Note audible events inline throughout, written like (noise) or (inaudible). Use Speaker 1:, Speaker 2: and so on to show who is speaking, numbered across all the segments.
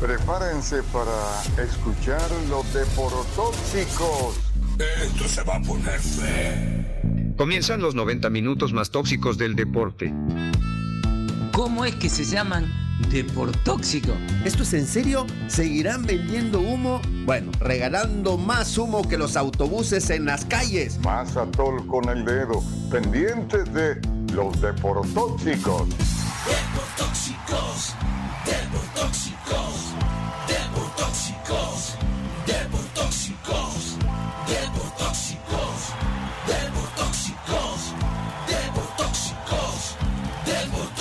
Speaker 1: Prepárense para escuchar los deporotóxicos.
Speaker 2: Esto se va a poner fe.
Speaker 3: Comienzan los 90 minutos más tóxicos del deporte.
Speaker 4: ¿Cómo es que se llaman deportóxico?
Speaker 5: ¿Esto es en serio? ¿Seguirán vendiendo humo? Bueno, regalando más humo que los autobuses en las calles.
Speaker 1: Más atol con el dedo, pendientes de los deportóxicos.
Speaker 2: Deportóxicos. Deportóxicos, deportóxicos, deportóxicos, deportóxicos, deportóxicos, deportóxicos,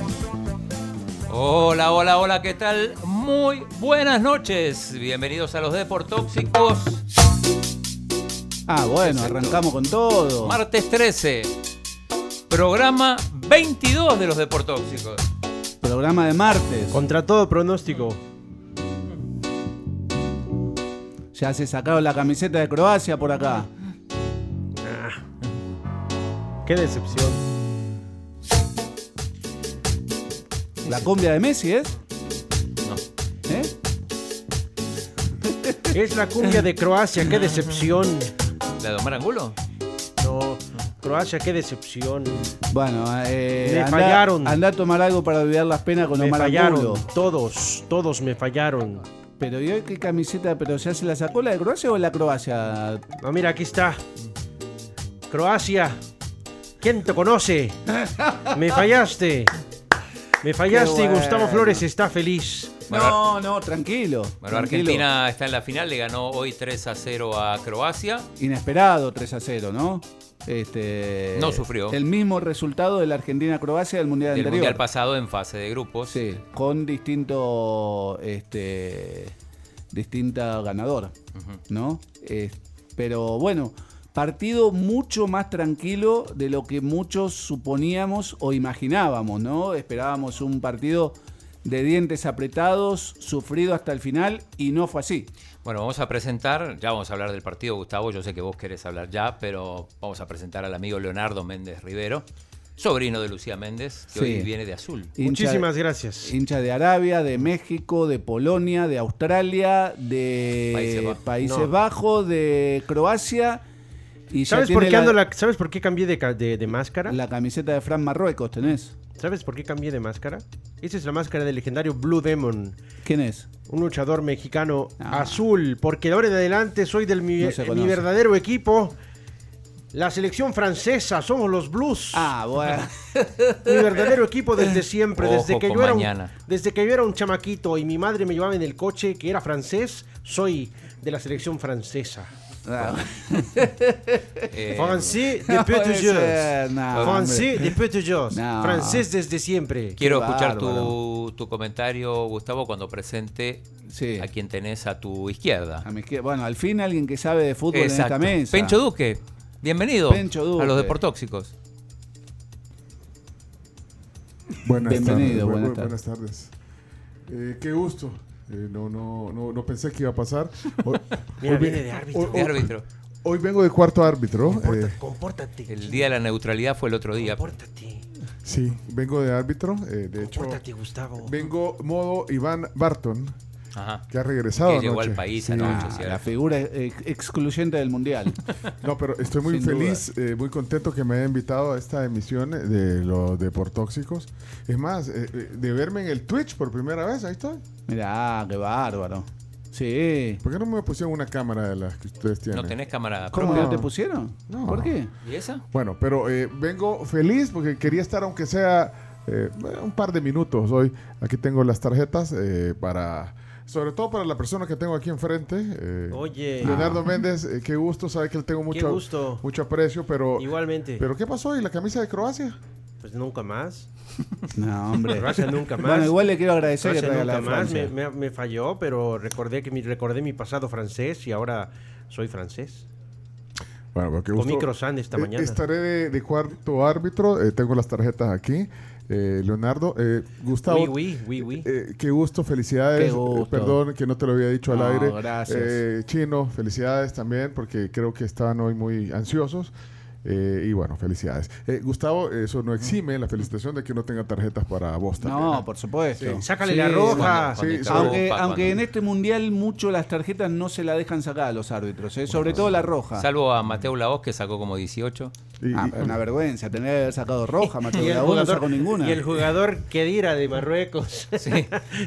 Speaker 2: deportóxicos.
Speaker 6: Hola, hola, hola, ¿qué tal? Muy buenas noches. Bienvenidos a los Deportóxicos.
Speaker 7: Ah, bueno, arrancamos con todo.
Speaker 6: Martes 13, programa 22 de los Deportóxicos.
Speaker 7: Programa de martes.
Speaker 8: Contra todo pronóstico.
Speaker 7: Ya se sacaron la camiseta de Croacia por acá.
Speaker 8: Ah, qué decepción.
Speaker 7: ¿La cumbia de Messi ¿eh? es?
Speaker 6: No.
Speaker 7: ¿Eh?
Speaker 8: (laughs) Es la cumbia de Croacia, qué decepción.
Speaker 6: ¿La de Omar Angulo?
Speaker 8: No. Croacia, qué decepción.
Speaker 7: Bueno, eh,
Speaker 8: me andá, fallaron.
Speaker 7: Andá a tomar algo para olvidar las penas con
Speaker 8: me
Speaker 7: Omar
Speaker 8: fallaron.
Speaker 7: Angulo.
Speaker 8: Todos, todos me fallaron.
Speaker 7: Pero ¿y hoy qué camiseta? ¿Pero ya se la sacó la de Croacia o la Croacia?
Speaker 8: No, mira, aquí está. Croacia. ¿Quién
Speaker 7: (laughs)
Speaker 8: te conoce? me fallaste. Me fallaste y
Speaker 7: bueno.
Speaker 8: Gustavo Flores está feliz.
Speaker 7: No, no, tranquilo.
Speaker 6: Bueno,
Speaker 7: tranquilo.
Speaker 6: Argentina está en la final, le ganó hoy 3 a 0 a Croacia.
Speaker 7: Inesperado 3 a 0, ¿no? Este,
Speaker 6: No sufrió.
Speaker 7: El mismo resultado de la Argentina-Croacia del Mundial
Speaker 6: Del
Speaker 7: anterior.
Speaker 6: Mundial pasado en fase de grupos.
Speaker 7: Sí, con distinto, este, distinta ganadora, ¿no? Eh, pero bueno, partido mucho más tranquilo de lo que muchos suponíamos o imaginábamos, ¿no? Esperábamos un partido de dientes apretados, sufrido hasta el final y no fue así.
Speaker 6: Bueno, vamos a presentar, ya vamos a hablar del partido, Gustavo, yo sé que vos querés hablar ya, pero vamos a presentar al amigo Leonardo Méndez Rivero, sobrino de Lucía Méndez, que
Speaker 7: Sí.
Speaker 6: hoy viene de azul.
Speaker 7: Hincha
Speaker 8: Muchísimas
Speaker 7: de-
Speaker 8: gracias.
Speaker 7: Hincha de Arabia, de México, de Polonia, de Australia, de
Speaker 6: Países Bajos.
Speaker 7: Países
Speaker 8: No.
Speaker 7: Bajos, de Croacia. Y ya
Speaker 8: ¿Sabes
Speaker 7: tiene
Speaker 8: por, qué ando la- ¿Sabes por qué cambié de, ca- de- de máscara?
Speaker 7: la camiseta de Fran Marruecos? ¿Tenés?
Speaker 8: ¿Sabes por qué cambié de máscara? Esa es la máscara del legendario Blue Demon,
Speaker 7: ¿Quién es?
Speaker 8: un luchador mexicano
Speaker 7: Ah.
Speaker 8: azul, porque de ahora en adelante soy del mi,
Speaker 7: No se
Speaker 8: mi
Speaker 7: conoce.
Speaker 8: verdadero equipo. La selección francesa, somos los Blues.
Speaker 7: Ah, bueno.
Speaker 8: (laughs) Mi verdadero equipo desde siempre,
Speaker 6: Ojo
Speaker 8: desde que,
Speaker 6: con
Speaker 8: yo era un,
Speaker 6: mañana.
Speaker 8: desde que yo era un chamaquito y mi madre me llevaba en el coche que era francés, soy de la selección francesa.
Speaker 7: Ah,
Speaker 6: Eh,
Speaker 8: Francés
Speaker 7: no
Speaker 8: depuis
Speaker 7: puede
Speaker 8: toujours.
Speaker 7: ser, no,
Speaker 8: Francés
Speaker 7: hombre.
Speaker 8: depuis toujours.
Speaker 7: No.
Speaker 8: Francés desde siempre.
Speaker 6: quiero
Speaker 7: Qué
Speaker 6: escuchar tu,
Speaker 7: bárbaro.
Speaker 6: tu comentario, Gustavo, cuando presente
Speaker 7: Sí.
Speaker 6: a quien tenés a tu izquierda.
Speaker 7: a mi izquierda. bueno, al fin alguien que sabe de fútbol
Speaker 6: Exacto.
Speaker 7: en esta mesa.
Speaker 6: Pencho Duque, bienvenido
Speaker 7: Pencho Duque.
Speaker 6: a los Deportóxicos.
Speaker 9: Buenas
Speaker 7: Bienvenido,
Speaker 9: tardes. bu- bu-
Speaker 7: buenas
Speaker 9: Buenas tardes. Eh, qué gusto. Eh, no, no, no, no pensé que iba a pasar. Hoy,
Speaker 8: Mira,
Speaker 9: vi-
Speaker 8: viene de árbitro.
Speaker 9: hoy-
Speaker 6: De árbitro.
Speaker 9: hoy vengo de cuarto árbitro. eh,
Speaker 8: Compórtate, compórtate.
Speaker 6: El día de la neutralidad fue el otro día.
Speaker 8: Compórtate,
Speaker 9: sí, vengo de árbitro. eh, de hecho,
Speaker 8: compórtate, Gustavo.
Speaker 9: vengo modo Iván Barton,
Speaker 6: Ajá.
Speaker 9: que ha
Speaker 6: Que
Speaker 9: regresado.
Speaker 6: llegó
Speaker 9: anoche.
Speaker 6: al país
Speaker 9: Sí.
Speaker 6: anoche,
Speaker 7: Ah,
Speaker 6: ¿cierto?
Speaker 7: la figura ex- excluyente del mundial.
Speaker 9: No, pero estoy muy
Speaker 7: Sin
Speaker 9: feliz, eh, muy contento que me haya invitado a esta emisión eh, de los deportóxicos. Es más, eh, eh, de verme en el Twitch por primera vez, ahí estoy.
Speaker 7: Mirá, qué bárbaro. Sí.
Speaker 9: ¿Por qué no me pusieron una cámara de las que ustedes tienen?
Speaker 6: No tenés cámara.
Speaker 7: ¿Cómo
Speaker 9: No.
Speaker 7: no te pusieron?
Speaker 9: No.
Speaker 7: ¿Por qué?
Speaker 6: ¿Y esa?
Speaker 9: Bueno, pero eh, vengo feliz porque quería estar, aunque sea eh, un par de minutos hoy. Aquí tengo las tarjetas eh, para, sobre todo para la persona que tengo aquí enfrente. eh,
Speaker 8: Oye,
Speaker 9: Leonardo Méndez, eh, qué gusto, sabe que le tengo mucho,
Speaker 8: Ah. gusto.
Speaker 9: mucho aprecio, pero...
Speaker 8: igualmente.
Speaker 9: ¿Pero qué pasó? ¿Y la camisa de Croacia?
Speaker 8: Pues nunca más.
Speaker 7: No,
Speaker 8: (laughs)
Speaker 7: hombre.
Speaker 8: Croacia nunca más.
Speaker 7: Bueno, igual le quiero agradecer que
Speaker 8: Croacia
Speaker 7: traiga la
Speaker 8: nunca
Speaker 7: de
Speaker 8: más.
Speaker 7: Francia.
Speaker 8: Me, me- me falló, pero recordé, que mi, recordé mi pasado francés y ahora soy francés.
Speaker 9: Bueno, pero qué
Speaker 8: Comí croissant esta
Speaker 9: Eh,
Speaker 8: mañana.
Speaker 9: estaré de, de cuarto árbitro, eh, tengo las tarjetas aquí. Eh, Leonardo, eh, Gustavo,
Speaker 8: Oui, oui, oui, oui.
Speaker 9: Eh, qué gusto, felicidades.
Speaker 7: Qué gusto.
Speaker 9: Eh, perdón que no te lo había dicho al
Speaker 7: No,
Speaker 9: aire.
Speaker 7: gracias.
Speaker 9: Eh, Chino, felicidades también porque creo que estaban hoy muy ansiosos. Eh, y bueno, felicidades. Eh, Gustavo, eso no exime la felicitación de que uno tenga tarjetas para vos también.
Speaker 7: No, por supuesto.
Speaker 8: Sácale
Speaker 7: Sí,
Speaker 8: la roja.
Speaker 9: sí,
Speaker 6: está
Speaker 7: Aunque,
Speaker 6: Boca,
Speaker 7: aunque en
Speaker 6: cuando-
Speaker 7: este mundial mucho las tarjetas no se la dejan sacar a los árbitros, ¿eh? sobre todo la roja.
Speaker 6: Salvo a Mateo Laoz, que sacó como 18.
Speaker 9: Y-
Speaker 7: Ah,
Speaker 9: y-
Speaker 7: una vergüenza, tendría que haber sacado roja, Mateo
Speaker 8: Y el,
Speaker 7: Laoz no
Speaker 8: jugador,
Speaker 7: sacó ninguna.
Speaker 8: y el jugador Kedira de Marruecos. (laughs)
Speaker 6: Sí.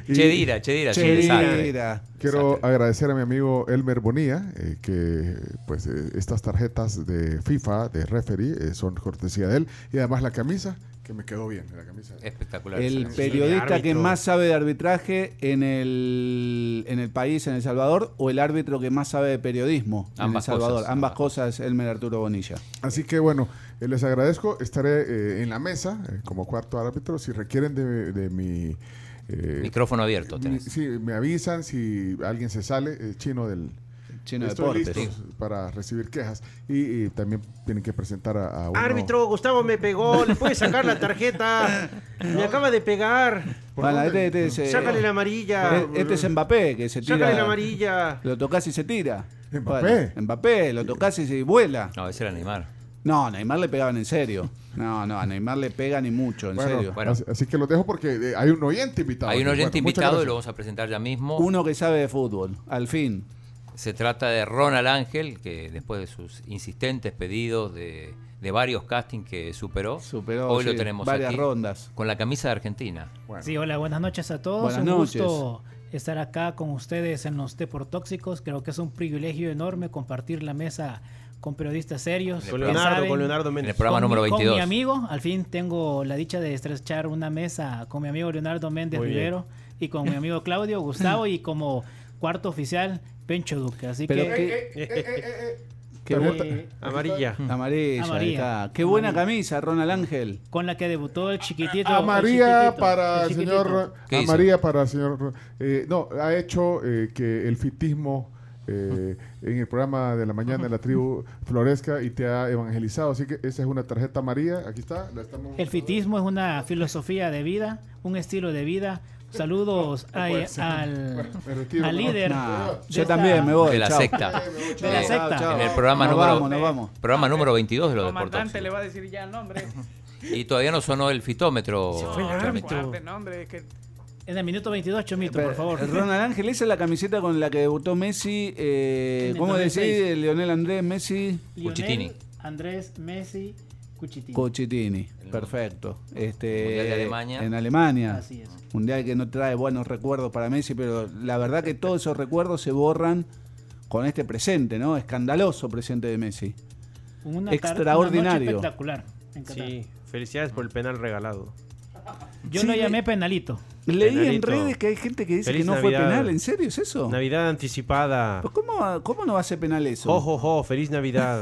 Speaker 6: Chedira, Chedira, sí,
Speaker 7: Che,
Speaker 6: desastre.
Speaker 7: mira.
Speaker 9: Quiero agradecer a mi amigo Elmer Bonilla, eh, que pues eh, estas tarjetas de FIFA, de referee, eh, son cortesía de él. Y además la camisa, que me quedó bien, la camisa.
Speaker 6: Espectacular.
Speaker 7: El
Speaker 6: Sí.
Speaker 7: periodista que
Speaker 8: árbitro.
Speaker 7: más sabe de arbitraje en el, en el país, en El Salvador, o el árbitro que más sabe de periodismo
Speaker 6: Ambas
Speaker 7: en El Salvador.
Speaker 6: cosas,
Speaker 7: Ambas
Speaker 6: ambas
Speaker 7: cosas, Elmer Arturo Bonilla.
Speaker 9: Así que bueno, eh, les agradezco. Estaré eh, en la mesa eh, como cuarto árbitro. Si requieren de, de mi... eh,
Speaker 6: Micrófono abierto
Speaker 9: mi-
Speaker 6: tenés.
Speaker 9: sí, me avisan si alguien se sale, eh, chino del...
Speaker 7: Chino de
Speaker 9: Estoy
Speaker 7: deportes.
Speaker 9: listo para recibir quejas. Y, y también tienen que presentar a, a uno-
Speaker 8: Árbitro, Gustavo me pegó. ¿Le puede sacar la
Speaker 7: (laughs)
Speaker 8: tarjeta? Me acaba de pegar.
Speaker 9: ¿Por
Speaker 7: Bueno,
Speaker 9: dónde?
Speaker 7: este, este es, eh,
Speaker 8: Sácale la amarilla.
Speaker 7: eh, este es Mbappé, que se tira.
Speaker 8: Sácale la amarilla.
Speaker 7: Lo tocas y se tira.
Speaker 9: Mbappé.
Speaker 7: Bueno, Mbappé, lo tocas y se vuela.
Speaker 6: No, ese era Neymar.
Speaker 7: No, a Neymar le pegaban en serio. No, no, a Neymar le pegan y mucho, en
Speaker 9: Bueno,
Speaker 7: serio.
Speaker 6: bueno.
Speaker 9: Así, así que los dejo porque eh, hay un oyente invitado.
Speaker 6: Hay un
Speaker 9: Bueno,
Speaker 6: oyente
Speaker 9: muchas
Speaker 6: invitado y
Speaker 9: gracias.
Speaker 6: lo vamos a presentar ya mismo.
Speaker 7: Uno que sabe de fútbol, al fin.
Speaker 10: Ah,
Speaker 6: Se trata de Ronald Ángel, que después de sus insistentes pedidos de, de varios castings que superó,
Speaker 7: Superó,
Speaker 6: hoy lo
Speaker 7: sí,
Speaker 6: tenemos
Speaker 7: varias
Speaker 6: aquí,
Speaker 7: rondas.
Speaker 6: con la camisa de Argentina.
Speaker 10: Sí, hola, buenas noches a todos.
Speaker 7: Buenas
Speaker 10: un
Speaker 7: noches.
Speaker 10: gusto estar acá con ustedes en los Deportóxicos. Creo que es un privilegio enorme compartir la mesa con periodistas serios.
Speaker 8: Con
Speaker 10: que
Speaker 8: Leonardo,
Speaker 10: saben.
Speaker 8: con Leonardo
Speaker 6: En el
Speaker 8: Méndez.
Speaker 6: programa
Speaker 10: Con mi-
Speaker 6: número
Speaker 10: Con mi
Speaker 6: 22.
Speaker 10: amigo, al fin tengo la dicha de estrechar una mesa con mi amigo Leonardo Méndez
Speaker 8: Muy bien.
Speaker 10: Rivero y con mi amigo Claudio Gustavo y como cuarto oficial Pencho Duque. Así
Speaker 7: Pero
Speaker 10: que
Speaker 7: qué, qué bu-
Speaker 10: eh,
Speaker 8: Amarilla.
Speaker 7: Mm. amarilla,
Speaker 10: Amarilla.
Speaker 7: ahí está. Qué buena camisa, Ronald Ángel.
Speaker 10: con la que debutó el chiquitito.
Speaker 9: A
Speaker 10: el
Speaker 9: Ah, María
Speaker 10: chiquitito,
Speaker 9: para
Speaker 10: el
Speaker 9: el
Speaker 10: chiquitito.
Speaker 9: señor.
Speaker 6: ¿Qué
Speaker 9: a
Speaker 6: hizo?
Speaker 9: María para el señor. eh, no, ha hecho eh, que el fitismo. eh, en el programa de la mañana de la tribu florezca y te ha evangelizado. Así que esa es una tarjeta María. Aquí está. La estamos
Speaker 10: El fitismo es una filosofía de vida, un estilo de vida. Saludos a- al,
Speaker 9: me retiro,
Speaker 10: al
Speaker 9: ¿no?
Speaker 10: líder.
Speaker 7: Nah,
Speaker 10: de
Speaker 7: yo
Speaker 10: esta-
Speaker 7: también me voy.
Speaker 6: de la
Speaker 7: chao.
Speaker 6: secta.
Speaker 10: ah, De la
Speaker 6: Eh,
Speaker 10: secta.
Speaker 6: En el programa
Speaker 7: nos
Speaker 6: número
Speaker 7: vamos, nos vamos.
Speaker 6: programa número 22 de los
Speaker 11: comandante le
Speaker 6: deportes.
Speaker 11: va a decir ya el nombre.
Speaker 6: Y todavía no sonó el fitómetro.
Speaker 8: fue el
Speaker 10: Ah,
Speaker 11: No,
Speaker 8: árbitro.
Speaker 11: guarde, no, hombre, es que
Speaker 10: En el minuto 22, Chomito, por favor.
Speaker 7: Ronald Ángel, esa es la camiseta con la que debutó Messi. Eh,
Speaker 10: En el
Speaker 7: ¿Cómo decís?
Speaker 10: 2006.
Speaker 7: Leonel Andrés Messi
Speaker 10: Lionel,
Speaker 6: Cuchitini.
Speaker 10: Andrés Messi Cuchitini.
Speaker 7: Cochitini. Perfecto. Este,
Speaker 6: Mundial de Alemania.
Speaker 7: En Alemania.
Speaker 10: Así es.
Speaker 7: Mundial que no trae buenos recuerdos para Messi, pero la verdad que todos esos recuerdos se borran con este presente, ¿no? Escandaloso presente de Messi.
Speaker 10: Una tar-
Speaker 7: Extraordinario.
Speaker 10: una noche espectacular. en Qatar.
Speaker 8: Sí, felicidades por el penal regalado.
Speaker 10: Yo
Speaker 7: Sí,
Speaker 10: lo
Speaker 7: le-
Speaker 10: llamé penalito.
Speaker 7: Leí
Speaker 8: Penalito.
Speaker 7: en redes que hay gente que dice
Speaker 8: Feliz
Speaker 7: que no fue
Speaker 8: Navidad.
Speaker 7: penal. ¿En serio es eso?
Speaker 8: Navidad anticipada.
Speaker 7: Pues, ¿Cómo, ¿Cómo no va a ser penal eso?
Speaker 8: Jo, jo, jo, feliz
Speaker 7: (laughs)
Speaker 8: Navidad.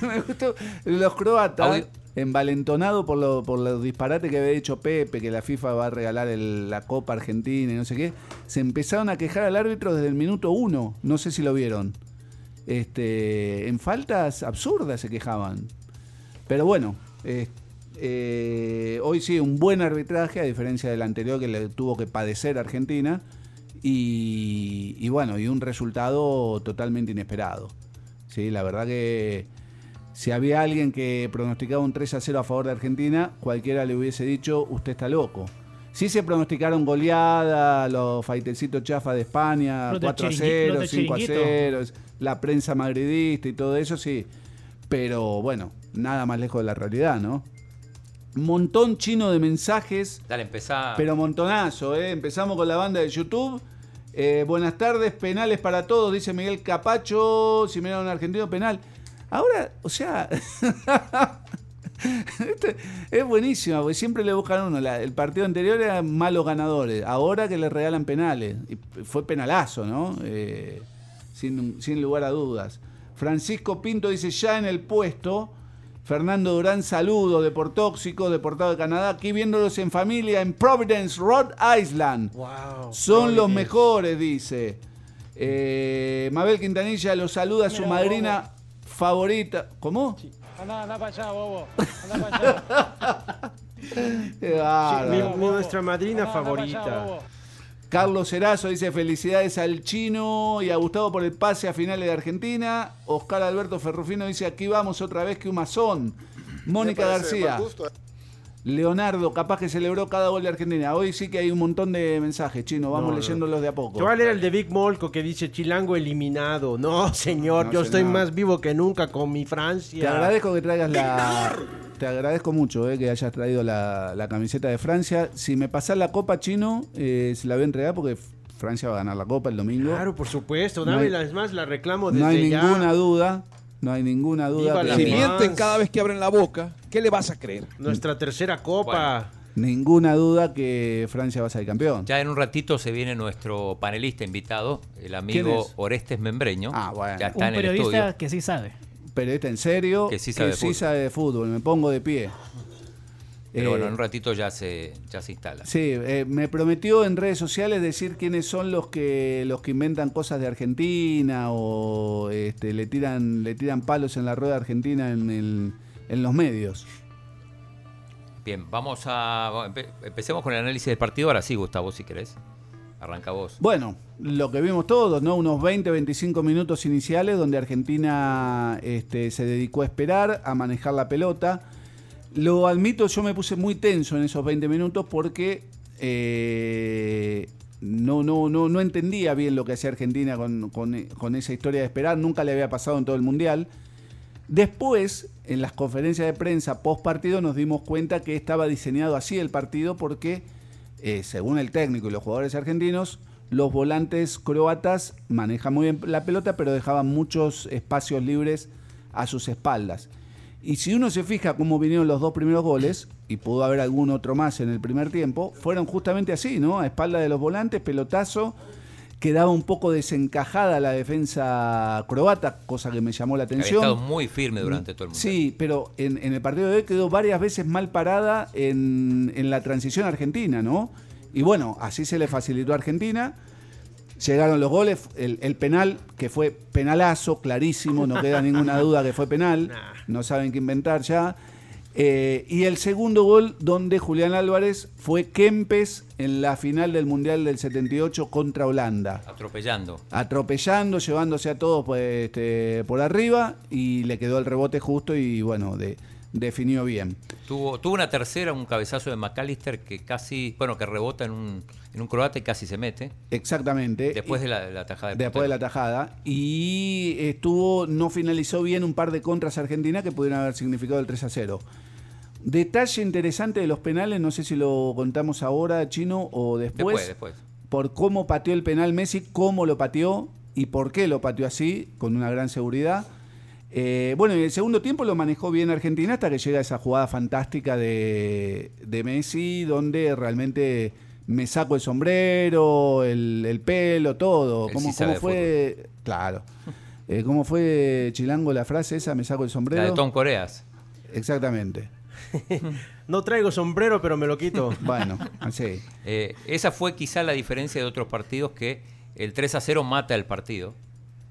Speaker 7: Me gustó. Los croatas,
Speaker 6: Audio.
Speaker 7: envalentonados por, lo, por los disparates que había hecho Pepe, que la FIFA va a regalar el- la Copa Argentina y no sé qué, se empezaron a quejar al árbitro desde el minuto uno. No sé si lo vieron. Este, en faltas absurdas se quejaban. Pero bueno, eh, eh, hoy sí, un buen arbitraje, a diferencia del anterior que le tuvo que padecer Argentina. Y, y bueno, y un resultado totalmente inesperado. Sí, la verdad que si había alguien que pronosticaba un 3 a 0 a favor de Argentina, cualquiera le hubiese dicho, usted está loco. Sí se pronosticaron goleadas, los faitecitos chafa de España,
Speaker 10: Los del
Speaker 7: 4 a
Speaker 10: chiringui-
Speaker 7: 0,
Speaker 10: los del
Speaker 7: 5 a
Speaker 10: chiringuito.
Speaker 7: 0, la prensa madridista y todo eso, sí. Pero bueno, nada más lejos de la realidad, ¿no? Montón chino de mensajes
Speaker 6: Dale, empezá.
Speaker 7: pero montonazo, ¿eh? Empezamos con la banda de YouTube. Eh, buenas tardes, penales para todos, dice Miguel Capacho. Si miraron argentino, penal. Ahora, o sea. (laughs) este es buenísimo, porque siempre le buscan uno. La- el partido anterior eran malos ganadores. Ahora que le regalan penales. Y p- fue penalazo, ¿no? Eh, sin, sin lugar a dudas. Francisco Pinto dice ya en el puesto. Fernando Durán, saludo, deportóxico, deportado de Canadá, aquí viéndolos en familia en Providence, Rhode Island.
Speaker 8: wow.
Speaker 7: Son los mejores, dice. Eh, Mabel Quintanilla los saluda a su madrina favorita. ¿Cómo?
Speaker 11: Anda, anda para allá, bobo. Anda para allá.
Speaker 7: Qué bárbaro.
Speaker 8: Mi- mi- nuestra madrina
Speaker 11: Anda, anda para allá,
Speaker 8: favorita.
Speaker 11: bobo.
Speaker 7: Carlos Cerazo dice felicidades al chino y a Gustavo por el pase a finales de Argentina. Oscar Alberto Ferrufino dice aquí vamos otra vez que un mazón. Mónica García. Leonardo, capaz que celebró cada gol de Argentina. Hoy sí que hay un montón de mensajes, chino. Vamos
Speaker 8: No, no.
Speaker 7: leyéndolos de a poco.
Speaker 8: Yo voy a leer el de Big Molco que dice Chilango eliminado. No, señor,
Speaker 7: No,
Speaker 8: yo estoy
Speaker 7: señor.
Speaker 8: más vivo que nunca con mi
Speaker 7: Te
Speaker 8: Francia.
Speaker 7: agradezco que traigas la. Te agradezco mucho eh, que hayas traído la, la camiseta de Francia. Si me pasás la copa chino, eh, se la voy a entregar porque Francia va a ganar la copa el domingo.
Speaker 8: Claro, por supuesto,
Speaker 7: No hay-
Speaker 8: dámela, es más, la reclamo desde
Speaker 7: no hay
Speaker 8: ya.
Speaker 7: ninguna duda. No hay ninguna duda.
Speaker 8: Viva la
Speaker 7: que-
Speaker 12: Si mienten cada vez que abren la boca, ¿qué le vas a creer?
Speaker 8: Ah. Nuestra tercera copa.
Speaker 7: Ninguna duda que Francia va a ser campeón.
Speaker 6: Ya en un ratito se viene nuestro panelista invitado, el amigo
Speaker 7: es?
Speaker 6: Orestes Membreño. Ya está
Speaker 10: Un
Speaker 6: en el estudio.
Speaker 10: periodista que sí sabe.
Speaker 7: Periodista en serio.
Speaker 6: Que sí sabe de fútbol.
Speaker 7: sabe de fútbol. Me pongo de pie.
Speaker 6: Pero
Speaker 7: Eh,
Speaker 6: bueno, en un ratito ya se, ya se instala.
Speaker 7: Sí, eh, me prometió en redes sociales decir quiénes son los que los que inventan cosas de Argentina o este, le tiran le tiran palos en la rueda argentina en, el- en los medios.
Speaker 6: Bien, vamos a. empe- empecemos con el análisis del partido. Ahora sí, Gustavo, si querés. Arranca vos.
Speaker 7: Bueno, lo que vimos todos, ¿no? Unos 20, 25 minutos iniciales donde Argentina este, se dedicó a esperar, a manejar la pelota. Lo admito, yo me puse muy tenso en esos 20 minutos porque eh, no, no, no, no entendía bien lo que hacía Argentina con, con- con esa historia de esperar. Nunca le había pasado en todo el Mundial. Después, en las conferencias de prensa post partido, nos dimos cuenta que estaba diseñado así el partido porque, eh, según el técnico y los jugadores argentinos, los volantes croatas manejan muy bien la pelota, pero dejaban muchos espacios libres a sus espaldas. Y si uno se fija cómo vinieron los dos primeros goles, y pudo haber algún otro más en el primer tiempo, fueron justamente así, ¿no? A espalda de los volantes, pelotazo, quedaba un poco desencajada la defensa croata, cosa que me llamó la
Speaker 6: Había
Speaker 7: atención.
Speaker 6: estado muy firme durante todo el mundo.
Speaker 7: Sí, pero en, en el partido de hoy quedó varias veces mal parada en, en la transición argentina, ¿no? Y bueno, así se le facilitó a Argentina. Llegaron los goles, el, el penal, que fue penalazo, clarísimo, no queda ninguna duda que fue
Speaker 6: (laughs)
Speaker 7: penal, no saben qué inventar ya. Eh, y el segundo gol donde Julián Álvarez fue Kempes en la final del Mundial del 78 contra Holanda
Speaker 6: Atropellando.
Speaker 7: atropellando, llevándose a todos pues, este, por arriba y le quedó el rebote justo y bueno, de- definió bien.
Speaker 6: Tuvo, tuvo una tercera, un cabezazo de McAllister que casi. Bueno, que rebota en un, en un croata y casi se mete.
Speaker 7: Exactamente.
Speaker 6: Después
Speaker 7: Y-
Speaker 6: de la, de la tajada. del
Speaker 7: después de la tajada. Y estuvo, no finalizó bien un par de contras argentinas que pudieron haber significado el 3 a 0. Detalle interesante de los penales, no sé si lo contamos ahora, Chino, o después.
Speaker 6: Después, después.
Speaker 7: Por cómo pateó el penal Messi, cómo lo pateó y por qué lo pateó así, con una gran seguridad. Eh, bueno, en el segundo tiempo lo manejó bien Argentina hasta que llega esa jugada fantástica de, de Messi, donde realmente me saco el sombrero, el, el pelo, todo.
Speaker 6: Él
Speaker 7: ¿Cómo,
Speaker 6: sí sabe
Speaker 7: cómo
Speaker 6: de
Speaker 7: fue? Claro. Eh, ¿Cómo fue Chilango la frase esa? Me saco el sombrero.
Speaker 6: La de Tom Coreas.
Speaker 7: Exactamente.
Speaker 8: No traigo sombrero, pero me lo quito.
Speaker 7: (laughs) Bueno, así.
Speaker 6: Eh, esa fue quizá la diferencia de otros partidos que el 3 a 0 mata el partido.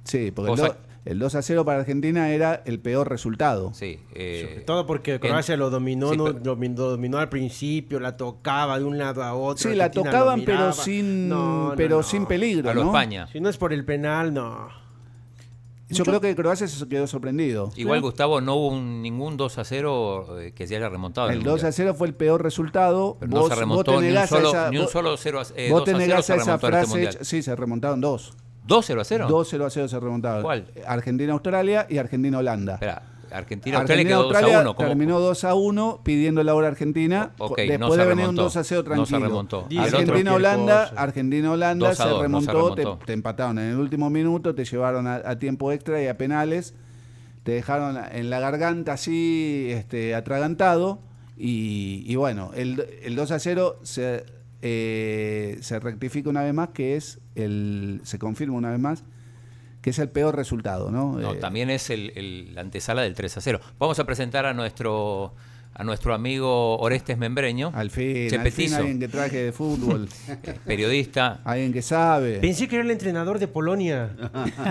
Speaker 7: Sí, porque el,
Speaker 6: Cosa-
Speaker 7: do- el 2 a 0 para Argentina era el peor resultado.
Speaker 6: Sí. eh,
Speaker 8: Todo porque Croacia lo dominó,
Speaker 6: Sí,
Speaker 8: no-
Speaker 6: pero-
Speaker 8: lo dominó, dominó al principio, la tocaba de un lado a otro.
Speaker 7: Sí, la
Speaker 8: Argentina lo
Speaker 7: tocaban, pero
Speaker 8: miraba.
Speaker 7: sin,
Speaker 8: No, no,
Speaker 7: pero
Speaker 8: no.
Speaker 7: sin peligro.
Speaker 6: a lo
Speaker 7: ¿no?
Speaker 6: España.
Speaker 8: Si no es por el penal, no.
Speaker 7: Yo creo que Croacia se quedó sorprendido.
Speaker 6: Igual, Gustavo, no hubo un- ningún 2 a 0 eh, que se haya remontado. en
Speaker 7: El 2 a
Speaker 6: Mundial.
Speaker 7: 0 fue el peor resultado.
Speaker 6: Pero no se remontó ni un
Speaker 7: negás a
Speaker 6: solo,
Speaker 7: esa-
Speaker 6: ni un
Speaker 7: vos-
Speaker 6: solo 0 a 0.
Speaker 7: vos te negás a esa
Speaker 6: remontó en este
Speaker 7: frase.
Speaker 6: mundial.
Speaker 7: hecha- sí, se remontaron dos.
Speaker 6: 2 0 a 0.
Speaker 7: 2 0 a 0 se remontaron.
Speaker 6: ¿Cuál?
Speaker 7: Argentina-Australia y Argentina-Holanda.
Speaker 6: Espera, Argentina, Australia quedó 2
Speaker 7: Australia
Speaker 6: a 1. ¿cómo?
Speaker 7: terminó 2 a 1 pidiendo la hora Argentina.
Speaker 6: O- ok,
Speaker 7: después
Speaker 6: no se
Speaker 7: de venir un
Speaker 6: remontó,
Speaker 7: 2 a 0
Speaker 6: no se
Speaker 7: tranquilo.
Speaker 6: remontó.
Speaker 8: Dice
Speaker 7: Argentina-Holanda,
Speaker 8: cualquier cosa.
Speaker 7: Argentina-Holanda
Speaker 6: Dos a
Speaker 7: se,
Speaker 6: dos, no se
Speaker 7: remontó, Te,
Speaker 6: remontó.
Speaker 7: te empataron en el último minuto, te llevaron a, a tiempo extra y a penales, te dejaron en la garganta así, este, atragantado. Y, y bueno, el, el 2 a 0 se, eh, se rectifica una vez más, que es el. se confirma una vez más, que es el peor resultado, ¿no?
Speaker 6: No,
Speaker 7: Eh,
Speaker 6: también es el, el- la antesala del 3 a 0. Vamos a presentar a nuestro a nuestro amigo Orestes Membreño.
Speaker 7: Al fin, al fin
Speaker 6: Chepetizo,
Speaker 7: alguien que traje
Speaker 8: (laughs)
Speaker 7: de fútbol. (laughs)
Speaker 6: periodista.
Speaker 7: alguien que sabe.
Speaker 8: Pensé que era el entrenador de Polonia.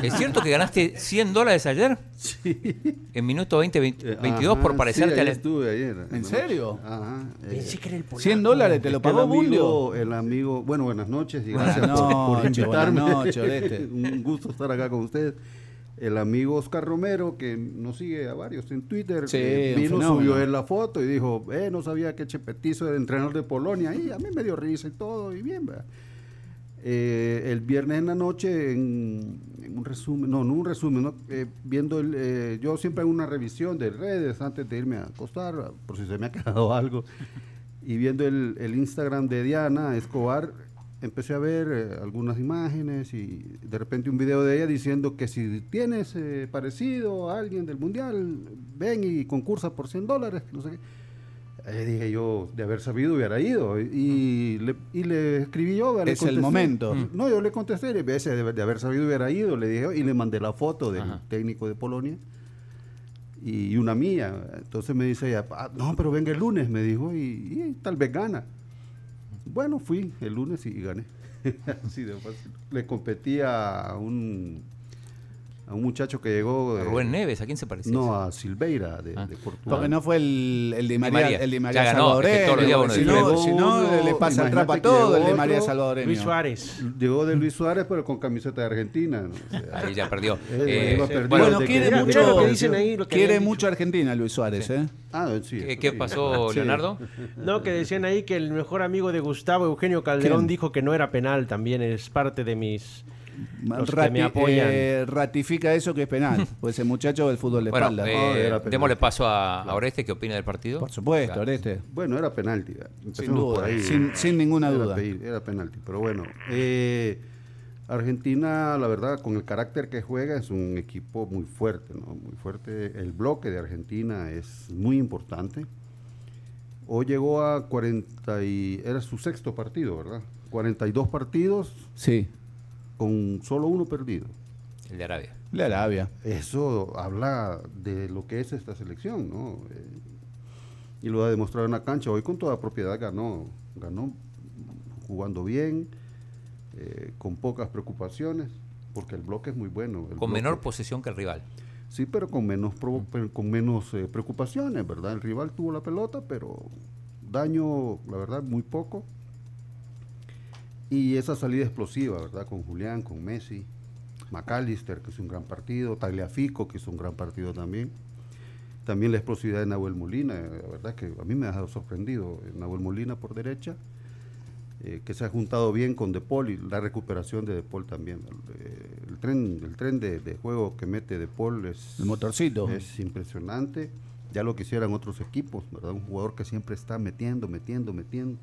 Speaker 6: ¿Es cierto que ganaste 100 dólares ayer? Sí. En minuto 20, 20, 22 por
Speaker 13: Eh,
Speaker 6: parecerte
Speaker 13: ah, sí,
Speaker 6: al...
Speaker 13: ahí estuve ayer.
Speaker 7: ¿En serio?
Speaker 13: Ajá.
Speaker 8: eh,
Speaker 7: Pensé que era el polaco. 100 dólares, ¿te lo
Speaker 13: Es que el
Speaker 7: pagó
Speaker 13: amigo-
Speaker 7: Bulio?
Speaker 13: El amigo, bueno, buenas noches y
Speaker 7: Buenas
Speaker 13: gracias por- por,
Speaker 7: noches, buenas
Speaker 13: invitarme.
Speaker 7: noches, Oreste.
Speaker 13: (laughs) Un gusto estar acá con ustedes. El amigo Oscar Romero, que nos sigue a varios en Twitter,
Speaker 7: Sí,
Speaker 13: eh,
Speaker 7: un
Speaker 13: vino,
Speaker 7: fenómeno.
Speaker 13: subió en la foto y dijo, eh, no sabía que Chepetizo era entrenador de Polonia. Y a mí me dio risa y todo, y bien, ¿verdad? Eh, el viernes en la noche, en, en un resumen, no, no un resumen, ¿no? Eh, viendo, el, eh, yo siempre hago una revisión de redes antes de irme a acostar, por si se me ha quedado (laughs) algo, y viendo el, el Instagram de Diana Escobar, empecé a ver eh, algunas imágenes y de repente un video de ella diciendo que si tienes eh, parecido a alguien del Mundial, ven y concursa por 100 dólares, que no sé qué. Ahí dije yo, de haber sabido hubiera ido. Y, le, y le escribí yo. le
Speaker 7: Es el
Speaker 13: contesté.
Speaker 7: momento.
Speaker 13: Mm. No, yo le contesté, le ese de, de haber sabido hubiera ido, le dije, y le mandé la foto del técnico de Polonia y una mía. Entonces me dice ella, "Ah, no, pero venga el lunes, me dijo, y, y tal vez gana. Bueno, fui el lunes y gané. (laughs) Así de fácil. Le competí a un, a un muchacho que llegó.
Speaker 6: ¿A
Speaker 13: eh,
Speaker 6: Rubén Neves? ¿A quién se parecía?
Speaker 13: No, a Silveira de, de Portugal.
Speaker 7: Porque no fue el, el de
Speaker 6: Di
Speaker 7: María,
Speaker 6: María.
Speaker 7: el de
Speaker 6: Ya
Speaker 7: María
Speaker 6: ganó, es que
Speaker 7: Salvadoreño.
Speaker 6: todos los días uno
Speaker 7: si,
Speaker 6: diferente.
Speaker 7: no, si no,
Speaker 13: Uno,
Speaker 7: le pasa el trapo
Speaker 13: imagínate
Speaker 7: a
Speaker 13: que
Speaker 7: todo el de
Speaker 13: llegó
Speaker 7: María
Speaker 13: otro,
Speaker 7: Salvadoreño.
Speaker 8: Luis Suárez.
Speaker 13: Llegó de Luis Suárez, pero con camiseta de Argentina. ¿no? O sea,
Speaker 6: Ahí ya perdió.
Speaker 13: Eh, iba perdido
Speaker 7: Bueno,
Speaker 13: desde
Speaker 7: quiere
Speaker 13: que-
Speaker 8: Mira,
Speaker 7: mucho,
Speaker 8: mira lo que dicen ahí, lo que
Speaker 7: quiere
Speaker 8: habían
Speaker 7: mucho Argentina Luis Suárez, ¿eh?
Speaker 13: Ah, sí,
Speaker 6: ¿Qué,
Speaker 13: eso
Speaker 6: qué
Speaker 13: sí.
Speaker 6: pasó,
Speaker 13: (laughs) Sí.
Speaker 6: Leonardo?
Speaker 8: No, que decían ahí que el mejor amigo de Gustavo, Eugenio Calderón,
Speaker 7: ¿Quién?
Speaker 8: dijo que no era penal. También es parte de mis. Los que me
Speaker 7: Rati-
Speaker 8: apoyan.
Speaker 7: eh, ratifica eso que es penal, (laughs) pues ese muchacho del fútbol de
Speaker 6: Bueno,
Speaker 7: espalda.
Speaker 6: eh,
Speaker 13: No, era penal.
Speaker 6: démosle paso a, a Oreste, ¿qué opina del partido?
Speaker 7: Por supuesto, Oreste.
Speaker 13: Bueno, era penalti.
Speaker 7: Sin
Speaker 13: Empecemos por
Speaker 7: duda,
Speaker 13: ahí.
Speaker 7: sin, sin ninguna
Speaker 13: Era
Speaker 7: duda.
Speaker 13: pe- Era penalti, pero bueno. eh, Argentina, la verdad, con el carácter que juega, es un equipo muy fuerte, ¿no? Muy fuerte. El bloque de Argentina es muy importante. Hoy llegó a 40 y... Era su sexto partido, ¿verdad? 42 partidos
Speaker 7: Sí,
Speaker 13: con solo uno perdido.
Speaker 6: El de Arabia.
Speaker 7: la Arabia.
Speaker 13: Eso habla de lo que es esta selección, ¿no? Eh, y lo ha demostrado en la cancha. Hoy con toda propiedad ganó, ganó jugando bien, eh, con pocas preocupaciones, porque el bloque es muy bueno. el
Speaker 6: Con menor Mm.
Speaker 13: bloque-
Speaker 6: posesión que el rival.
Speaker 13: Sí, pero con menos, provo- pero con menos eh, preocupaciones, ¿verdad? El rival tuvo la pelota, pero daño, la verdad, muy poco. Y esa salida explosiva, ¿verdad? Con Julián, con Messi, McAllister, que hizo un gran partido, Tagliafico, que hizo un gran partido también. También la explosividad de Nahuel Molina, eh, la verdad que a mí me ha dejado sorprendido. eh, Nahuel Molina por derecha, eh, que se ha juntado bien con De Paul y la recuperación de De Paul también. Eh, el tren, el tren de, de juego que mete De Paul es,
Speaker 7: El motorcito.
Speaker 13: es impresionante. Ya lo quisieran otros equipos, ¿verdad? Un jugador que siempre está metiendo, metiendo, metiendo.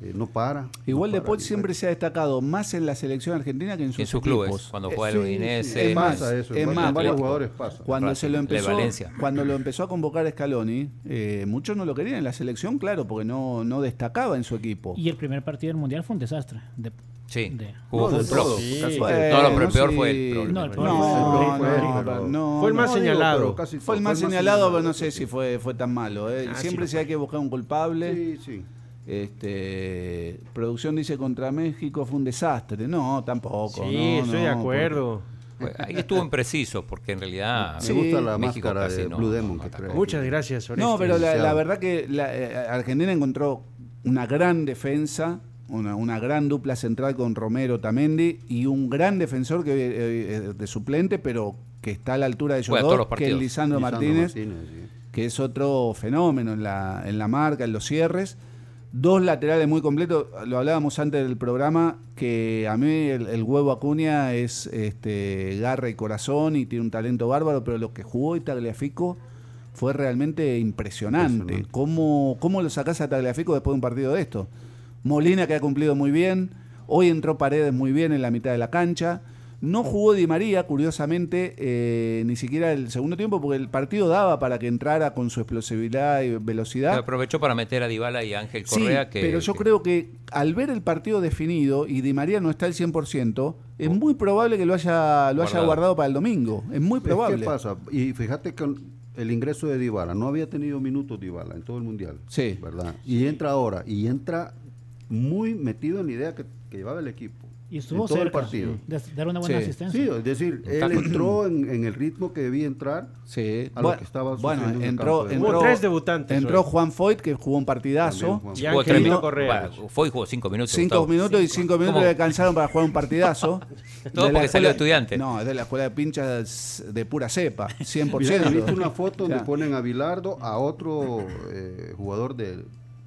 Speaker 13: Eh, no para.
Speaker 7: Igual
Speaker 13: no
Speaker 7: De
Speaker 13: para,
Speaker 7: Paul
Speaker 13: no
Speaker 7: siempre
Speaker 13: para.
Speaker 7: se ha destacado más en la selección argentina que en sus,
Speaker 6: En sus
Speaker 7: equipos.
Speaker 6: clubes, cuando
Speaker 13: Eh,
Speaker 6: juega
Speaker 13: sí,
Speaker 6: el
Speaker 13: sí,
Speaker 6: Udinese.
Speaker 13: es
Speaker 6: en-
Speaker 13: más, eso,
Speaker 7: es
Speaker 13: en
Speaker 7: más,
Speaker 13: varios
Speaker 7: por-
Speaker 13: jugadores pasa.
Speaker 7: Cuando se lo
Speaker 6: De
Speaker 7: empezó,
Speaker 6: Valencia.
Speaker 7: cuando
Speaker 6: (clears throat)
Speaker 7: lo empezó a convocar Scaloni, eh, muchos no lo querían en la selección, claro, porque no, no destacaba en su equipo.
Speaker 10: Y el primer partido del Mundial fue un desastre. De-
Speaker 6: Sí,
Speaker 10: de-
Speaker 6: jugó
Speaker 13: No,
Speaker 6: un
Speaker 13: de
Speaker 6: flop.
Speaker 13: todo, casi
Speaker 7: Bueno,
Speaker 13: que-
Speaker 6: No, lo peor- peor
Speaker 7: sí.
Speaker 6: fue el problema.
Speaker 10: No, el
Speaker 7: No,
Speaker 10: problema
Speaker 7: no,
Speaker 13: fue él,
Speaker 7: no,
Speaker 13: pero-
Speaker 7: no,
Speaker 8: Fue el
Speaker 7: no,
Speaker 8: más
Speaker 13: digo,
Speaker 8: señalado.
Speaker 13: pero casi
Speaker 7: Fue el más señalado, pero no sé si fue, fue tan malo. ¿eh?
Speaker 8: Ah,
Speaker 7: Siempre
Speaker 8: sí.
Speaker 7: se hay que buscar un
Speaker 13: Sí,
Speaker 7: culpable.
Speaker 13: sí.
Speaker 7: Este, producción dice contra México fue un desastre. No, tampoco.
Speaker 8: Sí,
Speaker 7: no,
Speaker 8: estoy de
Speaker 7: no,
Speaker 8: acuerdo.
Speaker 6: Bueno, Pues, Ahí estuvo impreciso, porque en realidad.
Speaker 13: Me
Speaker 7: Sí,
Speaker 13: gusta la
Speaker 6: México
Speaker 13: máscara
Speaker 6: casi
Speaker 13: de
Speaker 6: no-
Speaker 13: Blue
Speaker 6: no
Speaker 13: Demon que
Speaker 6: atacó.
Speaker 13: trae.
Speaker 8: Muchas gracias, Oreste.
Speaker 7: No, pero la,
Speaker 13: Demasiado.
Speaker 7: la verdad que la, eh, Argentina encontró una gran defensa, una, una gran dupla central con Romero Tamendi y un gran defensor que eh, eh, de suplente, pero que está a la altura de ellos
Speaker 6: Juega
Speaker 7: dos,
Speaker 6: todos los
Speaker 7: que es
Speaker 6: partidos.
Speaker 7: Lisandro,
Speaker 13: Lisandro
Speaker 7: Martínez,
Speaker 13: sí.
Speaker 7: que es otro fenómeno en la, en la marca, en los cierres. Dos laterales muy completos, lo hablábamos antes del programa, que a mí el, el huevo Acuña es este, garra y corazón y tiene un talento bárbaro, pero lo que jugó y Tagliafico fue realmente impresionante.
Speaker 13: Impresionante.
Speaker 7: ¿Cómo, ¿Cómo lo sacás a Tagliafico después de un partido de esto? Molina que ha cumplido muy bien, hoy entró Paredes muy bien en la mitad de la cancha. No jugó Di María, curiosamente, eh, ni siquiera el segundo tiempo, porque el partido daba para que entrara con su explosividad y velocidad.
Speaker 6: Aprovechó para meter a Dybala y a Ángel Correa.
Speaker 7: Sí,
Speaker 6: que,
Speaker 7: pero yo
Speaker 6: que-
Speaker 7: creo que al ver el partido definido y Di María no está al 100%, es muy probable que lo haya, lo haya
Speaker 6: Oh. Guardado.
Speaker 7: guardado para el domingo. Es muy
Speaker 13: Es que
Speaker 7: probable.
Speaker 13: pasa? Y fíjate que el ingreso de Dybala. No había tenido minutos Dybala en todo el Mundial. Sí. ¿Verdad? Y entra ahora. Y entra muy metido en la idea que, que llevaba el equipo.
Speaker 10: Y estuvo
Speaker 13: en todo el
Speaker 10: cerca
Speaker 13: partido.
Speaker 10: de dar una buena
Speaker 13: sí.
Speaker 10: asistencia.
Speaker 13: Sí, es decir,
Speaker 10: Está-
Speaker 13: él entró en, en el ritmo que debía entrar
Speaker 7: sí.
Speaker 13: a lo
Speaker 7: Bueno,
Speaker 13: que estaba
Speaker 7: bueno,
Speaker 13: sucediendo en el campo
Speaker 7: entró,
Speaker 13: de-
Speaker 7: entró, Entró Juan Foyt, que jugó un partidazo.
Speaker 6: Jugó tres minutos. Bueno, Fue y jugó cinco minutos.
Speaker 7: Cinco
Speaker 6: Gustavo.
Speaker 7: minutos y cinco minutos
Speaker 6: ¿Cómo?
Speaker 7: le alcanzaron para jugar un partidazo.
Speaker 6: (laughs) Todo
Speaker 7: De la
Speaker 6: porque salió
Speaker 7: escuela-
Speaker 6: estudiante.
Speaker 7: No, es de la escuela de pinchas de
Speaker 13: (laughs)
Speaker 7: pura cepa, 100%.
Speaker 13: Mira, he visto una foto donde
Speaker 7: Ya.
Speaker 13: ponen a Bilardo, a otro eh, jugador de, de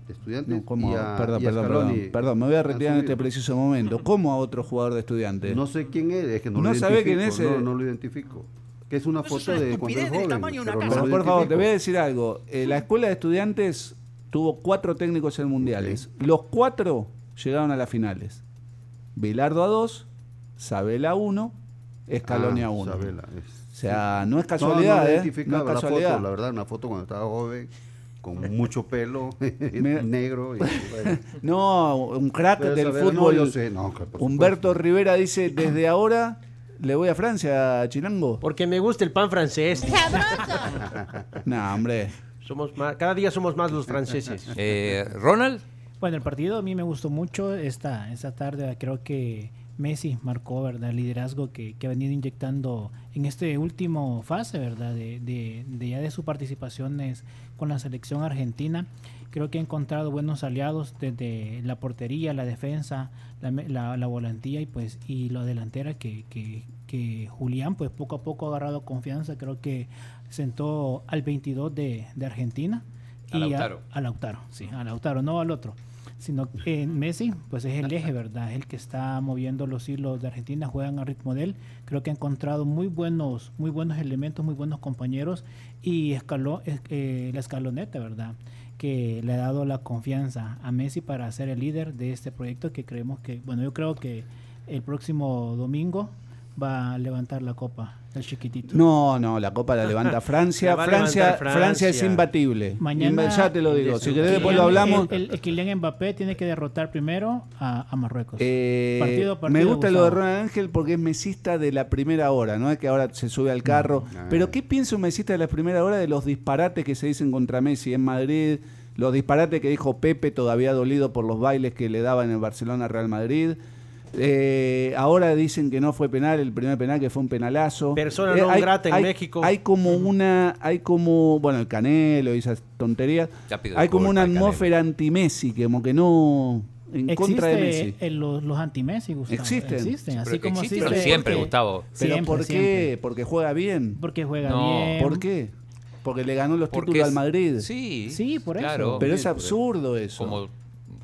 Speaker 13: estudiantes.
Speaker 7: No, ¿cómo?
Speaker 13: y a-
Speaker 7: perdón,
Speaker 13: y a
Speaker 7: perdón,
Speaker 13: Scaloni.
Speaker 7: perdón, perdón, me voy a retirar en
Speaker 13: Así-
Speaker 7: este
Speaker 13: (laughs)
Speaker 7: preciso momento. ¿Cómo a otro jugador de estudiante?
Speaker 13: No sé quién es, es que no,
Speaker 7: No
Speaker 13: lo
Speaker 7: sabe
Speaker 13: identifico,
Speaker 7: quién es,
Speaker 13: No,
Speaker 7: eh.
Speaker 13: no lo identifico. Que es una
Speaker 7: Eso es
Speaker 13: foto
Speaker 7: una
Speaker 13: de cuando es
Speaker 7: estupidez del
Speaker 13: joven.
Speaker 7: tamaño
Speaker 13: pero no
Speaker 7: Pero,
Speaker 13: lo
Speaker 7: por favor, te voy a
Speaker 13: identifico.
Speaker 7: decir algo. Eh, la escuela de estudiantes tuvo cuatro técnicos en mundiales. Los cuatro llegaron a las finales. Bilardo a dos, Sabela a uno, Escalonia
Speaker 13: Ah,
Speaker 7: a uno.
Speaker 13: Sabela,
Speaker 7: O sea, no es
Speaker 13: No, no
Speaker 7: casualidad, ¿eh? No es
Speaker 13: identificaba la
Speaker 7: casualidad.
Speaker 13: foto, la verdad, una foto cuando estaba joven, con mucho pelo, (laughs) negro. Y, bueno.
Speaker 7: (laughs) No, un crack
Speaker 13: Pero
Speaker 7: del
Speaker 13: Sabela, no,
Speaker 7: fútbol.
Speaker 13: yo sé, no, que por
Speaker 7: Humberto Rivera dice, desde ahora le voy a Francia, Chilango.
Speaker 8: Porque me gusta el pan francés.
Speaker 7: no, hombre.
Speaker 8: (laughs) Somos más, cada día somos más los franceses.
Speaker 6: Eh,
Speaker 10: Eh,
Speaker 6: ¿Ronald?
Speaker 10: Bueno, el partido a mí me gustó mucho esta, esta tarde. Creo que Messi marcó ¿verdad? el liderazgo que, que ha venido inyectando en este último fase ¿verdad? De, de- de ya de sus participaciones con la selección argentina. Creo que ha encontrado buenos aliados desde la portería, la defensa, la, me- la- la volantía y pues y la delantera que, que- que Julián pues poco a poco ha agarrado confianza. Creo que sentó al 22 de, de Argentina.
Speaker 6: A
Speaker 10: y
Speaker 6: Lautaro.
Speaker 10: a Lautaro, sí, a Lautaro, no al otro. Sino que Messi, pues es el eje, ¿verdad? Es el que está moviendo los hilos de Argentina, juegan a ritmo de él. Creo que ha encontrado muy buenos, muy buenos elementos, muy buenos compañeros y escaló es- eh, la escaloneta, ¿verdad? Que le ha dado la confianza a Messi para ser el líder de este proyecto que creemos que, bueno, yo creo que el próximo domingo va a levantar la copa, el chiquitito.
Speaker 7: No, no, la copa la levanta
Speaker 10: (laughs)
Speaker 7: Francia.
Speaker 10: La va a
Speaker 7: Francia,
Speaker 10: levantar
Speaker 7: Francia.
Speaker 10: Francia.
Speaker 7: es imbatible.
Speaker 10: Mañana.
Speaker 7: Inba- ya te lo digo. Si querés,
Speaker 10: Kylian-
Speaker 7: después lo hablamos.
Speaker 10: El, el- el Kylian Mbappé tiene que derrotar primero a, a Marruecos.
Speaker 7: Eh,
Speaker 10: partido, partido,
Speaker 7: me gusta lo de
Speaker 10: Gustavo.
Speaker 7: Ronald Ángel porque es mesista de la primera hora, ¿no? Es que ahora se sube al carro. Pero ¿qué piensa un mesista de la primera hora de los disparates que se dicen contra Messi en Madrid? Los disparates que dijo Pepe, todavía dolido por los bailes que le daban en el Barcelona Real Madrid. Eh, ahora dicen que no fue penal, el primer penal que fue un penalazo.
Speaker 8: Persona
Speaker 7: Eh,
Speaker 8: non grata en México.
Speaker 7: Hay como una, hay como, bueno, el Canelo y esas tonterías.
Speaker 6: Ya pido
Speaker 7: Hay como
Speaker 6: disculpas,
Speaker 7: una
Speaker 6: Canelo.
Speaker 7: atmósfera anti-Messi, que como que no en contra de Messi.
Speaker 10: Existe el- los, los anti-Messi, Gustavo.
Speaker 7: Existen.
Speaker 10: Existen, así
Speaker 6: Pero que
Speaker 10: como
Speaker 6: existe,
Speaker 10: existe-
Speaker 6: pero siempre, Gustavo.
Speaker 7: ¿Pero
Speaker 10: Siempre,
Speaker 7: por qué?
Speaker 10: siempre.
Speaker 7: Porque juega bien.
Speaker 10: Porque juega
Speaker 7: No.
Speaker 10: bien.
Speaker 7: ¿Por qué? Porque le ganó los
Speaker 6: Porque
Speaker 7: títulos al
Speaker 6: es-
Speaker 7: Madrid.
Speaker 6: Sí,
Speaker 10: Sí, por eso.
Speaker 6: claro.
Speaker 7: Pero es absurdo eso.
Speaker 6: Como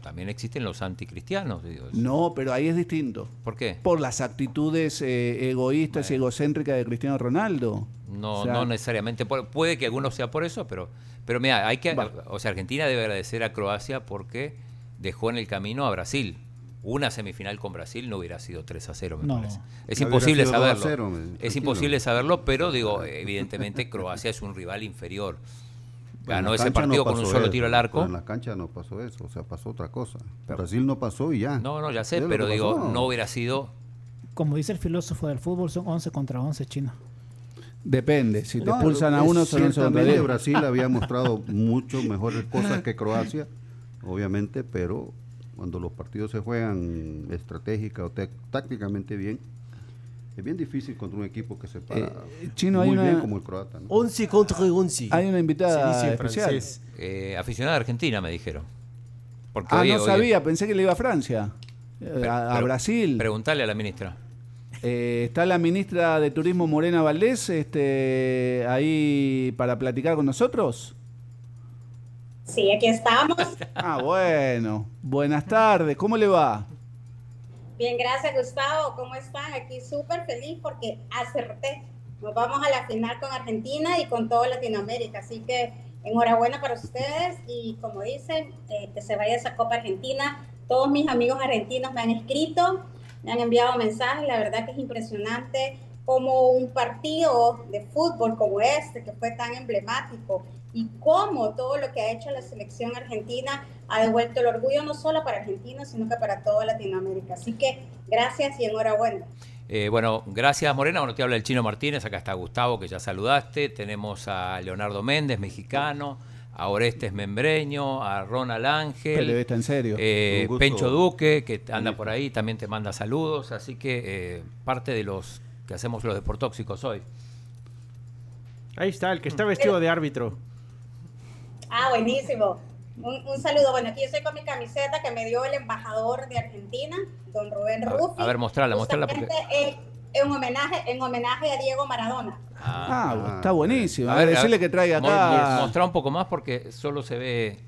Speaker 6: también existen los anticristianos. Digo.
Speaker 7: No, pero ahí es distinto.
Speaker 6: ¿Por qué?
Speaker 7: Por las actitudes eh, egoístas y egocéntricas de Cristiano Ronaldo.
Speaker 6: No,
Speaker 7: O sea,
Speaker 6: no necesariamente. Por- Puede que algunos sea por eso, pero, pero mira, hay que, o sea, Argentina debe agradecer a Croacia porque dejó en el camino a Brasil. Una semifinal con Brasil no hubiera sido 3 a 0, me
Speaker 10: No.
Speaker 6: parece. Es
Speaker 13: Hubiera
Speaker 6: imposible
Speaker 13: sido 2 a 0,
Speaker 6: saberlo.
Speaker 13: me-
Speaker 6: es
Speaker 13: tranquilo.
Speaker 6: imposible saberlo, pero digo, evidentemente Croacia es un rival inferior.
Speaker 13: En
Speaker 6: Ganó
Speaker 13: la
Speaker 6: ese
Speaker 13: cancha no
Speaker 6: partido con un
Speaker 13: pasó
Speaker 6: solo
Speaker 13: eso,
Speaker 6: tiro al
Speaker 13: pero
Speaker 6: arco.
Speaker 13: En la cancha no pasó eso, o sea, pasó otra cosa. Brasil no pasó y ya.
Speaker 6: No, no, ya sé,
Speaker 13: Es lo
Speaker 6: pero
Speaker 13: que
Speaker 6: digo,
Speaker 13: pasó.
Speaker 6: no hubiera sido
Speaker 10: Como dice el filósofo del fútbol, son 11 contra 11 chinos.
Speaker 7: Depende, si te
Speaker 10: No,
Speaker 7: expulsan a uno, son once contra
Speaker 13: Ciertamente
Speaker 7: diez.
Speaker 13: Brasil
Speaker 7: (laughs)
Speaker 13: había mostrado mucho mejores cosas que Croacia, obviamente, pero cuando los partidos se juegan estratégica o tec- tácticamente bien, es bien difícil contra un equipo que se para
Speaker 7: Eh, Chino, hay
Speaker 13: muy bien
Speaker 7: una-
Speaker 13: como el croata. ¿no?
Speaker 8: Once contra once.
Speaker 7: Hay una invitada
Speaker 8: Se dice en
Speaker 7: especial.
Speaker 8: francés.
Speaker 6: eh, aficionada argentina, me dijeron. Porque
Speaker 7: Ah,
Speaker 6: hoy-
Speaker 7: no
Speaker 6: hoy-
Speaker 7: sabía, pensé que le iba a Francia. Eh, a- a
Speaker 6: pero-
Speaker 7: Brasil.
Speaker 6: Preguntale a la ministra.
Speaker 7: Eh, está la ministra de Turismo Morena Valdés este, ahí para platicar con nosotros.
Speaker 14: Sí, aquí estamos.
Speaker 7: Ah, bueno. Buenas tardes, ¿cómo le va?
Speaker 14: Bien, gracias Gustavo. ¿Cómo están? Aquí súper feliz porque acerté. Nos vamos a la final con Argentina y con toda Latinoamérica. Así que enhorabuena para ustedes y como dicen, eh, que se vaya esa Copa Argentina. Todos mis amigos argentinos me han escrito, me han enviado mensajes. La verdad que es impresionante cómo un partido de fútbol como este, que fue tan emblemático, y cómo todo lo que ha hecho la selección argentina ha devuelto el orgullo no solo para Argentina, sino que para toda Latinoamérica. Así que gracias y enhorabuena.
Speaker 6: Eh, bueno, gracias Morena. Bueno, te habla el Chino Martínez. Acá está Gustavo, que ya saludaste. Tenemos a Leonardo Méndez, mexicano. A Orestes Membreño, a Ronald Ángel.
Speaker 7: Periodista en serio.
Speaker 6: eh,
Speaker 7: Un gusto.
Speaker 6: Pencho Duque, que anda por ahí, también te manda saludos. Así que eh, parte de los que hacemos los deportóxicos hoy.
Speaker 8: Ahí está, el que está vestido de árbitro.
Speaker 14: Ah, buenísimo. Un, un saludo. Bueno, aquí yo estoy con mi camiseta que me dio el embajador de Argentina, don Rubén
Speaker 6: A ver,
Speaker 14: Rufi.
Speaker 6: a ver, mostrala, mostrala. Porque...
Speaker 14: Justamente en- en homenaje, en homenaje a Diego Maradona.
Speaker 7: Ah, está buenísimo.
Speaker 6: A
Speaker 7: A
Speaker 6: ver,
Speaker 7: ver,
Speaker 6: a ver.
Speaker 7: decirle que traiga
Speaker 6: Mo-
Speaker 7: acá.
Speaker 6: mo- Mostrá un poco más porque solo se ve.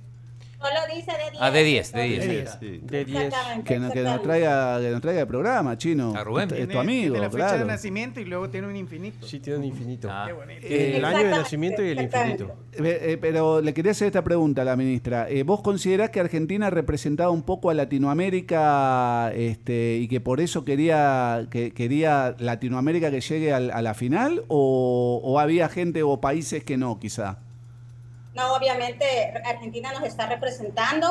Speaker 14: Solo dice de 10.
Speaker 6: Ah, de 10, de 10.
Speaker 8: De 10.
Speaker 14: Exactamente,
Speaker 7: Que, no- que nos
Speaker 14: exactamente.
Speaker 7: traiga, que nos traiga el programa, chino. A
Speaker 6: Rubén.
Speaker 7: Es
Speaker 11: Tiene-
Speaker 7: tu amigo,
Speaker 11: tiene la fecha de
Speaker 7: claro.
Speaker 11: nacimiento y luego tiene un infinito.
Speaker 8: Sí, tiene un infinito.
Speaker 6: Ah.
Speaker 11: Qué bonito.
Speaker 8: El año de
Speaker 11: Exactamente,
Speaker 8: nacimiento y el
Speaker 11: exactamente.
Speaker 8: infinito.
Speaker 7: Eh, eh, pero le quería hacer esta pregunta a la ministra. Eh, ¿Vos considerás que Argentina representaba un poco a Latinoamérica este, y que por eso quería, que, quería Latinoamérica que llegue al- a la final? O, o había gente o países que no, quizá?
Speaker 14: No, obviamente Argentina nos está representando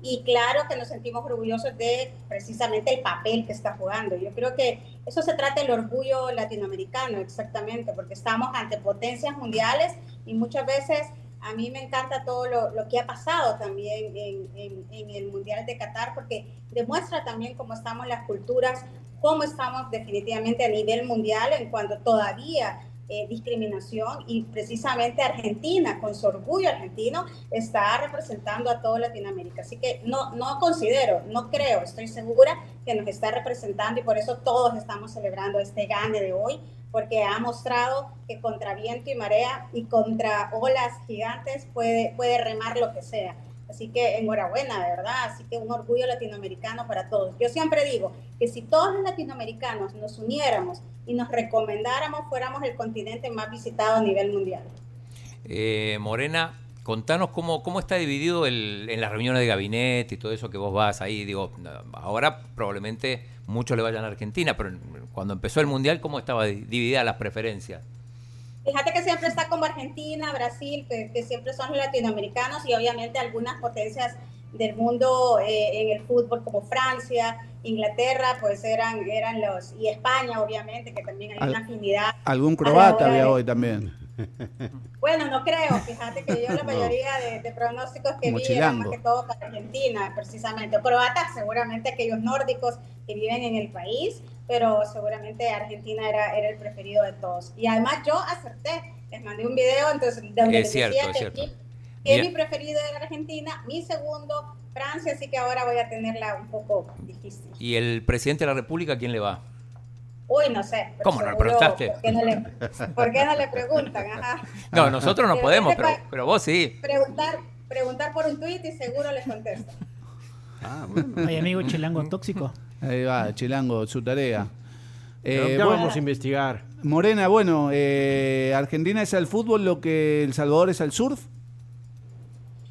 Speaker 14: y claro que nos sentimos orgullosos de precisamente el papel que está jugando. Yo creo que eso se trata del orgullo latinoamericano, exactamente, porque estamos ante potencias mundiales y muchas veces a mí me encanta todo lo, lo que ha pasado también en, en- en el Mundial de Qatar, porque demuestra también cómo estamos las culturas, cómo estamos definitivamente a nivel mundial en cuanto todavía eh, discriminación y precisamente Argentina, con su orgullo argentino, está representando a toda Latinoamérica. Así que no, no considero, no creo, estoy segura que nos está representando y por eso todos estamos celebrando este gane de hoy, porque ha mostrado que contra viento y marea y contra olas gigantes puede, puede remar lo que sea. Así que enhorabuena, de verdad. Así que un orgullo latinoamericano para todos. Yo siempre digo que si todos los latinoamericanos nos uniéramos y nos recomendáramos, fuéramos el continente más visitado a nivel mundial.
Speaker 6: Eh, Morena, contanos cómo, cómo está dividido el- en las reuniones de gabinete y todo eso que vos vas ahí. Digo, ahora probablemente muchos le vayan a Argentina, pero cuando empezó el Mundial, ¿cómo estaba di- dividida las preferencias?
Speaker 14: Fíjate que siempre está como Argentina, Brasil, que, que siempre son los latinoamericanos y obviamente algunas potencias del mundo eh, en el fútbol como Francia, Inglaterra, pues eran, eran los, y España obviamente, que también hay
Speaker 7: Al-
Speaker 14: una afinidad.
Speaker 7: Algún
Speaker 14: a la
Speaker 7: croata
Speaker 14: hora de-
Speaker 7: había hoy también.
Speaker 14: Bueno, no creo. Fíjate que
Speaker 6: (laughs)
Speaker 14: yo la mayoría de, de pronósticos que
Speaker 7: Como
Speaker 14: vi eran más
Speaker 7: chilango.
Speaker 14: que todo para Argentina, precisamente. O croatas, seguramente aquellos nórdicos que viven en el país, pero seguramente Argentina era, era el preferido de todos. Y además yo acerté. Les mandé un video, entonces, donde
Speaker 6: Es
Speaker 14: les decía
Speaker 6: cierto, es
Speaker 14: que
Speaker 6: cierto.
Speaker 14: mi- que
Speaker 6: Bien.
Speaker 14: mi preferido era Argentina, mi segundo Francia, así que ahora voy a tenerla un poco difícil.
Speaker 6: ¿Y el presidente de la República, quién le va?
Speaker 14: Uy, no sé. pero
Speaker 6: ¿Cómo no le
Speaker 14: seguro-
Speaker 6: preguntaste?
Speaker 14: ¿Por qué no le, por qué no le preguntan? Ajá.
Speaker 6: (laughs)
Speaker 14: este
Speaker 6: No, nosotros no
Speaker 14: De
Speaker 6: podemos, pero,
Speaker 14: repente
Speaker 6: pero vos sí.
Speaker 14: Preguntar, preguntar por un tuit y seguro les contesto.
Speaker 7: Ah,
Speaker 10: Hay amigo chilango tóxico.
Speaker 7: Ahí va, Chilango, su tarea.
Speaker 8: Pero
Speaker 7: Eh,
Speaker 8: ya
Speaker 7: bueno,
Speaker 8: vamos a investigar.
Speaker 7: Morena, bueno, eh, ¿Argentina es al fútbol lo que El Salvador es al surf?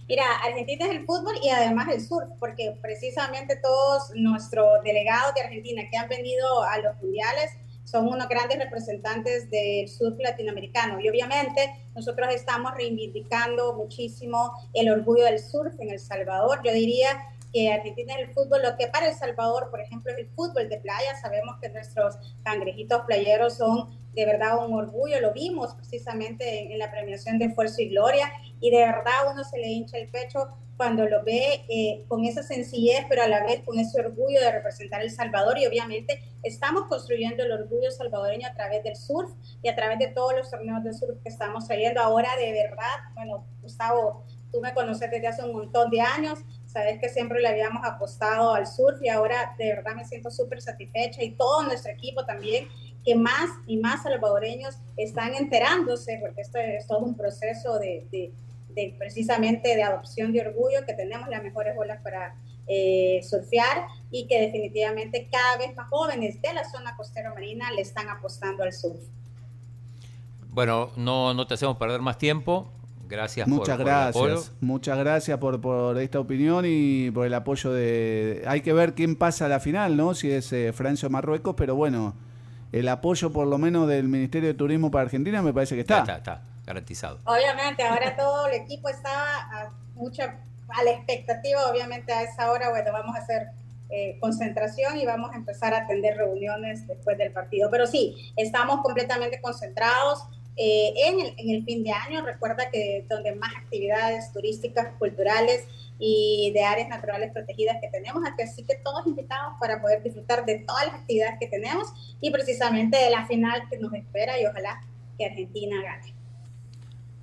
Speaker 14: Mira, Argentina es el fútbol y además el surf, porque precisamente todos nuestros delegados de Argentina que han venido a los mundiales son unos grandes representantes del surf latinoamericano. Y obviamente nosotros estamos reivindicando muchísimo el orgullo del surf en El Salvador. Yo diría que Argentina es el fútbol, lo que para El Salvador, por ejemplo, es el fútbol de playa. Sabemos que nuestros cangrejitos playeros son de verdad un orgullo, lo vimos precisamente en, en la premiación de Esfuerzo y Gloria, y de verdad a uno se le hincha el pecho cuando lo ve eh, con esa sencillez, pero a la vez con ese orgullo de representar El Salvador, y obviamente estamos construyendo el orgullo salvadoreño a través del surf y a través de todos los torneos de surf que estamos trayendo ahora, de verdad, bueno, Gustavo, tú me conoces desde hace un montón de años, sabes que siempre le habíamos apostado al surf y ahora de verdad me siento súper satisfecha y todo nuestro equipo también, que más y más salvadoreños están enterándose, porque esto es todo un proceso de, de- de precisamente de adopción de orgullo, que tenemos las mejores olas para eh, surfear y que definitivamente cada vez más jóvenes de la zona costero marina le están apostando al surf.
Speaker 6: Bueno, no, no te hacemos perder más tiempo. Gracias por-
Speaker 7: Muchas
Speaker 6: por, el
Speaker 7: gracias.
Speaker 6: apoyo.
Speaker 7: Muchas gracias por, por esta opinión y por el apoyo de... Hay que ver quién pasa a la final, ¿no? Si es eh, Francia o Marruecos, pero bueno, el apoyo por lo menos del Ministerio de Turismo para Argentina me parece que está.
Speaker 6: Está, está, garantizado.
Speaker 14: Obviamente, ahora todo el equipo estaba a, mucha, a la expectativa, obviamente a esa hora, bueno, vamos a hacer eh, concentración y vamos a empezar a atender reuniones después del partido. Pero sí, estamos completamente concentrados eh, en, el, en el fin de año. Recuerda que donde más actividades turísticas, culturales y de áreas naturales protegidas que tenemos. Así que todos invitados para poder disfrutar de todas las actividades que tenemos y precisamente de la final que nos espera y ojalá que Argentina gane.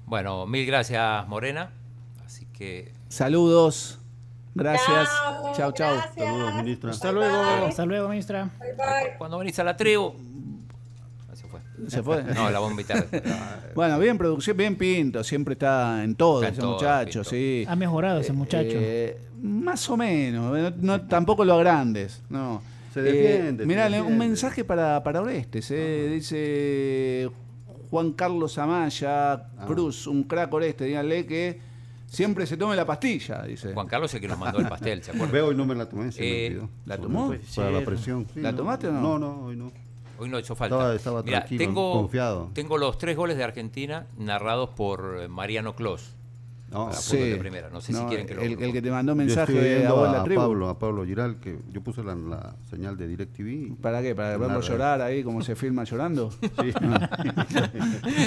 Speaker 6: Bueno, mil gracias, Morena. Así que
Speaker 7: Saludos. Gracias.
Speaker 14: Chao,
Speaker 7: Chao, chao.
Speaker 14: gracias. Saludos, ministra.
Speaker 7: Hasta luego.
Speaker 10: Hasta luego, ministra.
Speaker 6: cuando venís a la tribu. Ah, Se fue.
Speaker 7: ¿Se fue?
Speaker 6: (laughs) No, la bombita.
Speaker 7: Bueno, bien producción, bien Pinto, siempre está en todo
Speaker 6: Está en
Speaker 7: ese
Speaker 6: todo,
Speaker 7: muchacho, sí.
Speaker 10: Ha mejorado ese muchacho.
Speaker 7: Eh, más o menos, no- no- tampoco lo agrandes, no. Eh,
Speaker 13: Se defiende, se
Speaker 7: mirá, le- un
Speaker 13: defiende.
Speaker 7: mensaje para, para Orestes, eh, dice Juan Carlos Amaya,
Speaker 13: Ah.
Speaker 7: Cruz, un crack Orestes, díganle que siempre se tome la pastilla, dice.
Speaker 6: Juan Carlos es el que nos mandó el pastel,
Speaker 7: (laughs)
Speaker 6: ¿se acuerdan?
Speaker 13: Veo y no me la tomé. se me
Speaker 6: Eh,
Speaker 13: olvidó.
Speaker 7: ¿la tomó?
Speaker 13: Para la presión. sí,
Speaker 7: ¿La
Speaker 13: no.
Speaker 7: tomaste o no?
Speaker 13: No, no, hoy no.
Speaker 6: Hoy no hizo falta.
Speaker 13: Estaba- estaba tranquilo, confiado.
Speaker 6: Tengo los tres goles de Argentina narrados por eh, Mariano Clos. para
Speaker 7: sí.
Speaker 6: fútbol de primera. No sé si
Speaker 7: No,
Speaker 6: quieren que lo
Speaker 7: el, el que te mandó
Speaker 13: Yo estoy
Speaker 7: mensaje a
Speaker 13: viendo
Speaker 7: vos,
Speaker 13: a,
Speaker 7: la tribu.
Speaker 13: Pablo, a Pablo Giral, que yo puse la, la señal de DirecTV.
Speaker 7: ¿Para qué? ¿Para verlo
Speaker 13: Claro.
Speaker 7: llorar ahí como se filma llorando?
Speaker 6: (laughs)
Speaker 7: (laughs)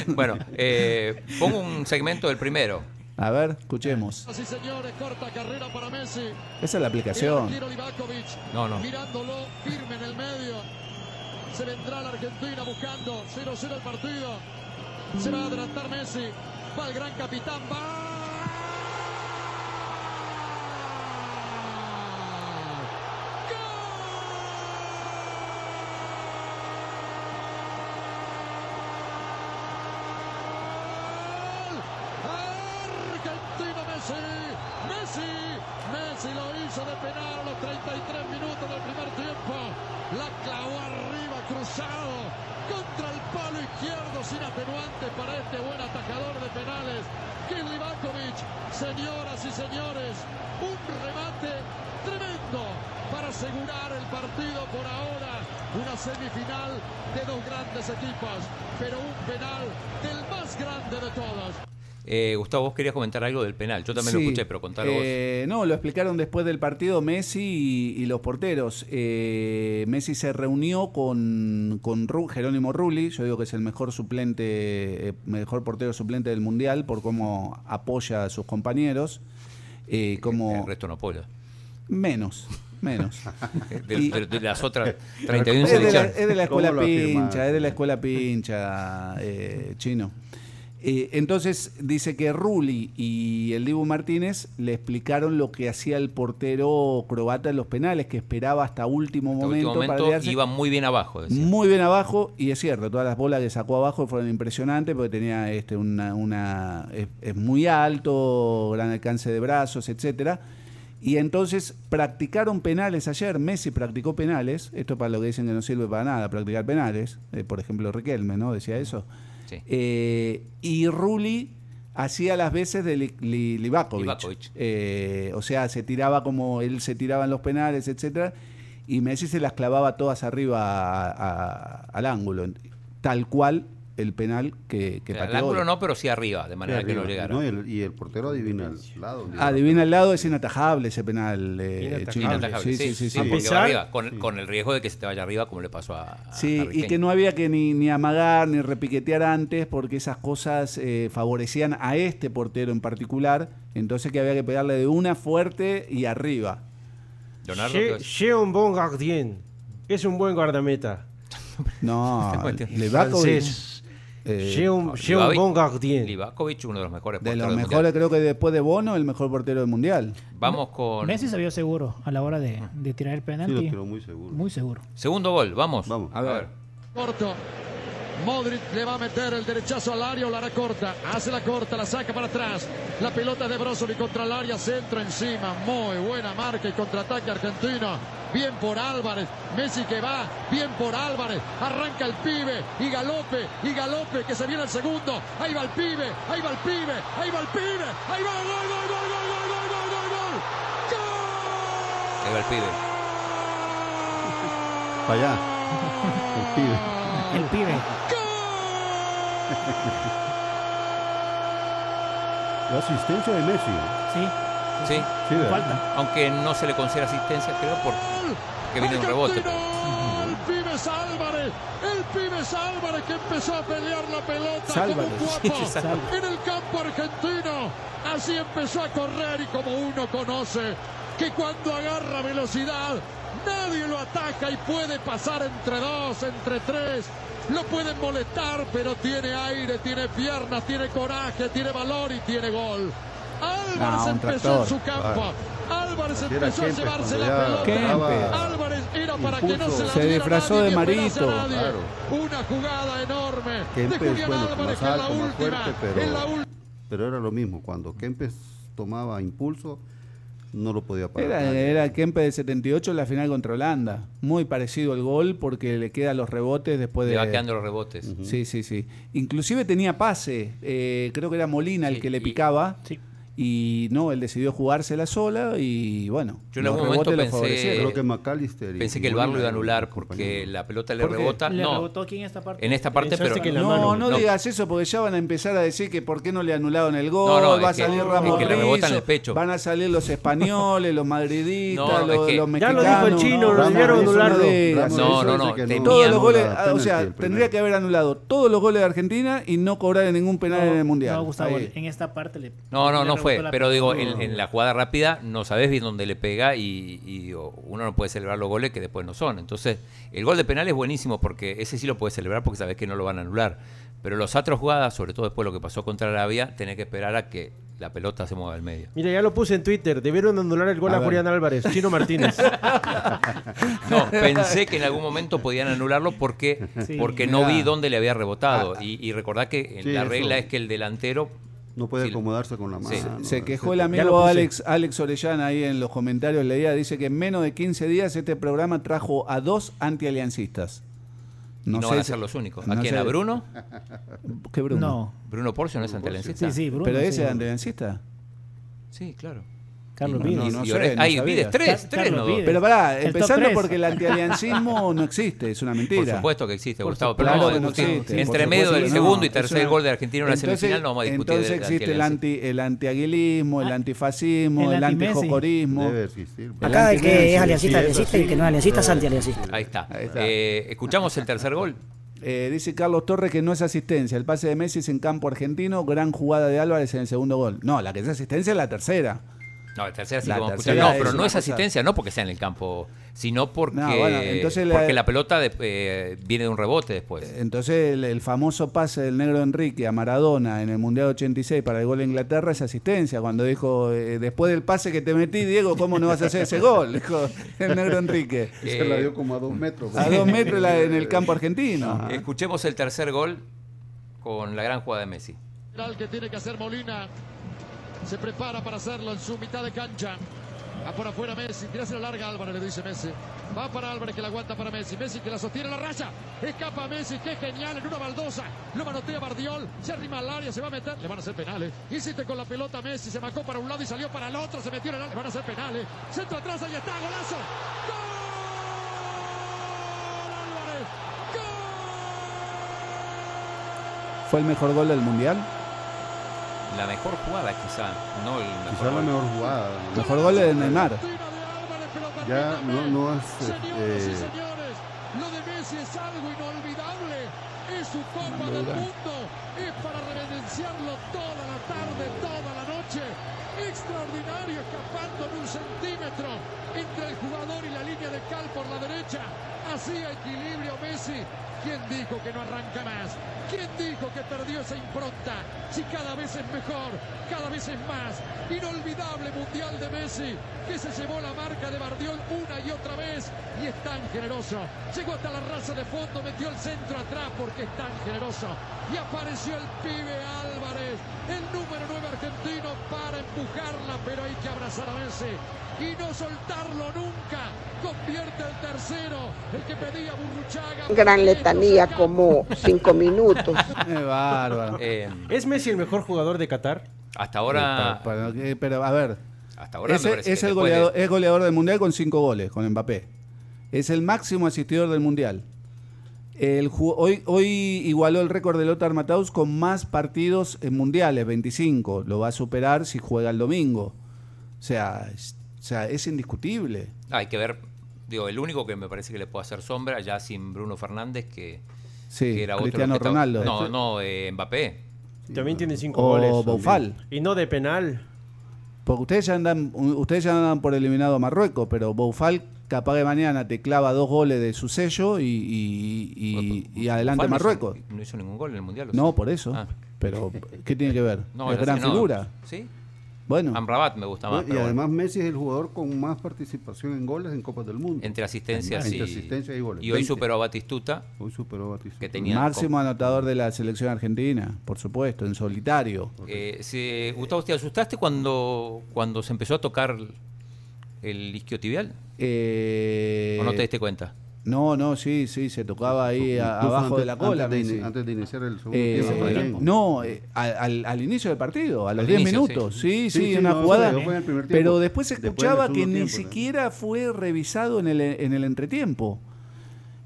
Speaker 6: bueno, eh, pongo un segmento del primero.
Speaker 7: A ver, escuchemos.
Speaker 15: Sí, señores, corta carrera para Messi.
Speaker 7: Esa es la aplicación.
Speaker 15: Tiro Livakovic.
Speaker 6: No, no.
Speaker 15: Mirándolo firme en el medio. Se vendrá la Argentina buscando 0-0 el partido. Se va a adelantar Messi. Va el gran capitán. Va. Argentina Messi, Messi, Messi lo hizo de penal a los 33 minutos del primer tiempo. La clavó arriba, cruzado, contra el palo izquierdo, sin atenuante para este buen atajador de penales. Kirli Bakovic, señoras y señores, un remate tremendo para asegurar el partido por ahora. Una semifinal de dos grandes equipos, pero un penal del más grande de todos.
Speaker 6: Eh, Gustavo, vos querías comentar algo del penal. Yo también lo
Speaker 7: Sí.
Speaker 6: escuché, pero contalo
Speaker 7: Eh, No, lo explicaron después del partido Messi y, y los porteros. Eh, Messi se reunió con, con Ru- Jerónimo Rulli, yo digo que es el mejor suplente, eh, mejor portero suplente del Mundial por cómo apoya a sus compañeros. eh,
Speaker 6: vos.
Speaker 7: cómo-
Speaker 6: El resto no apoya.
Speaker 7: menos, menos.
Speaker 6: (laughs) De,
Speaker 7: Y-
Speaker 6: de- de las otras 31
Speaker 7: es, de la,
Speaker 6: selecciones.
Speaker 7: es de la escuela
Speaker 13: ¿Cómo lo afirmás?
Speaker 7: pincha, es de la escuela pincha, eh, chino. Eh, entonces dice que Rulli y el Dibu Martínez le explicaron lo que hacía el portero croata en los penales, que esperaba hasta último
Speaker 6: En
Speaker 7: momento,
Speaker 6: último
Speaker 7: para
Speaker 6: momento
Speaker 7: tirarse
Speaker 6: iba muy bien abajo. decía.
Speaker 7: muy bien abajo, y es cierto, todas las bolas que sacó abajo fueron impresionantes porque tenía este una, una es, es muy alto, gran alcance de brazos, etcétera. Y entonces practicaron penales ayer, Messi practicó penales, esto para lo que dicen que no sirve para nada, practicar penales, Eh, por ejemplo Riquelme, ¿no? Decía eso.
Speaker 6: Sí.
Speaker 7: Eh, y Rulli hacía las veces de Li- Li- Livakovic.
Speaker 6: Livakovic.
Speaker 7: Eh, o sea, se tiraba como él se tiraba en los penales, etcétera. Y Messi se las clavaba todas arriba a- a- al ángulo. Tal cual el penal que, que
Speaker 6: O sea, el
Speaker 7: pateó
Speaker 6: ángulo
Speaker 7: hoy.
Speaker 6: no, pero sí arriba, de manera que
Speaker 13: Arriba.
Speaker 6: no llegara.
Speaker 13: No, y, el, y el portero adivina el lado.
Speaker 7: Adivina al lado, es inatajable ese penal. eh, chino.
Speaker 6: Inatajable,
Speaker 7: Sí, sí, sí, sí.
Speaker 6: porque va
Speaker 7: Pesar-
Speaker 6: arriba, con, con el riesgo de que se te vaya arriba, como le pasó a. a- a
Speaker 7: Sí, y
Speaker 6: Riquelme.
Speaker 7: que no había que ni, ni amagar ni repiquetear antes porque esas cosas eh, favorecían a este portero en particular. Entonces que había que pegarle de una fuerte y arriba.
Speaker 6: Leonardo, ¿qué
Speaker 8: Che-
Speaker 6: vas-
Speaker 8: Che un buen guardien. Es un buen guardameta.
Speaker 6: (laughs)
Speaker 7: No, Levakovic.
Speaker 8: Francés.
Speaker 7: eh,
Speaker 8: Che un, che un
Speaker 6: Livakovic-
Speaker 8: buen guardien.
Speaker 6: Livakovic, uno de los mejores
Speaker 7: de
Speaker 6: porteros
Speaker 7: los
Speaker 6: del
Speaker 7: mejores, creo que después de Bono, el mejor portero del mundial.
Speaker 6: mundial. Vamos con.
Speaker 10: Messi se vio seguro a la hora de,
Speaker 7: Ah.
Speaker 10: de tirar el penalti.
Speaker 13: Sí, lo tiró muy seguro.
Speaker 10: Muy seguro.
Speaker 6: Segundo gol, vamos.
Speaker 13: Vamos.
Speaker 6: A ver.
Speaker 15: Corto. Modric le va a meter el derechazo al área, o la hará corta, hace la corta, la saca para atrás, la pelota de Brozovic contra el área, centro encima, muy buena marca y contraataque argentino, bien por Álvarez, Messi que va, bien por Álvarez, arranca el pibe y galope, y galope que se viene el segundo, ahí va el pibe, ahí va el pibe, ahí va el pibe, ahí va, gol, gol, gol, gol, gol, gol, gol, gol, gol,
Speaker 6: Ahí va el pibe.
Speaker 13: Para allá. El pibe.
Speaker 10: El
Speaker 13: (laughs)
Speaker 10: pibe.
Speaker 13: La asistencia de Messi.
Speaker 10: Sí.
Speaker 6: Sí.
Speaker 13: Sí, de- Falta.
Speaker 6: Aunque no se le considera asistencia, creo, por- porque viene un rebote. pero-
Speaker 15: El Pibes Álvarez, el Pibes Álvarez que empezó a pelear la pelota
Speaker 6: Sálvarez.
Speaker 15: como un guapo
Speaker 6: Sí, Sálvarez.
Speaker 15: en el campo argentino. Así empezó a correr y como uno conoce que cuando agarra velocidad nadie lo ataca y puede pasar entre dos, entre tres. Lo pueden molestar, pero tiene aire, tiene piernas, tiene coraje, tiene valor y tiene gol. Álvarez
Speaker 7: un
Speaker 15: empezó
Speaker 7: tractor.
Speaker 15: en su campo. Álvarez
Speaker 7: Era
Speaker 15: empezó a
Speaker 7: Kempes
Speaker 15: llevarse
Speaker 7: cuando
Speaker 15: la
Speaker 7: ya
Speaker 15: pelota.
Speaker 7: estaba
Speaker 15: Álvarez era para que no se la
Speaker 7: Se
Speaker 15: diera
Speaker 7: disfrazó
Speaker 15: nadie,
Speaker 7: de
Speaker 15: que
Speaker 7: Marito.
Speaker 15: fuera a nadie.
Speaker 7: Claro.
Speaker 15: Una jugada enorme de
Speaker 13: Kempes,
Speaker 15: Julián
Speaker 13: bueno,
Speaker 15: Álvarez
Speaker 13: más
Speaker 15: que en la
Speaker 13: alto, más
Speaker 15: última,
Speaker 13: fuerte,
Speaker 15: en la
Speaker 13: pero,
Speaker 15: última.
Speaker 13: pero era lo mismo. Cuando Kempes tomaba impulso, no lo podía parar.
Speaker 7: Era,
Speaker 13: nadie.
Speaker 7: era el Kempe del 78 en la final contra Holanda. Muy parecido al gol porque le quedan los rebotes después de...
Speaker 6: Le va quedando los rebotes.
Speaker 7: Sí, sí, sí. Inclusive tenía pase. eh, creo que era Molina el que le picaba. Y no, él decidió jugársela sola y bueno.
Speaker 6: Yo en
Speaker 7: los
Speaker 6: algún
Speaker 7: rebotes
Speaker 6: momento
Speaker 7: lo
Speaker 6: pensé,
Speaker 7: favorecieron.
Speaker 6: pensé que el bar lo iba a anular porque la pelota le
Speaker 7: ¿Por qué?
Speaker 6: rebota.
Speaker 7: ¿Le
Speaker 6: no,
Speaker 10: rebotó aquí en esta parte?
Speaker 6: En esta parte, pero
Speaker 7: no, no, digas eso porque ya van a empezar a decir que por qué no le anularon el gol,
Speaker 6: No, no,
Speaker 7: va a
Speaker 6: es que-
Speaker 7: salir
Speaker 6: es
Speaker 7: Ramos
Speaker 6: que le rebotan
Speaker 7: Rizzo,
Speaker 6: el pecho.
Speaker 7: van a salir los españoles, los (laughs) madridistas,
Speaker 6: No, no,
Speaker 7: los,
Speaker 6: es que-
Speaker 7: los
Speaker 6: Ya
Speaker 7: mexicanos.
Speaker 6: lo dijo el chino,
Speaker 7: Ramos
Speaker 6: debieron
Speaker 7: Rizzo
Speaker 6: anularlo.
Speaker 7: diga.
Speaker 6: Ramos No, Rizzo no, dice no, que no. tenía
Speaker 7: Todos los
Speaker 6: anulado
Speaker 7: goles, ah,
Speaker 6: el
Speaker 7: o
Speaker 6: penalti,
Speaker 7: sea,
Speaker 6: el primero.
Speaker 7: tendría que haber anulado todos los goles de Argentina y no cobrar en ningún penal en el mundial.
Speaker 10: No, Gustavo,
Speaker 7: Ahí.
Speaker 10: en esta parte le.
Speaker 6: No, no,
Speaker 10: le
Speaker 6: no
Speaker 10: rebotó
Speaker 6: fue.
Speaker 10: la
Speaker 6: Pero
Speaker 10: pelota.
Speaker 6: digo,
Speaker 10: No,
Speaker 6: en, en la jugada rápida no sabes bien dónde le pega y, y, digo, uno no puede celebrar los goles que después no son. Entonces, el gol de penal es buenísimo porque ese sí lo puedes celebrar porque sabes que no lo van a anular. Pero los otros jugadas, sobre todo después de lo que pasó contra Arabia, tenés que esperar a que la pelota se mueva al medio.
Speaker 8: Mira, ya lo puse en Twitter. Debieron anular el gol
Speaker 6: A
Speaker 8: a,
Speaker 6: ver.
Speaker 8: Julián Álvarez,
Speaker 7: (laughs)
Speaker 8: Chino Martínez.
Speaker 6: No,
Speaker 10: (laughs)
Speaker 6: pensé que en algún momento podían anularlo porque,
Speaker 8: Sí.
Speaker 6: porque no
Speaker 8: Mirá.
Speaker 6: vi dónde le había rebotado. y, y recordá que
Speaker 13: Sí,
Speaker 6: la
Speaker 13: eso.
Speaker 6: regla es que el delantero
Speaker 13: No puede acomodarse con la mano.
Speaker 6: Sí.
Speaker 13: ¿no?
Speaker 7: Se quejó el
Speaker 13: Ya lo
Speaker 7: amigo
Speaker 13: puse.
Speaker 7: Alex, Alex Orellana ahí en los comentarios, leía, dice que en menos de 15 días este programa trajo a dos antialiancistas.
Speaker 6: no, van a
Speaker 7: si-
Speaker 6: ser los únicos.
Speaker 7: no
Speaker 6: ¿A quién?
Speaker 7: sé-
Speaker 6: ¿A Bruno?
Speaker 7: ¿Qué Bruno?
Speaker 10: No.
Speaker 6: ¿Bruno Porcio no es antelencista?
Speaker 7: ¿Pero ese es antialiancista?
Speaker 6: Sí, claro.
Speaker 10: Carlos
Speaker 6: Y-
Speaker 10: Vides.
Speaker 6: y-
Speaker 7: No
Speaker 6: y
Speaker 7: sé,
Speaker 6: Ore-
Speaker 7: no
Speaker 6: Ay,
Speaker 7: sabía.
Speaker 6: Vides, tres, tres, no dos.
Speaker 7: Pero pará,
Speaker 6: El top
Speaker 7: empezando
Speaker 6: tres.
Speaker 7: porque el antialiancismo no existe, es una mentira.
Speaker 6: Por supuesto que existe,
Speaker 7: Por
Speaker 6: Gustavo,
Speaker 7: supuesto,
Speaker 6: pero no,
Speaker 7: claro que
Speaker 6: discutir.
Speaker 7: existe,
Speaker 6: Entre
Speaker 7: por
Speaker 6: medio
Speaker 7: supuesto
Speaker 6: del
Speaker 7: que
Speaker 6: segundo y
Speaker 7: es
Speaker 6: tercer gol de Argentina en una
Speaker 7: Entonces-
Speaker 6: semifinal, no vamos a discutir
Speaker 7: Entonces
Speaker 6: del
Speaker 7: existe el,
Speaker 6: antialiancismo.
Speaker 7: anti, el antiaguilismo, el antifascismo,
Speaker 6: Ah, el
Speaker 7: el
Speaker 6: anti-Messi.
Speaker 7: antijocorismo.
Speaker 13: Debe existir.
Speaker 16: Acá
Speaker 7: El
Speaker 16: el que
Speaker 7: anti-Messi,
Speaker 16: es aliancista,
Speaker 7: sí,
Speaker 16: aliancista y el que no es aliancista es antialiancista.
Speaker 6: Ahí está. Eh, escuchamos el tercer gol.
Speaker 7: Eh, dice Carlos Torres que no es asistencia. El pase de Messi es en campo argentino. Gran jugada de Álvarez en el segundo gol. No, la que es asistencia es la tercera.
Speaker 6: No, el tercer sí
Speaker 7: La
Speaker 6: que vamos a
Speaker 7: tercera
Speaker 6: escuchar. No,
Speaker 7: es
Speaker 6: pero no
Speaker 7: una
Speaker 6: es
Speaker 7: cosa-
Speaker 6: asistencia, no porque sea en el campo, sino porque,
Speaker 7: No, bueno, entonces la-
Speaker 6: porque la... pelota de- eh, viene de un rebote después.
Speaker 7: Entonces el, el famoso pase del negro Enrique a Maradona en el Mundial 86 para el gol de Inglaterra es asistencia. Cuando dijo, eh, después del pase que te metí, Diego, ¿cómo no vas a hacer ese gol? (laughs) Dijo el negro Enrique.
Speaker 13: (laughs) Se la dio como a dos metros.
Speaker 7: A dos metros la- en el campo argentino.
Speaker 6: Escuchemos el tercer gol con la gran jugada de Messi.
Speaker 15: Lateral que tiene que hacer Molina. Se prepara para hacerlo en su mitad de cancha. Va por afuera Messi, tirase la larga a Álvarez, le dice Messi. Va para Álvarez que la aguanta para Messi. Messi que la sostiene a la raya. Escapa Messi, que genial en una baldosa. Lo manotea Bardiol, se arrima al área, se va a meter. Le van a hacer penales. Hiciste con la pelota Messi, se marcó para un lado y salió para el otro. Se metió en el área, le van a hacer penales. Centro atrás, ahí está, golazo.
Speaker 7: ¿Fue el mejor gol del Mundial?
Speaker 6: La mejor jugada quizá, no el mejor
Speaker 13: Quizá la
Speaker 6: gol.
Speaker 13: mejor jugada. ¿no?
Speaker 7: Mejor gol de Neymar.
Speaker 13: Ya no, no es. eh, eh,
Speaker 15: Lo de Messi es algo inolvidable. Es su Copa del Mundo. Es para reverenciarlo toda la tarde, toda la noche. Extraordinario, escapando en un centímetro entre el jugador y la línea de cal por la derecha. Hacía equilibrio Messi. ¿Quién dijo que no arranca más? ¿Quién dijo que perdió esa impronta? Si cada vez es mejor, cada vez es más. Inolvidable Mundial de Messi, que se llevó la marca de Bardiol una y otra vez. Y es tan generoso. Llegó hasta la raza de fondo, metió el centro atrás porque es tan generoso. Y apareció el pibe Álvarez, el número 9 argentino, para empujarla, pero hay que abrazar a Messi. Y no soltarlo nunca. Convierte el tercero, el que pedía Burruchaga.
Speaker 17: gran letanía como cinco minutos.
Speaker 7: bárbaro.
Speaker 8: ¿Es Messi el mejor jugador de Qatar?
Speaker 6: Hasta ahora.
Speaker 7: Eh, para- para- eh, pero a ver.
Speaker 6: Hasta ahora
Speaker 7: es,
Speaker 6: me parece
Speaker 7: es
Speaker 6: que
Speaker 7: el
Speaker 6: después de-
Speaker 7: goleador, es goleador del mundial con cinco goles, con Mbappé. Es el máximo asistidor del mundial. El ju- hoy, hoy igualó el récord de Lothar Matthaus con más partidos en mundiales, 25. Lo va a superar si juega el domingo. O sea, es, o sea, es indiscutible.
Speaker 6: Ah, Hay que ver, digo, el único que me parece que le puede hacer sombra, ya sin Bruno Fernández, que,
Speaker 7: Sí,
Speaker 6: que era otro
Speaker 7: Cristiano
Speaker 6: que estaba-
Speaker 7: Ronaldo.
Speaker 6: No, no, eh, Mbappé.
Speaker 8: También tiene cinco
Speaker 7: O
Speaker 8: goles.
Speaker 7: Boufal.
Speaker 8: Y no de penal.
Speaker 7: Porque ustedes ya andan, ustedes ya andan por eliminado a Marruecos, pero Boufal capaz que mañana te clava dos goles de su sello y, y- y- y adelante
Speaker 6: Bufal no hizo-
Speaker 7: Marruecos.
Speaker 6: No hizo ningún gol en el Mundial. ¿o sí?
Speaker 7: No, por eso. Pero, ¿qué tiene que ver?
Speaker 6: Ah. No,
Speaker 7: es
Speaker 6: es
Speaker 7: gran
Speaker 6: así, no.
Speaker 7: figura.
Speaker 6: Sí.
Speaker 7: Bueno.
Speaker 6: Amrabat me gusta más.
Speaker 13: Pues, y
Speaker 6: pero bueno.
Speaker 13: además Messi es el jugador con más participación en goles en Copas del Mundo.
Speaker 6: Entre asistencias,
Speaker 13: Entre
Speaker 6: y,
Speaker 13: asistencias y goles.
Speaker 6: y hoy
Speaker 13: 20.
Speaker 6: superó a Batistuta.
Speaker 13: Hoy superó a Batistuta.
Speaker 6: Que tenía
Speaker 7: Máximo anotador de la selección argentina, por supuesto, en solitario.
Speaker 6: Eh, se- Gustavo, ¿te asustaste cuando, cuando se empezó a tocar el isquiotibial?
Speaker 7: Eh,
Speaker 6: ¿O no te diste cuenta?
Speaker 7: No, no, sí, sí, se tocaba ahí a-
Speaker 13: Incluso
Speaker 7: abajo de
Speaker 13: antes-
Speaker 7: la cola.
Speaker 13: Antes de,
Speaker 7: Messi.
Speaker 13: ini- antes de iniciar el segundo
Speaker 7: Eh,
Speaker 13: tiempo. también.
Speaker 7: no, eh, al, al- al inicio del partido, a los
Speaker 13: Al
Speaker 7: 10
Speaker 13: inicio,
Speaker 7: minutos. Sí, sí,
Speaker 13: sí. Sí, sí,
Speaker 7: una
Speaker 13: no,
Speaker 7: jugada.
Speaker 13: fue en el primer tiempo.
Speaker 7: pero después se
Speaker 13: Después en el
Speaker 7: escuchaba que
Speaker 13: segundo
Speaker 7: ni
Speaker 13: tiempo, ¿no?
Speaker 7: siquiera fue revisado en el, en el entretiempo.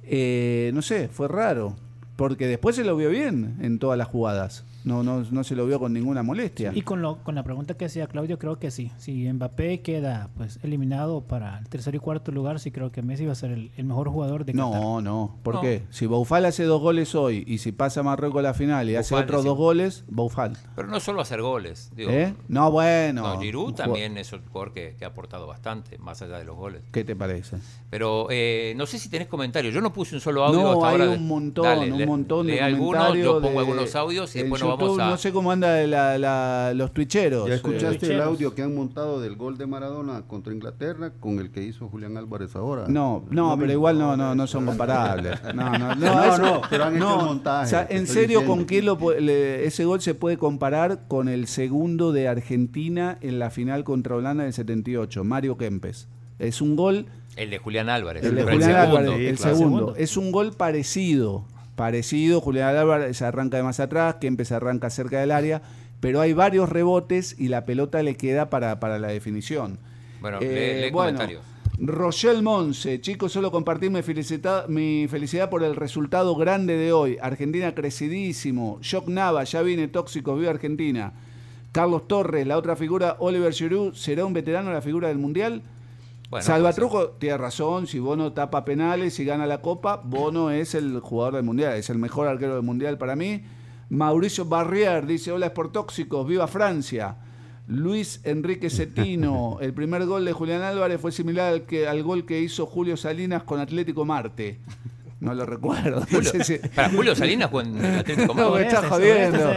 Speaker 7: Eh, no sé, fue raro. Porque después se lo vio bien en todas las jugadas. No, no, no se lo vio con ninguna molestia.
Speaker 10: Y con, lo, con la pregunta que hacía Claudio, creo que sí. Si Mbappé queda pues eliminado para el tercer y cuarto lugar, sí creo que Messi va a ser el, el mejor jugador de Qatar.
Speaker 7: No, no. ¿Por
Speaker 10: No.
Speaker 7: qué? Si Boufal hace dos goles hoy y si pasa Marruecos a la final y hace
Speaker 6: Boufal
Speaker 7: otros
Speaker 6: es
Speaker 7: dos goles, Boufal.
Speaker 6: Pero no solo hacer goles. Digo,
Speaker 7: ¿Eh? No, bueno.
Speaker 6: No, Giroud
Speaker 7: Un jugado-
Speaker 6: también es un jugador que, que ha aportado bastante, más allá de los goles.
Speaker 7: ¿Qué te parece?
Speaker 6: Pero eh, no sé si tenés comentarios. Yo no puse un solo audio
Speaker 7: no,
Speaker 6: hasta
Speaker 7: hay
Speaker 6: ahora.
Speaker 7: un montón,
Speaker 6: Dale,
Speaker 7: un
Speaker 6: lee-
Speaker 7: montón de
Speaker 6: lee algunos,
Speaker 7: comentarios
Speaker 6: yo pongo
Speaker 7: de-
Speaker 6: algunos audios y
Speaker 7: en
Speaker 6: después
Speaker 7: YouTube,
Speaker 6: nos vamos a...
Speaker 7: Eh, No sé cómo anda la- la- los tuicheros.
Speaker 13: Ya escuchaste el
Speaker 7: Eh,
Speaker 13: audio que han montado del gol de Maradona contra Inglaterra con el que hizo Julián Álvarez ahora.
Speaker 7: No, no, pero igual no, no, no son comparables.
Speaker 13: (laughs)
Speaker 7: No, no, no,
Speaker 13: No,
Speaker 7: eso-
Speaker 13: no, pero han hecho
Speaker 7: no,
Speaker 13: el montaje,
Speaker 7: o sea,
Speaker 13: te
Speaker 7: en
Speaker 13: estoy
Speaker 7: serio,
Speaker 13: diciendo.
Speaker 7: ¿con qué lo, po- le- ese gol se puede comparar con el segundo de Argentina en la final contra Holanda del 78? Mario Kempes. Es un gol
Speaker 6: El de Julián Álvarez.
Speaker 7: El de
Speaker 6: Pero el
Speaker 7: Julián
Speaker 6: segundo.
Speaker 7: Álvarez,
Speaker 6: Sí,
Speaker 7: el
Speaker 6: claro.
Speaker 7: segundo. Es un gol parecido. Parecido, Julián Álvarez arranca de más atrás, Kempes arranca cerca del área, pero hay varios rebotes y la pelota le queda para, para la definición.
Speaker 6: Bueno,
Speaker 7: Eh,
Speaker 6: lee, lee
Speaker 7: bueno,
Speaker 6: comentarios.
Speaker 7: Rochelle Monse, chicos, solo compartir mi, felicita- mi felicidad por el resultado grande de hoy. Argentina crecidísimo. Jock Nava, ya vine tóxicos, viva Argentina. Carlos Torres, la otra figura, Oliver Giroud, ¿será un veterano la figura del Mundial?
Speaker 6: Bueno,
Speaker 7: Salvatruco tiene razón, si Bono tapa penales y gana la Copa, Bono es el jugador del Mundial, es el mejor arquero del Mundial para mí. Mauricio Barrier dice, hola es por tóxicos, viva Francia. Luis Enrique
Speaker 6: (laughs)
Speaker 7: Cetino, el primer gol de Julián Álvarez fue similar al, que, al gol que hizo Julio Salinas con Atlético Marte. No lo recuerdo. no
Speaker 6: Julio-
Speaker 7: sé si-
Speaker 6: Para Julio Salinas
Speaker 7: (laughs)
Speaker 6: con el Atlético
Speaker 7: no,
Speaker 6: Madrid.
Speaker 7: me está jodiendo.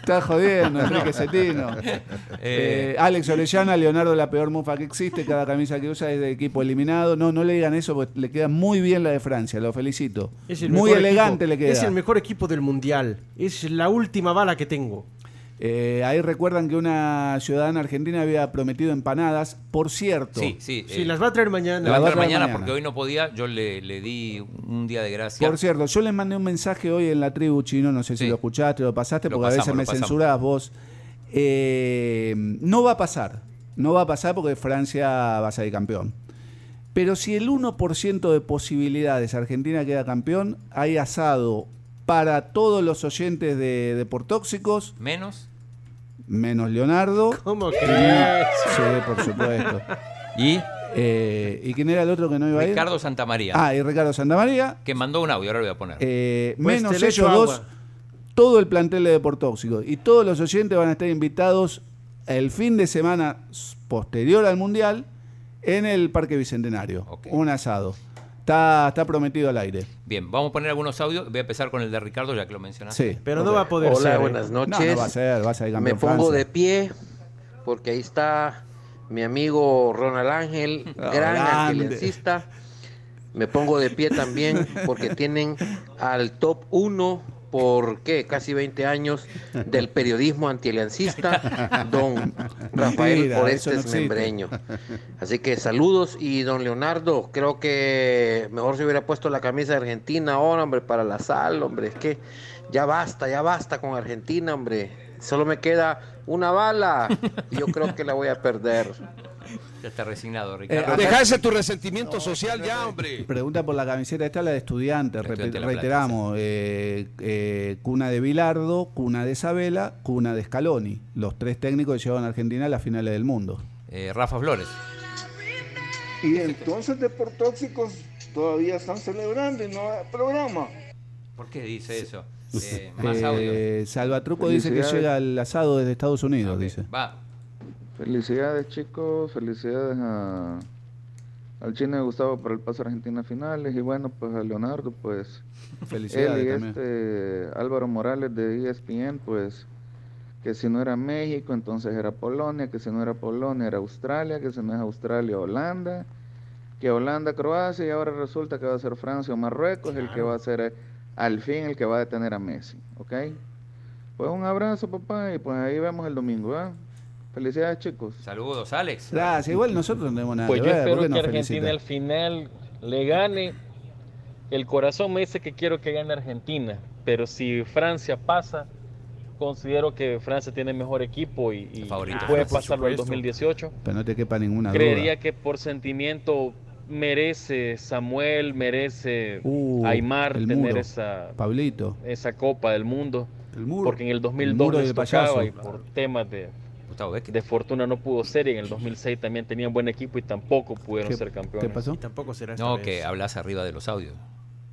Speaker 7: Está jodiendo, Enrique Cetino.
Speaker 6: (laughs)
Speaker 7: Eh, Alex Orellana, Leonardo la peor mufa que existe, cada camisa que usa es de equipo eliminado. No, no le digan eso, porque le queda muy bien la de Francia, lo felicito.
Speaker 8: Es el
Speaker 7: muy
Speaker 8: mejor
Speaker 7: elegante
Speaker 8: equipo.
Speaker 7: le queda.
Speaker 8: Es el mejor equipo del mundial. Es la última bala que tengo.
Speaker 7: Eh, ahí recuerdan que una ciudadana argentina había prometido empanadas, por cierto.
Speaker 6: Sí, sí.
Speaker 8: Sí,
Speaker 6: eh,
Speaker 8: las va a traer mañana.
Speaker 6: la va a traer
Speaker 7: Las va a traer
Speaker 6: mañana,
Speaker 7: mañana.
Speaker 6: porque hoy no podía. Yo le, le di un día de gracia.
Speaker 7: Por cierto, yo les mandé un mensaje hoy en la tribu chino, no sé si lo escuchaste, lo pasaste,
Speaker 6: Lo
Speaker 7: porque
Speaker 6: pasamos,
Speaker 7: a veces me
Speaker 6: lo pasamos.
Speaker 7: censurás vos. Eh, no va a pasar, no va a pasar porque Francia va a salir campeón. Pero si el 1% de posibilidades Argentina queda campeón, hay asado para todos los oyentes de, de Por Tóxicos,
Speaker 6: Menos.
Speaker 7: menos Leonardo.
Speaker 8: ¿Cómo que?
Speaker 7: Sí, por supuesto. Eh,
Speaker 6: ¿Y?
Speaker 7: ¿Y quién era el otro que no iba a ir?
Speaker 6: Ricardo Santamaría.
Speaker 7: Ah, y Ricardo Santamaría.
Speaker 6: Que mandó un audio, ahora lo voy a poner.
Speaker 7: Eh,
Speaker 6: Pues
Speaker 7: menos
Speaker 6: te le
Speaker 7: ellos
Speaker 6: echo
Speaker 7: dos,
Speaker 6: agua.
Speaker 7: todo el plantel de Deportóxico. Y todos los oyentes van a estar invitados el fin de semana s- posterior al Mundial en el Parque Bicentenario. Un asado. Está, está prometido al aire.
Speaker 6: Bien, vamos a poner algunos audios. Voy a empezar con el de Ricardo, ya que lo
Speaker 12: Ah,
Speaker 6: mencionaste.
Speaker 7: Sí.
Speaker 18: Hola,
Speaker 12: ¿eh?
Speaker 18: buenas noches.
Speaker 7: No, no va a ser, va a ser
Speaker 18: Me
Speaker 7: campeón
Speaker 18: pongo
Speaker 7: Francia. Eh,
Speaker 18: de pie porque ahí está mi amigo Ronald Ángel, gran
Speaker 7: grande.
Speaker 18: argeliancista. Me pongo de pie también porque tienen al top 1 por qué casi 20 años del periodismo antialiancista, don Rafael
Speaker 7: Mentira, eso
Speaker 18: Orestes
Speaker 7: no existe.
Speaker 18: Membreño. Así que saludos y don Leonardo, creo que mejor se hubiera puesto la camisa de Argentina ahora, hombre, para la sal, hombre, es que ya basta, ya basta con Argentina, hombre. Solo me queda una bala y yo creo que la voy a
Speaker 7: (laughs)
Speaker 18: perder.
Speaker 6: Ya está resignado,
Speaker 7: Ricardo.
Speaker 12: Deja ese tu resentimiento social ya, hombre.
Speaker 7: Pregunta por la camiseta, esta es la de estudiantes, Repe-
Speaker 12: Estudiante de La Plata,
Speaker 7: reiteramos, eh, eh, cuna de Bilardo, cuna de Isabela, cuna de Scaloni, los tres técnicos que llevaron a Argentina a las finales del mundo.
Speaker 6: eh, Rafa Flores.
Speaker 19: Y entonces de por tóxicos todavía están celebrando y no hay programa.
Speaker 6: ¿Por qué dice eso? Eh, más audio.
Speaker 7: Eh, Salvatruco dice que
Speaker 19: Felicidades.
Speaker 7: llega al asado desde Estados Unidos, dice.
Speaker 6: Va.
Speaker 19: Felicidades chicos, felicidades a, al chino de Gustavo por el paso a Argentina a finales y bueno, pues a Leonardo, pues él
Speaker 7: Felicidades
Speaker 19: y
Speaker 7: también.
Speaker 19: este Álvaro Morales de ESPN, pues que si no era México, entonces era Polonia, que si no era Polonia era Australia, que si no es Australia, Holanda, que Holanda, Croacia y ahora resulta que va a ser Francia o Marruecos el que va a ser eh, al fin el que va a detener a Messi, ¿ok? Pues un abrazo papá y pues ahí vemos el domingo, ¿va? Felicidades chicos.
Speaker 6: Saludos, Alex.
Speaker 7: Gracias, igual nosotros no tenemos nada
Speaker 20: Pues
Speaker 7: que
Speaker 20: yo
Speaker 7: ver,
Speaker 20: espero
Speaker 7: ¿por qué
Speaker 20: que
Speaker 7: nos
Speaker 20: Argentina
Speaker 7: felicita?
Speaker 20: al final le gane. El corazón me dice que quiero que gane Argentina, pero si Francia pasa, considero que Francia tiene mejor equipo y, y
Speaker 7: favorito.
Speaker 20: puede
Speaker 7: Ah, por
Speaker 20: pasarlo al
Speaker 7: supuesto.
Speaker 20: 2018.
Speaker 7: Pero no te quepa ninguna
Speaker 20: Creería que por sentimiento merece Samuel, merece
Speaker 7: Uh,
Speaker 20: Aymar
Speaker 7: el
Speaker 20: tener
Speaker 7: muro.
Speaker 20: esa,
Speaker 7: duda. Pablito.
Speaker 20: esa Copa del Mundo. Porque en el
Speaker 7: El
Speaker 20: 2002
Speaker 7: muro
Speaker 20: les
Speaker 7: del
Speaker 20: tocaba
Speaker 7: payaso.
Speaker 20: y por temas de, de fortuna no pudo ser. Y en el 2006 también tenían buen equipo y tampoco pudieron
Speaker 7: ¿Qué-
Speaker 20: ser campeones.
Speaker 7: qué pasó? Y
Speaker 20: tampoco será
Speaker 6: No, que hablas arriba de los audios.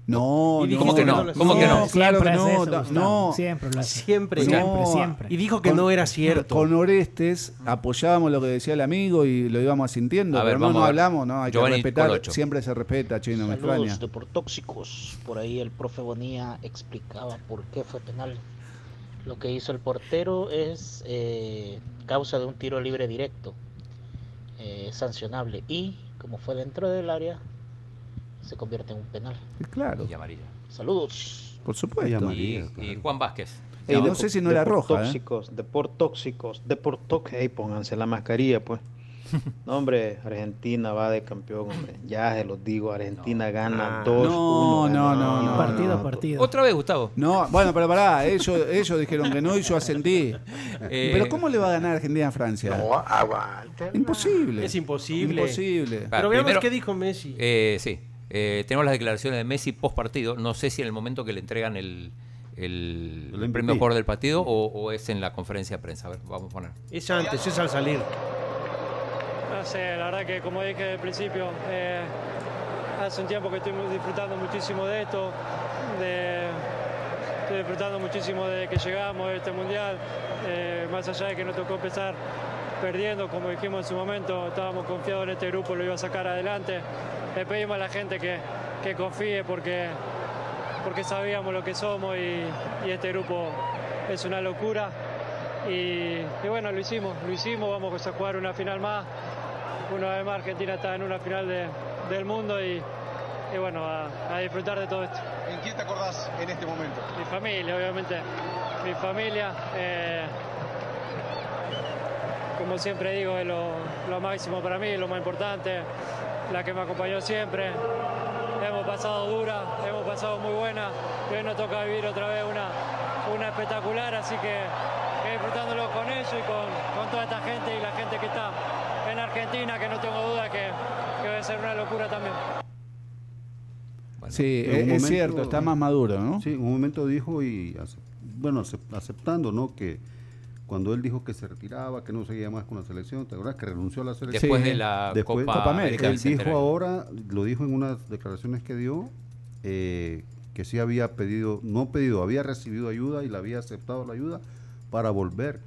Speaker 7: No,
Speaker 20: Y
Speaker 7: no,
Speaker 20: dijiste que no, ¿cómo que no?
Speaker 7: Claro que
Speaker 20: Siempre hace
Speaker 7: no,
Speaker 20: eso,
Speaker 7: da-
Speaker 20: Gustavo,
Speaker 7: no.
Speaker 10: Siempre lo hace.
Speaker 8: Siempre,
Speaker 7: No,
Speaker 8: siempre, siempre. Y dijo que no era cierto.
Speaker 7: Con Orestes apoyábamos lo que decía el amigo y lo íbamos asintiendo,
Speaker 6: A ver,
Speaker 7: pero no,
Speaker 6: vamos
Speaker 7: no
Speaker 6: a ver.
Speaker 7: hablamos, no, hay que
Speaker 6: Giovanni
Speaker 7: respetar,
Speaker 6: Colocho.
Speaker 7: siempre se respeta, chino, me extraña.
Speaker 21: Saludos de por tóxicos. Por ahí el profe Bonilla explicaba por qué fue penal. Lo que hizo el portero es eh, causa de un tiro libre directo, eh, sancionable. Y como fue dentro del área, se convierte en un penal.
Speaker 7: Claro.
Speaker 6: Y amarilla.
Speaker 21: Saludos.
Speaker 7: Por supuesto.
Speaker 6: Y, y Juan Vázquez.
Speaker 7: Eh, no sé si no era roja, ¿eh?
Speaker 22: Tóxicos, de por tóxicos, de por tóxicos. Ey, pónganse la mascarilla,
Speaker 7: (laughs)
Speaker 22: pues. No, hombre, Argentina va de campeón, hombre. Ya se los digo, Argentina
Speaker 7: Ah.
Speaker 22: gana eh. 2-1.
Speaker 7: No,
Speaker 22: gana.
Speaker 7: no, no, no. Partido a
Speaker 10: partido.
Speaker 6: Otra vez, Gustavo.
Speaker 7: No, bueno, pero pará, ellos, ellos dijeron que no y yo asentí.
Speaker 6: Eh,
Speaker 7: pero ¿cómo le va a ganar Argentina a Francia?
Speaker 6: No,
Speaker 7: Imposible.
Speaker 8: Es imposible.
Speaker 7: Imposible.
Speaker 6: Ah,
Speaker 8: Pero veamos qué dijo Messi.
Speaker 6: Eh, sí, Eh, tenemos las declaraciones de Messi post partido. No sé si en el momento que le entregan el, el,
Speaker 22: MVP.
Speaker 6: premio jugador del partido o, o es en la conferencia de prensa. A ver, vamos a poner.
Speaker 8: Es antes, es al salir.
Speaker 23: No sé, la verdad que como dije al principio, eh, hace un tiempo que estoy mu- disfrutando muchísimo de esto, de- estoy disfrutando muchísimo de que llegamos a este mundial, eh, más allá de que nos tocó empezar perdiendo, como dijimos en su momento, estábamos confiados en este grupo, lo iba a sacar adelante. Le pedimos a la gente que, que confíe porque, porque sabíamos lo que somos y- y este grupo es una locura. Y, y bueno, lo hicimos, lo hicimos, vamos a jugar una final más. Una vez más Argentina está en una final de- del mundo y, y bueno, a, a disfrutar de todo esto. ¿En quién te acordás en este momento? Mi familia, obviamente. Mi familia. eh, como siempre digo, es lo, lo máximo para mí, lo más importante, la que me acompañó siempre. Hemos pasado dura, hemos pasado muy buena, y hoy nos toca vivir otra vez una, una espectacular, así que, que disfrutándolo con ellos y con, con toda esta gente y la gente que está en Argentina, que no tengo duda que, que va a ser una locura también.
Speaker 7: Sí,
Speaker 13: En
Speaker 7: es,
Speaker 13: un
Speaker 7: es
Speaker 13: momento-
Speaker 7: cierto, está más maduro, ¿no?
Speaker 13: Sí, en un momento dijo y, ace- bueno, ace- aceptando, ¿no? Que cuando él dijo que se retiraba, que no seguía más con la selección, ¿te acuerdas? Que renunció a la selección.
Speaker 6: Después de la Copa América,
Speaker 13: Él dijo
Speaker 6: Bicentenario.
Speaker 13: ahora, lo dijo en unas declaraciones que dio, eh, que sí había pedido, no pedido, había recibido ayuda y la había aceptado la ayuda para volver.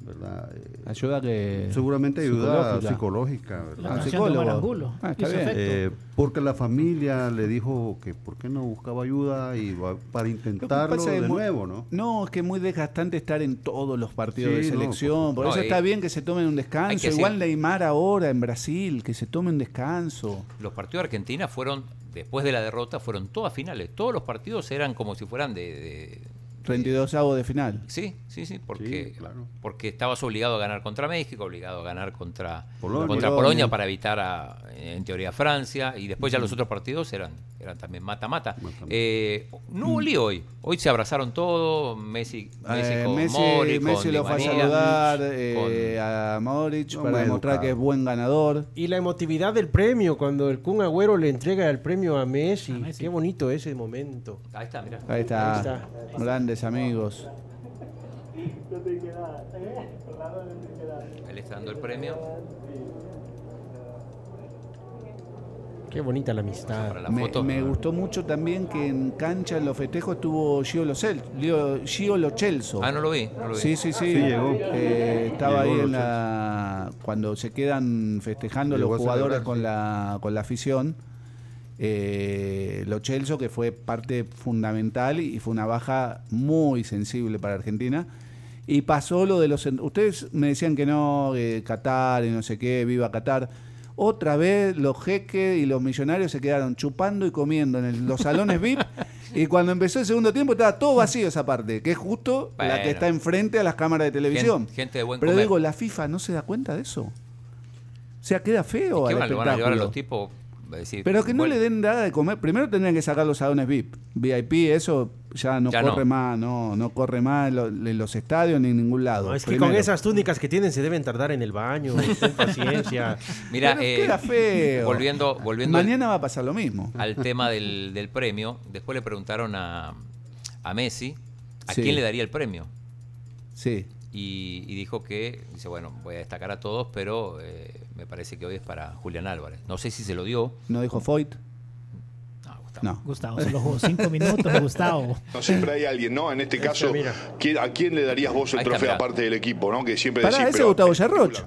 Speaker 13: ¿verdad? Eh,
Speaker 7: Ayuda que.
Speaker 13: Seguramente ayuda
Speaker 7: psicológica.
Speaker 13: psicológica, ¿verdad?
Speaker 7: La Ah, canción de psicólogo. Guarangulo. Ah, está Hizo bien. efecto.
Speaker 13: Eh, porque la familia le dijo que por qué no buscaba ayuda y va- para
Speaker 7: Lo que pasa
Speaker 13: intentarlo
Speaker 7: es
Speaker 13: de
Speaker 7: muy-
Speaker 13: nuevo, ¿no?
Speaker 7: No, es que es muy desgastante estar en todos los partidos
Speaker 13: Sí,
Speaker 7: de
Speaker 13: no, por
Speaker 7: selección.
Speaker 13: supuesto.
Speaker 7: por
Speaker 13: No,
Speaker 7: eso
Speaker 13: y-
Speaker 7: está bien que se tomen un
Speaker 6: Hay
Speaker 7: descanso.
Speaker 6: que
Speaker 7: Igual
Speaker 6: decir-
Speaker 7: Neymar ahora en Brasil, que se tome un descanso.
Speaker 6: Los partidos de Argentina fueron, después de la derrota, fueron todas finales. Todos los partidos eran como si fueran de. de-
Speaker 7: 32 avos de final.
Speaker 6: sí, sí, sí, porque, porque estabas obligado a ganar contra México, obligado a ganar contra
Speaker 13: Polonia.
Speaker 6: Polonia, contra
Speaker 13: Polonia.
Speaker 6: Polonia para evitar, a, en teoría, a Francia. Y después ya los otros partidos eran, eran también mata-mata. Eh, no hubo lío hoy. Hoy se abrazaron todos. Messi, Messi
Speaker 7: Eh,
Speaker 6: con
Speaker 7: Messi,
Speaker 6: Mori, con
Speaker 7: Messi
Speaker 6: Di
Speaker 7: lo fue a
Speaker 6: María,
Speaker 7: saludar
Speaker 6: con-
Speaker 7: eh, a Modric
Speaker 6: No
Speaker 7: para
Speaker 6: me
Speaker 7: demostrar
Speaker 6: educado.
Speaker 7: que es buen ganador.
Speaker 8: Y la emotividad del premio, cuando el Kun Agüero le entrega el premio a Messi. Qué bonito ese momento.
Speaker 6: Ahí está, mira.
Speaker 7: Ahí está.
Speaker 8: Ahí está.
Speaker 7: Grandes amigos.
Speaker 8: Yo te quedaba
Speaker 6: Él está dando el premio.
Speaker 8: Qué bonita la amistad.
Speaker 6: Para la
Speaker 7: me,
Speaker 6: foto.
Speaker 7: me gustó mucho también que en cancha en los festejos estuvo Gio Lo, Cel- Lio- Gio Lo Celso.
Speaker 6: Ah, no lo vi, no lo vi.
Speaker 7: Sí, sí, sí.
Speaker 6: Sí, llegó.
Speaker 7: Eh, estaba
Speaker 6: Llegó
Speaker 7: ahí
Speaker 6: Lo
Speaker 7: en la, cuando se quedan festejando
Speaker 6: Llegó
Speaker 7: los
Speaker 6: a
Speaker 7: jugadores
Speaker 6: celebrar,
Speaker 7: con, la, con la afición. Eh, lo Celso, que fue parte fundamental y fue una baja muy sensible para Argentina. Y pasó lo de los. en- Ustedes me decían que no, que Qatar y no sé qué, viva Qatar. Otra vez los jeques y los millonarios se quedaron chupando y comiendo en el- los salones (laughs) VIP. y cuando empezó el segundo tiempo estaba todo vacío esa parte, que es justo la
Speaker 6: Bueno.
Speaker 7: que está enfrente a las cámaras de televisión.
Speaker 6: Gente, gente de buen
Speaker 7: Pero
Speaker 6: comer.
Speaker 7: digo, la FIFA no se da cuenta de eso. O sea, queda feo.
Speaker 6: ¿Qué
Speaker 7: al
Speaker 6: mal lo van a llevar a
Speaker 7: espectáculo.
Speaker 6: los tipos? Va a decir,
Speaker 7: Pero que no
Speaker 6: Eh, bueno,
Speaker 7: le den nada de comer. Primero tendrían que sacar los salones VIP. VIP, eso ya no
Speaker 6: Ya no.
Speaker 7: corre más, no, no corre más en lo- en los estadios ni en ningún lado.
Speaker 8: No, es que con
Speaker 7: Primero.
Speaker 8: esas túnicas que tienen se deben tardar en
Speaker 7: (laughs)
Speaker 8: el baño. Ten paciencia.
Speaker 6: Mira,
Speaker 7: Pero
Speaker 6: eh,
Speaker 7: queda feo.
Speaker 6: volviendo, volviendo al-
Speaker 7: Mañana va a pasar lo mismo. (laughs)
Speaker 6: al tema del, del premio, después le preguntaron a, a Messi a
Speaker 7: Sí.
Speaker 6: quién le daría el premio.
Speaker 7: Sí.
Speaker 6: Y, y dijo que, dice, bueno, voy a destacar a todos, pero eh, me parece que hoy es para Julián Álvarez. No sé si se lo dio.
Speaker 7: ¿No dijo Foyt? No,
Speaker 10: Gustavo, se lo jugó cinco minutos,
Speaker 6: (laughs)
Speaker 10: Gustavo.
Speaker 3: No, siempre hay alguien, ¿no? En este caso, ¿quién- ¿a quién le darías vos el
Speaker 7: Ahí está,
Speaker 3: trofeo
Speaker 7: mirá.
Speaker 3: aparte del equipo, ¿no? Que siempre
Speaker 7: Pará,
Speaker 3: decís,
Speaker 7: ese
Speaker 3: pero- (laughs)
Speaker 7: Gustavo Yarroch,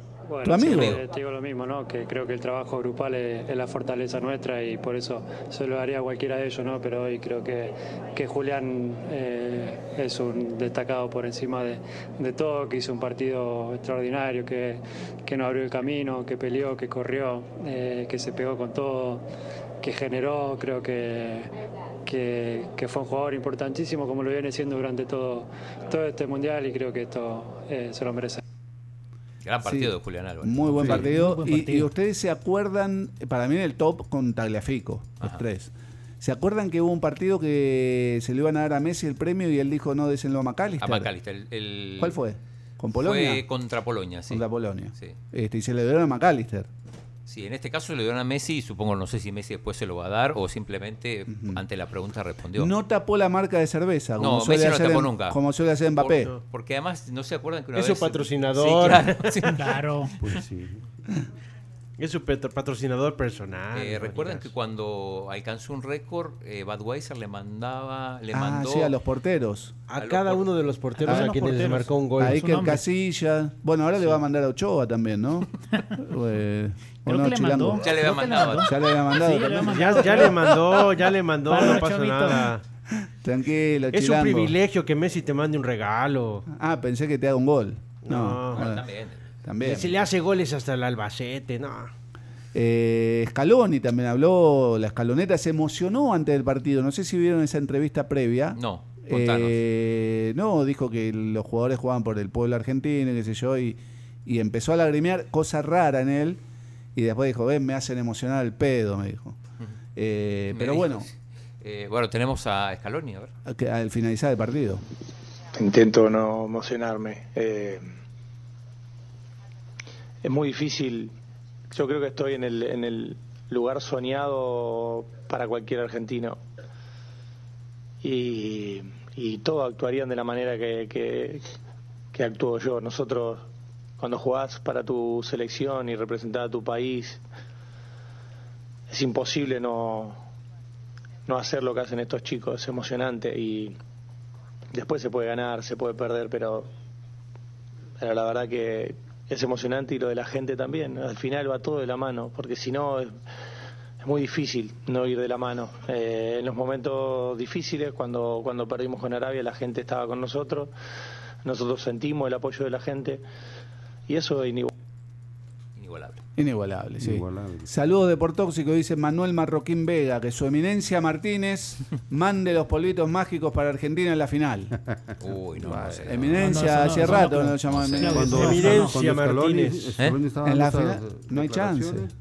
Speaker 7: tu amigo.
Speaker 23: siempre eh, te digo lo mismo, ¿no? Que creo que el trabajo grupal es, es la fortaleza nuestra y por eso se lo daría a cualquiera de ellos, ¿no? Pero hoy creo que, que Julián eh, es un destacado por encima de, de todo, que hizo un partido extraordinario, que, que nos abrió el camino, que peleó, que corrió, eh, que se pegó con todo, que generó, creo que que, que fue un jugador importantísimo como lo viene siendo durante todo, todo este mundial y creo que esto eh, se lo merece.
Speaker 6: Gran partido
Speaker 7: Sí.
Speaker 6: de Julián Álvarez.
Speaker 7: Muy buen
Speaker 6: Sí.
Speaker 7: partido. Y- Y, ustedes se acuerdan, para mí en el top con Tagliafico, los tres. ¿Se acuerdan que hubo un partido que se le iban a dar a Messi el premio y él dijo no, désenlo a McAllister?
Speaker 6: A McAllister, el- el-
Speaker 7: ¿Cuál fue? ¿Con Polonia?
Speaker 6: Fue contra Polonia, sí.
Speaker 7: Contra Polonia.
Speaker 6: Sí.
Speaker 7: Este, y se le dieron a McAllister.
Speaker 6: Sí, en este caso se lo dieron a Messi y supongo, no sé si Messi después se lo va a dar o simplemente ante la pregunta respondió.
Speaker 7: No tapó la marca de cerveza,
Speaker 6: No,
Speaker 7: como, suele,
Speaker 6: Messi no
Speaker 7: hacer
Speaker 6: tapó
Speaker 7: en-
Speaker 6: nunca.
Speaker 7: como suele hacer Mbappé.
Speaker 6: Por- porque además, no se acuerdan que una
Speaker 8: Es su
Speaker 6: vez...
Speaker 8: patrocinador. (laughs)
Speaker 6: Sí, claro. sí.
Speaker 10: Claro.
Speaker 7: Pues
Speaker 6: Pues
Speaker 8: Es su petro- patrocinador
Speaker 7: Ah,
Speaker 8: personal.
Speaker 6: Eh, recuerden
Speaker 8: Leonidas.
Speaker 6: que cuando alcanzó un récord, eh, Budweiser le mandaba, le
Speaker 7: ah,
Speaker 6: mandó
Speaker 7: sí, a los porteros. Ah,
Speaker 8: A cada uno de los porteros a quienes les marcó un gol.
Speaker 7: A
Speaker 8: Su
Speaker 7: Iker
Speaker 8: nombre.
Speaker 7: Casillas. Bueno, ahora le va a mandar a Ochoa también, ¿no?
Speaker 8: (laughs)
Speaker 7: Eh, ¿o
Speaker 8: Creo
Speaker 7: no,
Speaker 8: que le
Speaker 7: Chilango?
Speaker 8: mandó. Ya le había Creo que le mandado. mandó.
Speaker 7: Ya le había mandado.
Speaker 8: Sí, ya le había
Speaker 7: también.
Speaker 8: mandado. Ya- ya le mandó, ya le mandó, Para no los pasa chavitos. nada.
Speaker 7: Tranquilo,
Speaker 8: Es un
Speaker 7: Chilango.
Speaker 8: privilegio que Messi te mande un regalo.
Speaker 7: Ah, pensé que te haga un gol. No.
Speaker 8: No.
Speaker 7: bueno,
Speaker 8: También.
Speaker 7: También.
Speaker 8: Si le hace goles hasta el Albacete, no.
Speaker 7: Eh, Scaloni también habló, la escaloneta se emocionó antes del partido. No sé si vieron esa entrevista previa.
Speaker 6: No, contanos.
Speaker 7: Eh, no, dijo que los jugadores jugaban por el pueblo argentino, qué sé yo, y, y empezó a lagrimear, cosa rara en él. Y después dijo, ven, me hacen emocionar el pedo, me dijo. Eh,
Speaker 6: Me
Speaker 7: pero
Speaker 6: dijo,
Speaker 7: bueno,
Speaker 6: eh, bueno, tenemos a Scaloni, a ver.
Speaker 7: que al finalizar el partido.
Speaker 4: intento no emocionarme. Eh, es muy difícil. Yo creo que estoy en el, en el lugar soñado para cualquier argentino. Y, y todos actuarían de la manera que, que, que actúo yo. Nosotros, cuando jugás para tu selección y representás a tu país, es imposible no, no hacer lo que hacen estos chicos. Es emocionante y. Después se puede ganar, se puede perder, pero, pero la verdad que es emocionante y lo de la gente también. Al final va todo de la mano, porque si no es, es muy difícil no ir de la mano. Eh, en los momentos difíciles, cuando, cuando perdimos con Arabia, la gente estaba con nosotros, nosotros sentimos el apoyo de la gente y eso es inigualable.
Speaker 6: Inigualable.
Speaker 7: Inigualable, sí. Saludos de Portóxico, dice Manuel Marroquín Vega, que su eminencia
Speaker 6: (laughs)
Speaker 7: Martínez mande los polvitos mágicos para Argentina en la final.
Speaker 6: Uy, no, no sé, no.
Speaker 7: Eminencia,
Speaker 6: No, no,
Speaker 7: hace
Speaker 6: eso no,
Speaker 7: rato
Speaker 6: no.
Speaker 7: no lo llamaban
Speaker 6: No sé.
Speaker 7: eminencia. ¿eh?
Speaker 6: Cuando- ¿eh?
Speaker 8: Eminencia
Speaker 13: cuando Scaloni-
Speaker 8: Martínez.
Speaker 13: Scaloni estaba
Speaker 7: En la
Speaker 13: dando esas
Speaker 7: final no hay chance.
Speaker 13: declaraciones,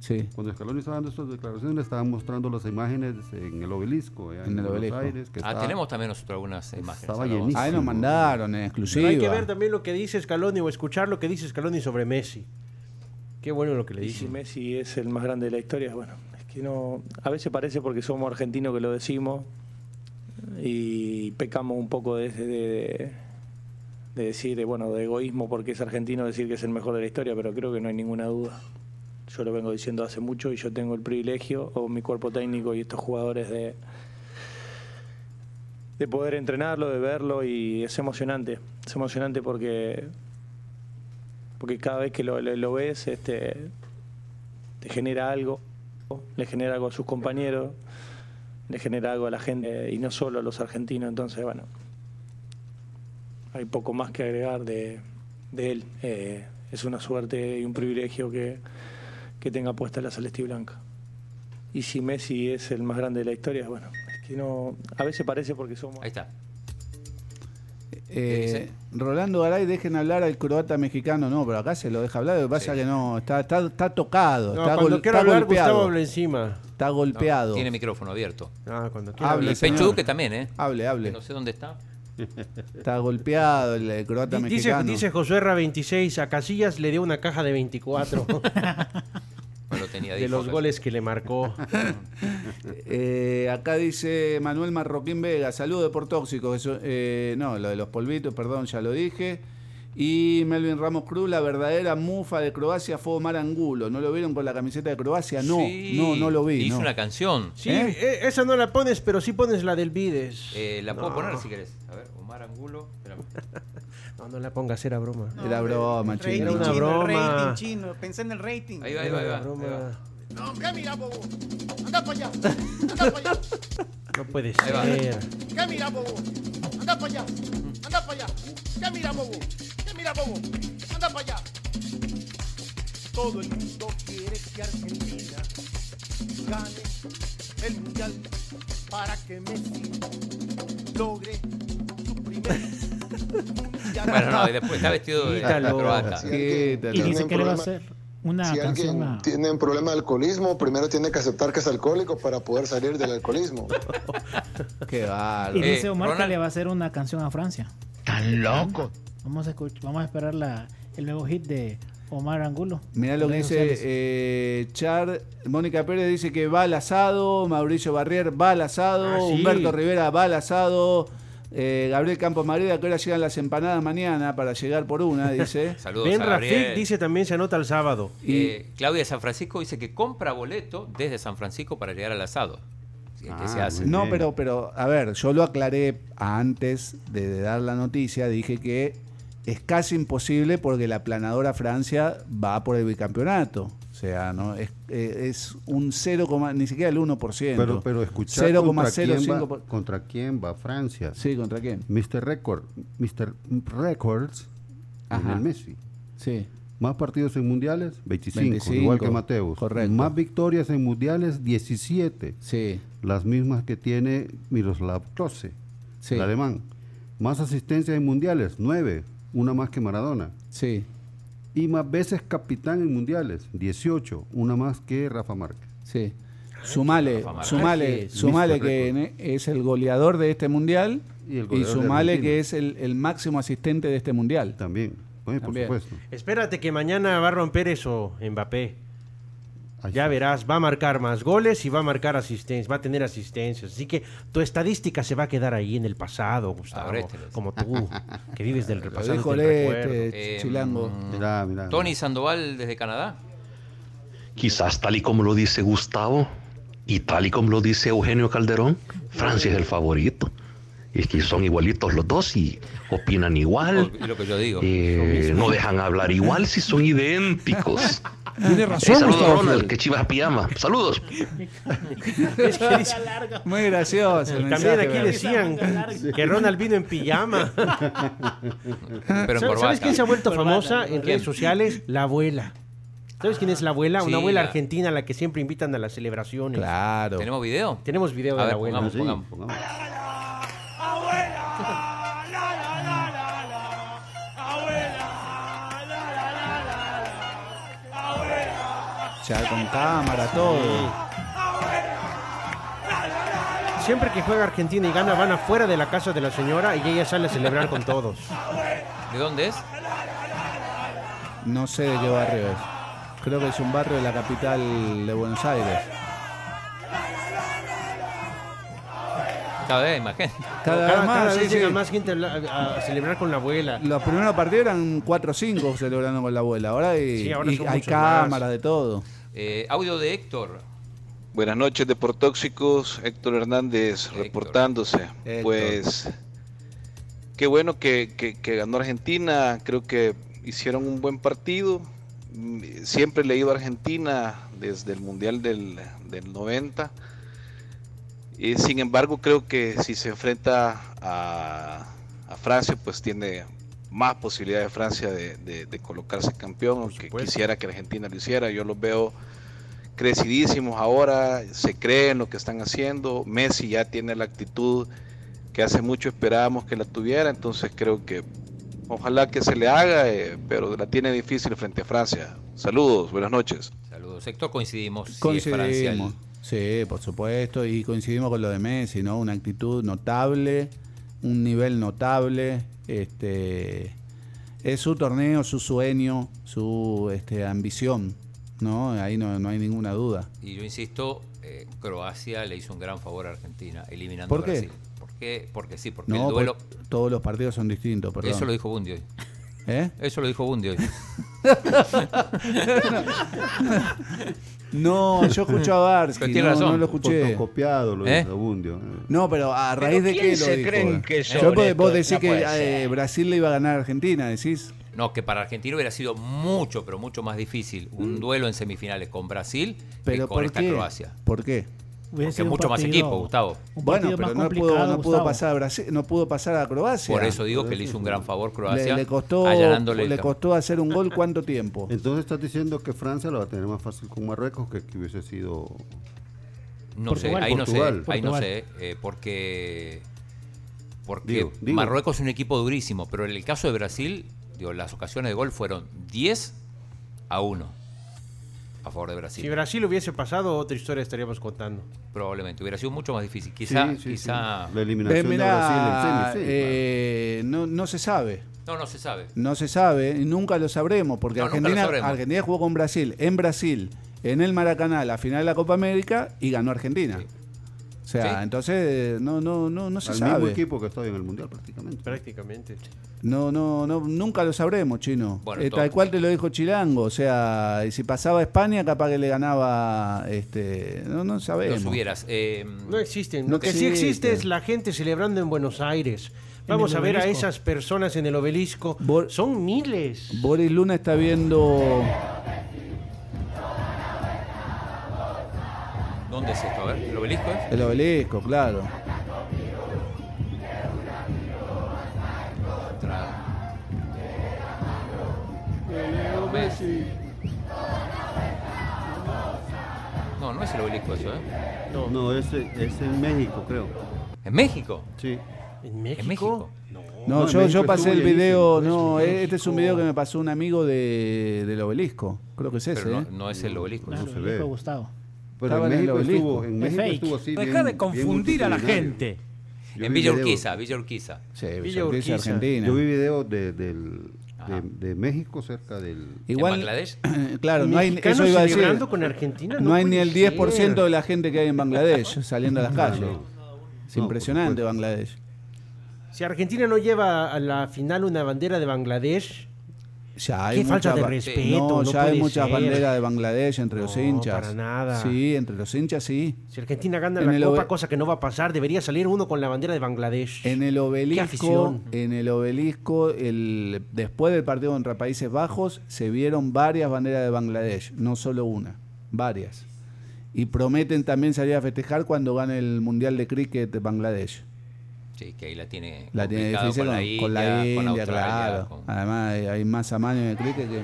Speaker 7: Sí.
Speaker 13: Cuando Scaloni estaba dando estas declaraciones, le estaban mostrando las imágenes en el obelisco. allá
Speaker 7: En el
Speaker 13: Buenos
Speaker 7: obelisco.
Speaker 13: Aires, que
Speaker 6: Ah,
Speaker 13: está-
Speaker 6: tenemos también nosotros algunas imágenes.
Speaker 13: estaba
Speaker 6: ahora vamos.
Speaker 13: llenísimo.
Speaker 7: Pues Ahí nos mandaron en
Speaker 8: Pero
Speaker 7: exclusiva.
Speaker 8: hay que ver también lo que dice Scaloni o escuchar lo que dice Scaloni sobre Messi. Qué bueno lo que le
Speaker 4: Y si
Speaker 8: dice.
Speaker 4: Messi es el más grande de la historia, bueno, es que no. A veces parece porque somos argentinos que lo decimos y pecamos un poco de, de- de- de decir, eh, bueno, de egoísmo porque es argentino decir que es el mejor de la historia, pero creo que no hay ninguna duda. Yo lo vengo diciendo hace mucho y yo tengo el privilegio, o mi cuerpo técnico y estos jugadores, de, de poder entrenarlo, de verlo y es emocionante. Es emocionante porque, porque cada vez que lo, lo- lo ves este, te genera algo, le genera algo a sus compañeros, le genera algo a la gente eh, y no solo a los argentinos. Entonces, bueno, hay poco más que agregar de, de él. Eh, es una suerte y un privilegio que, que tenga puesta la Celesti Blanca. Y si Messi es el más grande de la historia, bueno, es que no. A veces parece porque somos. Ahí
Speaker 6: está.
Speaker 7: Eh, Rolando Garay, dejen hablar al croata mexicano. No, pero acá se lo deja hablar. Lo que pasa es que no, está, está, está tocado.
Speaker 8: No,
Speaker 7: está,
Speaker 8: cuando
Speaker 7: gol-
Speaker 8: quiero
Speaker 7: está
Speaker 8: hablar,
Speaker 7: golpeado.
Speaker 8: Gustavo habla encima.
Speaker 7: Está golpeado.
Speaker 6: No, tiene micrófono abierto.
Speaker 8: Ah, cuando
Speaker 7: quiera Hable,
Speaker 6: y
Speaker 7: señor.
Speaker 6: Pecho Duque también, ¿eh?
Speaker 7: Hable, hable.
Speaker 6: Que No sé dónde está.
Speaker 7: Está golpeado el, el croata
Speaker 8: Di- Dice,
Speaker 7: mexicano.
Speaker 8: dice Josué Erra 26, a Casillas le dio una caja de 24.
Speaker 6: Lo (laughs) tenía
Speaker 8: de
Speaker 6: dijo,
Speaker 8: los
Speaker 6: casi.
Speaker 8: goles que le marcó.
Speaker 7: (laughs) Eh, acá dice Manuel Marroquín Vega, saludos por tóxicos. eso- eh, no, lo de los polvitos, perdón, ya lo dije. Y Melvin Ramos Cruz, la verdadera mufa de Croacia fue Omar Angulo. ¿No lo vieron con la camiseta de Croacia? No,
Speaker 6: Sí,
Speaker 7: no, no lo vi.
Speaker 6: Hizo
Speaker 7: no.
Speaker 6: una canción.
Speaker 8: Sí, eh, esa no la pones, pero sí pones la del Vides.
Speaker 6: Eh, la puedo
Speaker 8: No.
Speaker 6: poner si querés. A ver, Omar Angulo. espérame.
Speaker 8: No, no la pongas, era broma.
Speaker 7: Era broma,
Speaker 8: chino. Era una
Speaker 11: chino, el
Speaker 8: broma.
Speaker 11: rating chino. Pensé en el rating.
Speaker 6: Ahí va, ahí va, ahí va. ahí va.
Speaker 11: No, ¿qué mira, bobo? Anda para allá. (laughs) Anda para allá.
Speaker 8: No puede
Speaker 6: Ahí va.
Speaker 8: ser.
Speaker 11: ¿Qué mira, bobo? Anda para allá. Anda para allá. ¿Qué mira, bobo? ¿Qué mira, bobo? Anda para allá. Todo el mundo quiere que Argentina gane el mundial para que Messi logre su primer mundial.
Speaker 6: (laughs) Bueno, no, y después está vestido de
Speaker 7: Quítalo.
Speaker 6: croata.
Speaker 7: Sí, Quítalo.
Speaker 10: Y dice
Speaker 1: Tienen
Speaker 10: que le va a
Speaker 1: problema-
Speaker 10: hacer una
Speaker 1: si
Speaker 10: canción
Speaker 1: alguien
Speaker 10: a...
Speaker 1: tiene un problema de alcoholismo, primero tiene que aceptar que es alcohólico para poder salir del
Speaker 7: (laughs)
Speaker 1: alcoholismo.
Speaker 7: Qué bárbaro.
Speaker 10: Y
Speaker 6: Eh,
Speaker 10: dice Omar que
Speaker 1: Ronald.
Speaker 10: le va a hacer una canción a Francia.
Speaker 7: Tan loco.
Speaker 10: Vamos a, escuch- vamos a esperar la, el nuevo hit de Omar Angulo.
Speaker 7: Mirá lo que
Speaker 10: Redes
Speaker 7: dice
Speaker 10: sociales.
Speaker 7: eh, Char. Mónica Pérez dice que va al asado. Mauricio Barrier va al asado.
Speaker 8: Ah, sí.
Speaker 7: Humberto Rivera va al asado. eh, Gabriel Campos Marida, que ahora llegan las empanadas mañana para llegar por una, dice.
Speaker 8: Ben Rafik dice también se anota el sábado.
Speaker 6: Eh, Claudia de San Francisco dice que compra boleto desde San Francisco para llegar al asado. Si es
Speaker 7: Ah,
Speaker 13: Ah,
Speaker 6: que se hace.
Speaker 7: No, pero, pero, a ver, yo lo aclaré antes de, de dar la noticia, dije que es casi imposible porque la planadora Francia va por el bicampeonato. O sea, no es, eh, es un 0, coma- ni siquiera el 1%.
Speaker 13: Pero, pero escuchar contra, quién va,
Speaker 7: 0,05%. por-
Speaker 13: contra quién va Francia.
Speaker 7: Sí, contra quién.
Speaker 13: Mr. Record, Mr. Records,
Speaker 7: Ajá.
Speaker 13: Lionel Messi.
Speaker 7: Sí.
Speaker 13: Más partidos en mundiales, 25,
Speaker 7: 25,
Speaker 13: igual que Mateus.
Speaker 7: correcto.
Speaker 13: Más victorias en mundiales, 17.
Speaker 7: Sí.
Speaker 13: Las mismas que tiene Miroslav Klose,
Speaker 7: Sí.
Speaker 13: el alemán. Más asistencias en mundiales, 9, una más que Maradona.
Speaker 7: Sí.
Speaker 13: Y más veces capitán en mundiales, 18, una más que Rafa Márquez.
Speaker 7: Sí. Sumale,
Speaker 13: Rafa Márquez.
Speaker 7: sumale,
Speaker 13: Mr.
Speaker 7: sumale que
Speaker 13: Record.
Speaker 7: ne- es el goleador de este mundial
Speaker 13: Y el
Speaker 7: y,
Speaker 13: goleador de
Speaker 7: sumale
Speaker 13: Argentina.
Speaker 7: que es el, el máximo asistente de este mundial.
Speaker 13: También, por supuesto.
Speaker 8: Espérate que mañana va a romper eso Mbappé. Ya verás, va a marcar más goles y va a marcar asistencias, va a tener asistencias. Así que tu estadística se va a quedar ahí en el pasado, Gustavo.
Speaker 6: Ahora este lo dice.
Speaker 8: Como tú, que vives del
Speaker 6: (laughs) Lo
Speaker 8: pasado. y
Speaker 7: dijo
Speaker 8: del
Speaker 7: Lete,
Speaker 8: recuerdo.
Speaker 6: Eh,
Speaker 7: Chilango.
Speaker 13: Mirá, mirá.
Speaker 6: Tony Sandoval desde Canadá.
Speaker 2: Quizás tal y como lo dice Gustavo y tal y como lo dice Eugenio Calderón, Francia es el favorito. Es que son igualitos los dos y opinan igual.
Speaker 6: O- lo que yo digo.
Speaker 2: Eh, no dejan hablar igual si
Speaker 6: (laughs)
Speaker 2: son
Speaker 7: (laughs)
Speaker 2: idénticos.
Speaker 6: Tiene razón,
Speaker 2: Eh, saludos,
Speaker 6: Gustavo
Speaker 2: Ronald,
Speaker 6: Flores.
Speaker 2: que chivas a pijama. Saludos.
Speaker 8: Es (laughs) que dice-
Speaker 7: Muy gracioso. el
Speaker 8: También
Speaker 7: mensaje,
Speaker 8: aquí
Speaker 7: ¿verdad?
Speaker 8: decían que Ronald vino
Speaker 7: (laughs)
Speaker 8: en pijama.
Speaker 6: Pero en
Speaker 8: ¿Sabes
Speaker 6: corbata.
Speaker 8: quién se ha vuelto
Speaker 6: Corbata,
Speaker 8: famosa en
Speaker 6: corbata.
Speaker 8: redes sociales? La abuela. ¿Sabes quién es la abuela?
Speaker 6: Sí,
Speaker 8: Una abuela
Speaker 6: la-
Speaker 8: argentina a la que siempre invitan a las celebraciones.
Speaker 7: Claro.
Speaker 6: ¿Tenemos video?
Speaker 8: Tenemos video de
Speaker 6: A ver,
Speaker 8: la abuela.
Speaker 6: pongamos, Sí, pongamos.
Speaker 7: Ya con cámara, todo.
Speaker 8: Siempre que juega Argentina y gana, van afuera de la casa de la señora y ella sale a celebrar con todos.
Speaker 6: ¿De dónde es?
Speaker 7: No sé de qué barrio es. Creo que es un barrio de la capital de Buenos Aires.
Speaker 6: Cada vez hay más gente.
Speaker 7: Cada, vez
Speaker 8: Cada-
Speaker 7: más,
Speaker 8: cada
Speaker 7: sí,
Speaker 8: vez
Speaker 7: sí.
Speaker 8: llega más gente a la- a, a celebrar con la abuela.
Speaker 7: Los primeros partidos eran 4 o 5 celebrando con la abuela. Ahora hay,
Speaker 8: Sí, ahora
Speaker 7: y
Speaker 8: son
Speaker 7: hay
Speaker 8: muchos
Speaker 7: cámaras
Speaker 8: más.
Speaker 7: de todo.
Speaker 6: Eh, audio de Héctor.
Speaker 5: Buenas noches, Deportóxicos. Héctor Hernández reportándose. Pues qué bueno que, que- que ganó Argentina. Creo que hicieron un buen partido. Mm, Siempre he leído a Argentina desde el Mundial del, del 90. Eh, sin embargo, creo que si se enfrenta a, a Francia, pues tiene más posibilidades Francia de, de- de colocarse campeón, aunque quisiera que Argentina lo hiciera. Yo los veo crecidísimos ahora, se creen lo que están haciendo. Messi ya tiene la actitud que hace mucho esperábamos que la tuviera, entonces creo que ojalá que se le haga, eh, pero la tiene difícil frente a Francia. Saludos, buenas noches.
Speaker 6: Saludos. Héctor, coincidimos. sí, es Francia el-
Speaker 7: Coincidimos. Sí, por supuesto. Y coincidimos con lo de Messi, ¿no? Una actitud notable, un nivel notable. Este, es su torneo, su sueño, su este, ambición, ¿no? Ahí no, no hay ninguna duda.
Speaker 6: Y yo insisto, eh, Croacia le hizo un gran favor a Argentina, eliminando
Speaker 7: ¿Por
Speaker 6: a
Speaker 7: qué?
Speaker 6: Brasil. ¿Por qué? Porque sí, porque
Speaker 7: No,
Speaker 6: el duelo.
Speaker 7: por- todos los partidos son distintos, perdón.
Speaker 6: Eso lo dijo
Speaker 7: (laughs)
Speaker 6: Bundy hoy.
Speaker 7: ¿Eh?
Speaker 6: Eso lo dijo
Speaker 7: (laughs)
Speaker 6: Bundy hoy. (laughs)
Speaker 7: No, yo escucho
Speaker 6: (laughs)
Speaker 7: a Barsky,
Speaker 6: Pero tiene
Speaker 7: no,
Speaker 6: razón.
Speaker 7: no lo escuché.
Speaker 13: Fotocopiado lo
Speaker 7: ¿Eh?
Speaker 13: dijo Bundio.
Speaker 7: No, pero a
Speaker 13: ¿Pero
Speaker 7: raíz de
Speaker 13: quién
Speaker 7: qué lo
Speaker 13: se
Speaker 7: dijo.
Speaker 13: creen que
Speaker 7: Yo
Speaker 13: son
Speaker 7: vos-
Speaker 13: estos?
Speaker 7: vos decís
Speaker 13: No
Speaker 7: que
Speaker 13: puede
Speaker 7: eh, Brasil le iba a ganar a Argentina, decís.
Speaker 6: No, que para Argentina hubiera sido mucho, pero mucho más difícil un duelo en semifinales con Brasil que
Speaker 7: Pero
Speaker 6: con
Speaker 7: ¿por
Speaker 6: esta
Speaker 7: qué?
Speaker 6: Croacia.
Speaker 7: ¿Por qué?
Speaker 10: Hubiera
Speaker 6: Porque mucho más equipo, Gustavo.
Speaker 7: Bueno, pero no pudo, no pudo pasar a Brasil, no pudo pasar a Croacia.
Speaker 6: Por eso digo que le hizo un gran favor Croacia.
Speaker 7: Le, le costó,
Speaker 6: allanándole el
Speaker 7: le
Speaker 6: camino.
Speaker 7: costó hacer un gol cuánto tiempo.
Speaker 13: Entonces estás diciendo que Francia lo va a tener más fácil con Marruecos que que hubiese sido.
Speaker 6: No sé, ahí no sé, ahí no sé, eh, porque, porque
Speaker 13: Digo, digo.
Speaker 6: Marruecos es un equipo durísimo, pero en el caso de Brasil, digo, las ocasiones de gol fueron 10 a 1 a favor de Brasil.
Speaker 8: Si Brasil hubiese pasado, otra historia estaríamos contando.
Speaker 6: Probablemente hubiera sido mucho más difícil. Quizá,
Speaker 8: Sí, sí,
Speaker 6: quizá
Speaker 8: sí. La
Speaker 7: Eh, mirá, eh, no, no se sabe.
Speaker 6: No, no se sabe.
Speaker 7: No se sabe, y nunca lo sabremos, porque
Speaker 6: No, nunca lo
Speaker 7: Argentina,
Speaker 6: sabremos.
Speaker 7: Argentina jugó con Brasil, en Brasil, en el Maracaná, la final de la Copa América, y ganó Argentina. O sea,
Speaker 13: Sí.
Speaker 7: entonces no, no, no, no se
Speaker 13: Al mismo
Speaker 7: sabe.
Speaker 13: equipo que estaba en el mundial prácticamente.
Speaker 8: Prácticamente.
Speaker 7: No, no, no, nunca lo sabremos, chino.
Speaker 13: Bueno,
Speaker 7: Eh,
Speaker 13: todo.
Speaker 7: tal cual te lo dijo Chilango, o sea, y si pasaba a España, capaz que le ganaba, este, no, no sabemos.
Speaker 6: Los hubieras. eh,
Speaker 8: No existen.
Speaker 7: No
Speaker 8: Lo que sí
Speaker 7: existe.
Speaker 8: existe es la gente celebrando en Buenos Aires. Vamos
Speaker 7: el
Speaker 8: a ver a
Speaker 7: obelisco.
Speaker 8: esas personas en el obelisco. Son miles.
Speaker 7: Boris Luna está viendo.
Speaker 6: ¿Dónde es esto? A ver, ¿el obelisco es?
Speaker 7: El obelisco, claro.
Speaker 6: No, no es el obelisco eso, ¿eh?
Speaker 13: No, es, es en México, creo.
Speaker 6: ¿En México?
Speaker 13: Sí.
Speaker 8: ¿En México?
Speaker 7: No,
Speaker 13: No, en
Speaker 7: yo, yo
Speaker 13: México
Speaker 7: pasé el
Speaker 13: estuvo
Speaker 7: video,
Speaker 13: llenísimo,
Speaker 7: no,
Speaker 13: estuvo
Speaker 7: este es un video que me pasó un amigo de, del obelisco, creo que es ese.
Speaker 6: Pero no,
Speaker 7: ¿eh?
Speaker 6: no es el obelisco.
Speaker 10: No,
Speaker 6: eso.
Speaker 10: el obelisco de Gustavo.
Speaker 7: Pero Estaba en en el México obelisco. estuvo- Pues en
Speaker 10: Es
Speaker 7: México
Speaker 10: fake.
Speaker 7: estuvo así,
Speaker 10: Deja
Speaker 7: bien-
Speaker 10: de
Speaker 7: bien
Speaker 10: confundir a la
Speaker 7: multitudinario.
Speaker 10: gente.
Speaker 13: Yo
Speaker 6: en
Speaker 13: vi
Speaker 6: Villa
Speaker 13: video.
Speaker 6: Urquiza, Villa Urquiza.
Speaker 7: Sí,
Speaker 6: Villa
Speaker 13: Urquiza.
Speaker 7: Argentina.
Speaker 13: Yo vi videos de, del- de- de México cerca del.
Speaker 7: Igual-
Speaker 6: Bangladesh?
Speaker 7: (clears throat) claro, no hay,
Speaker 8: Mexicanos
Speaker 7: eso iba a decir.
Speaker 8: celebrando con Argentina,
Speaker 7: no
Speaker 8: no
Speaker 7: hay ni
Speaker 8: puede
Speaker 7: el 10% de la gente que hay en Bangladesh (laughs) saliendo a las calles. Es impresionante Bangladesh.
Speaker 8: Si Argentina no lleva a la final una bandera de Bangladesh,
Speaker 7: Ya hay
Speaker 8: Qué falta
Speaker 7: mucha
Speaker 8: de
Speaker 7: ba-
Speaker 8: respeto,
Speaker 7: No,
Speaker 8: no
Speaker 7: ya hay
Speaker 8: puede
Speaker 7: muchas
Speaker 8: ser.
Speaker 7: banderas de Bangladesh entre los hinchas.
Speaker 8: para nada.
Speaker 7: Sí, entre los hinchas sí.
Speaker 8: si Argentina gana
Speaker 7: En el
Speaker 8: la
Speaker 7: obe-
Speaker 8: Copa, cosa que no va a pasar, debería salir uno con la bandera de Bangladesh.
Speaker 7: En el obelisco,
Speaker 8: afición.
Speaker 7: en el obelisco, el, después del partido contra Países Bajos, se vieron varias banderas de Bangladesh, no solo una, varias. Y prometen también salir a festejar cuando gane el Mundial de Cricket de Bangladesh.
Speaker 6: Sí, que ahí la tiene.
Speaker 7: La tiene
Speaker 6: complicado
Speaker 7: difícil
Speaker 6: con la
Speaker 7: con, con la
Speaker 6: India, con
Speaker 7: India,
Speaker 6: Australia,
Speaker 7: claro.
Speaker 6: con-
Speaker 7: Además, hay, hay más amaño en el cricket que...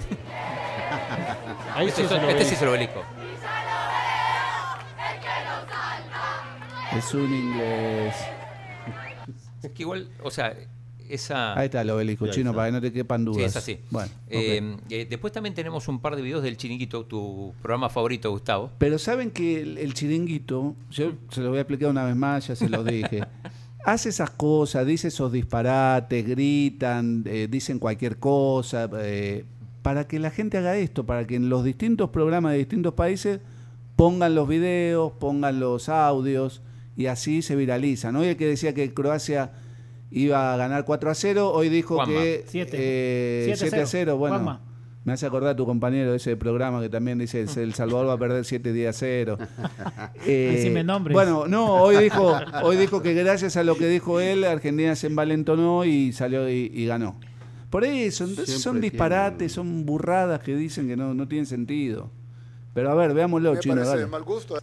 Speaker 6: (laughs)
Speaker 8: Ahí
Speaker 6: este,
Speaker 8: sí
Speaker 6: es,
Speaker 8: se lo
Speaker 6: este
Speaker 8: ve.
Speaker 6: sí es el obelisco.
Speaker 7: Es un inglés.
Speaker 6: Es que igual, o sea, esa.
Speaker 7: Ahí está el obelisco,
Speaker 6: Sí, Ah. ahí
Speaker 7: chino,
Speaker 6: está.
Speaker 7: para que no te quepan dudas.
Speaker 6: Sí, es así.
Speaker 7: Bueno,
Speaker 6: Eh, eh, después también tenemos un par de videos del Chiniquito, tu programa favorito, Gustavo.
Speaker 7: Pero saben que el, el chiringuito, yo se lo voy a explicar una vez más, ya se lo dije. Hace esas cosas, dice esos disparates, gritan, eh, dicen cualquier cosa, eh, para que la gente haga esto, para que en los distintos programas de distintos países pongan los videos, pongan los audios y así se viraliza. ¿no? Y el que decía que Croacia iba a ganar 4 a 0, hoy dijo
Speaker 10: Juanma.
Speaker 7: que
Speaker 10: Siete.
Speaker 7: eh,
Speaker 10: Siete a
Speaker 7: 7 a 0.
Speaker 10: cero.
Speaker 7: Bueno,
Speaker 10: Juanma.
Speaker 7: me hace acordar a tu compañero de ese programa que también dice El Salvador va a perder 7 días a 0. Eh,
Speaker 10: Decime nombres.
Speaker 7: Bueno, no, hoy dijo, hoy dijo que gracias a lo que dijo él, Argentina se envalentonó y salió y, y ganó. Por eso, entonces son
Speaker 13: Siempre
Speaker 7: disparates, son burradas que dicen que no, no tienen sentido. Pero a ver, veámoslo,
Speaker 1: Me
Speaker 7: chino.
Speaker 1: parece
Speaker 7: dale.
Speaker 1: de mal gusto.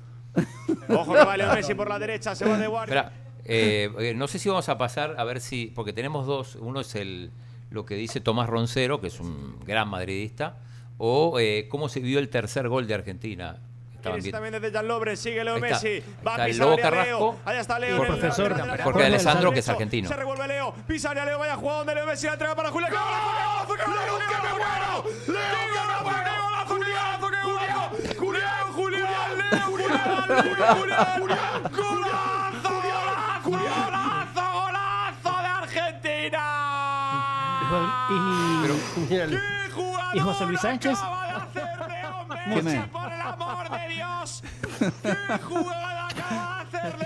Speaker 9: Ojo que va Leo Messi por la derecha, se va de guardia.
Speaker 6: Espera, eh, eh, no sé si vamos a pasar a ver si, porque tenemos dos, uno es el lo que dice Tomás Roncero, que es un gran madridista, o eh, cómo se vio el tercer gol de Argentina. Estaban
Speaker 9: Ese
Speaker 6: bien-
Speaker 9: también desde Jan Lobre, sigue Leo
Speaker 6: Ahí está.
Speaker 9: Messi. Va
Speaker 6: Está
Speaker 9: a
Speaker 6: el
Speaker 9: pisar
Speaker 6: Lobo
Speaker 9: área Leo.
Speaker 6: Carrasco.
Speaker 9: Allá está Leo.
Speaker 6: Por
Speaker 9: en el
Speaker 6: profesor,
Speaker 9: lateral derecho.
Speaker 6: porque Alessandro, que es
Speaker 9: Derecho.
Speaker 6: argentino.
Speaker 9: Se revuelve Leo. Pisa área Leo, vaya jugada donde Leo Messi la entrega para Julián. ¡Qué golazo, qué golazo, qué golazo! ¡Qué golazo, qué golazo, qué golazo! ¡Julián, Julián, Leo, Julián, Leo, Julián, Julián! ¡Golazo, golazo, golazo, golazo de Argentina!
Speaker 10: Y, y José Luis Sánchez.
Speaker 7: ¿Quién es?
Speaker 9: Dios!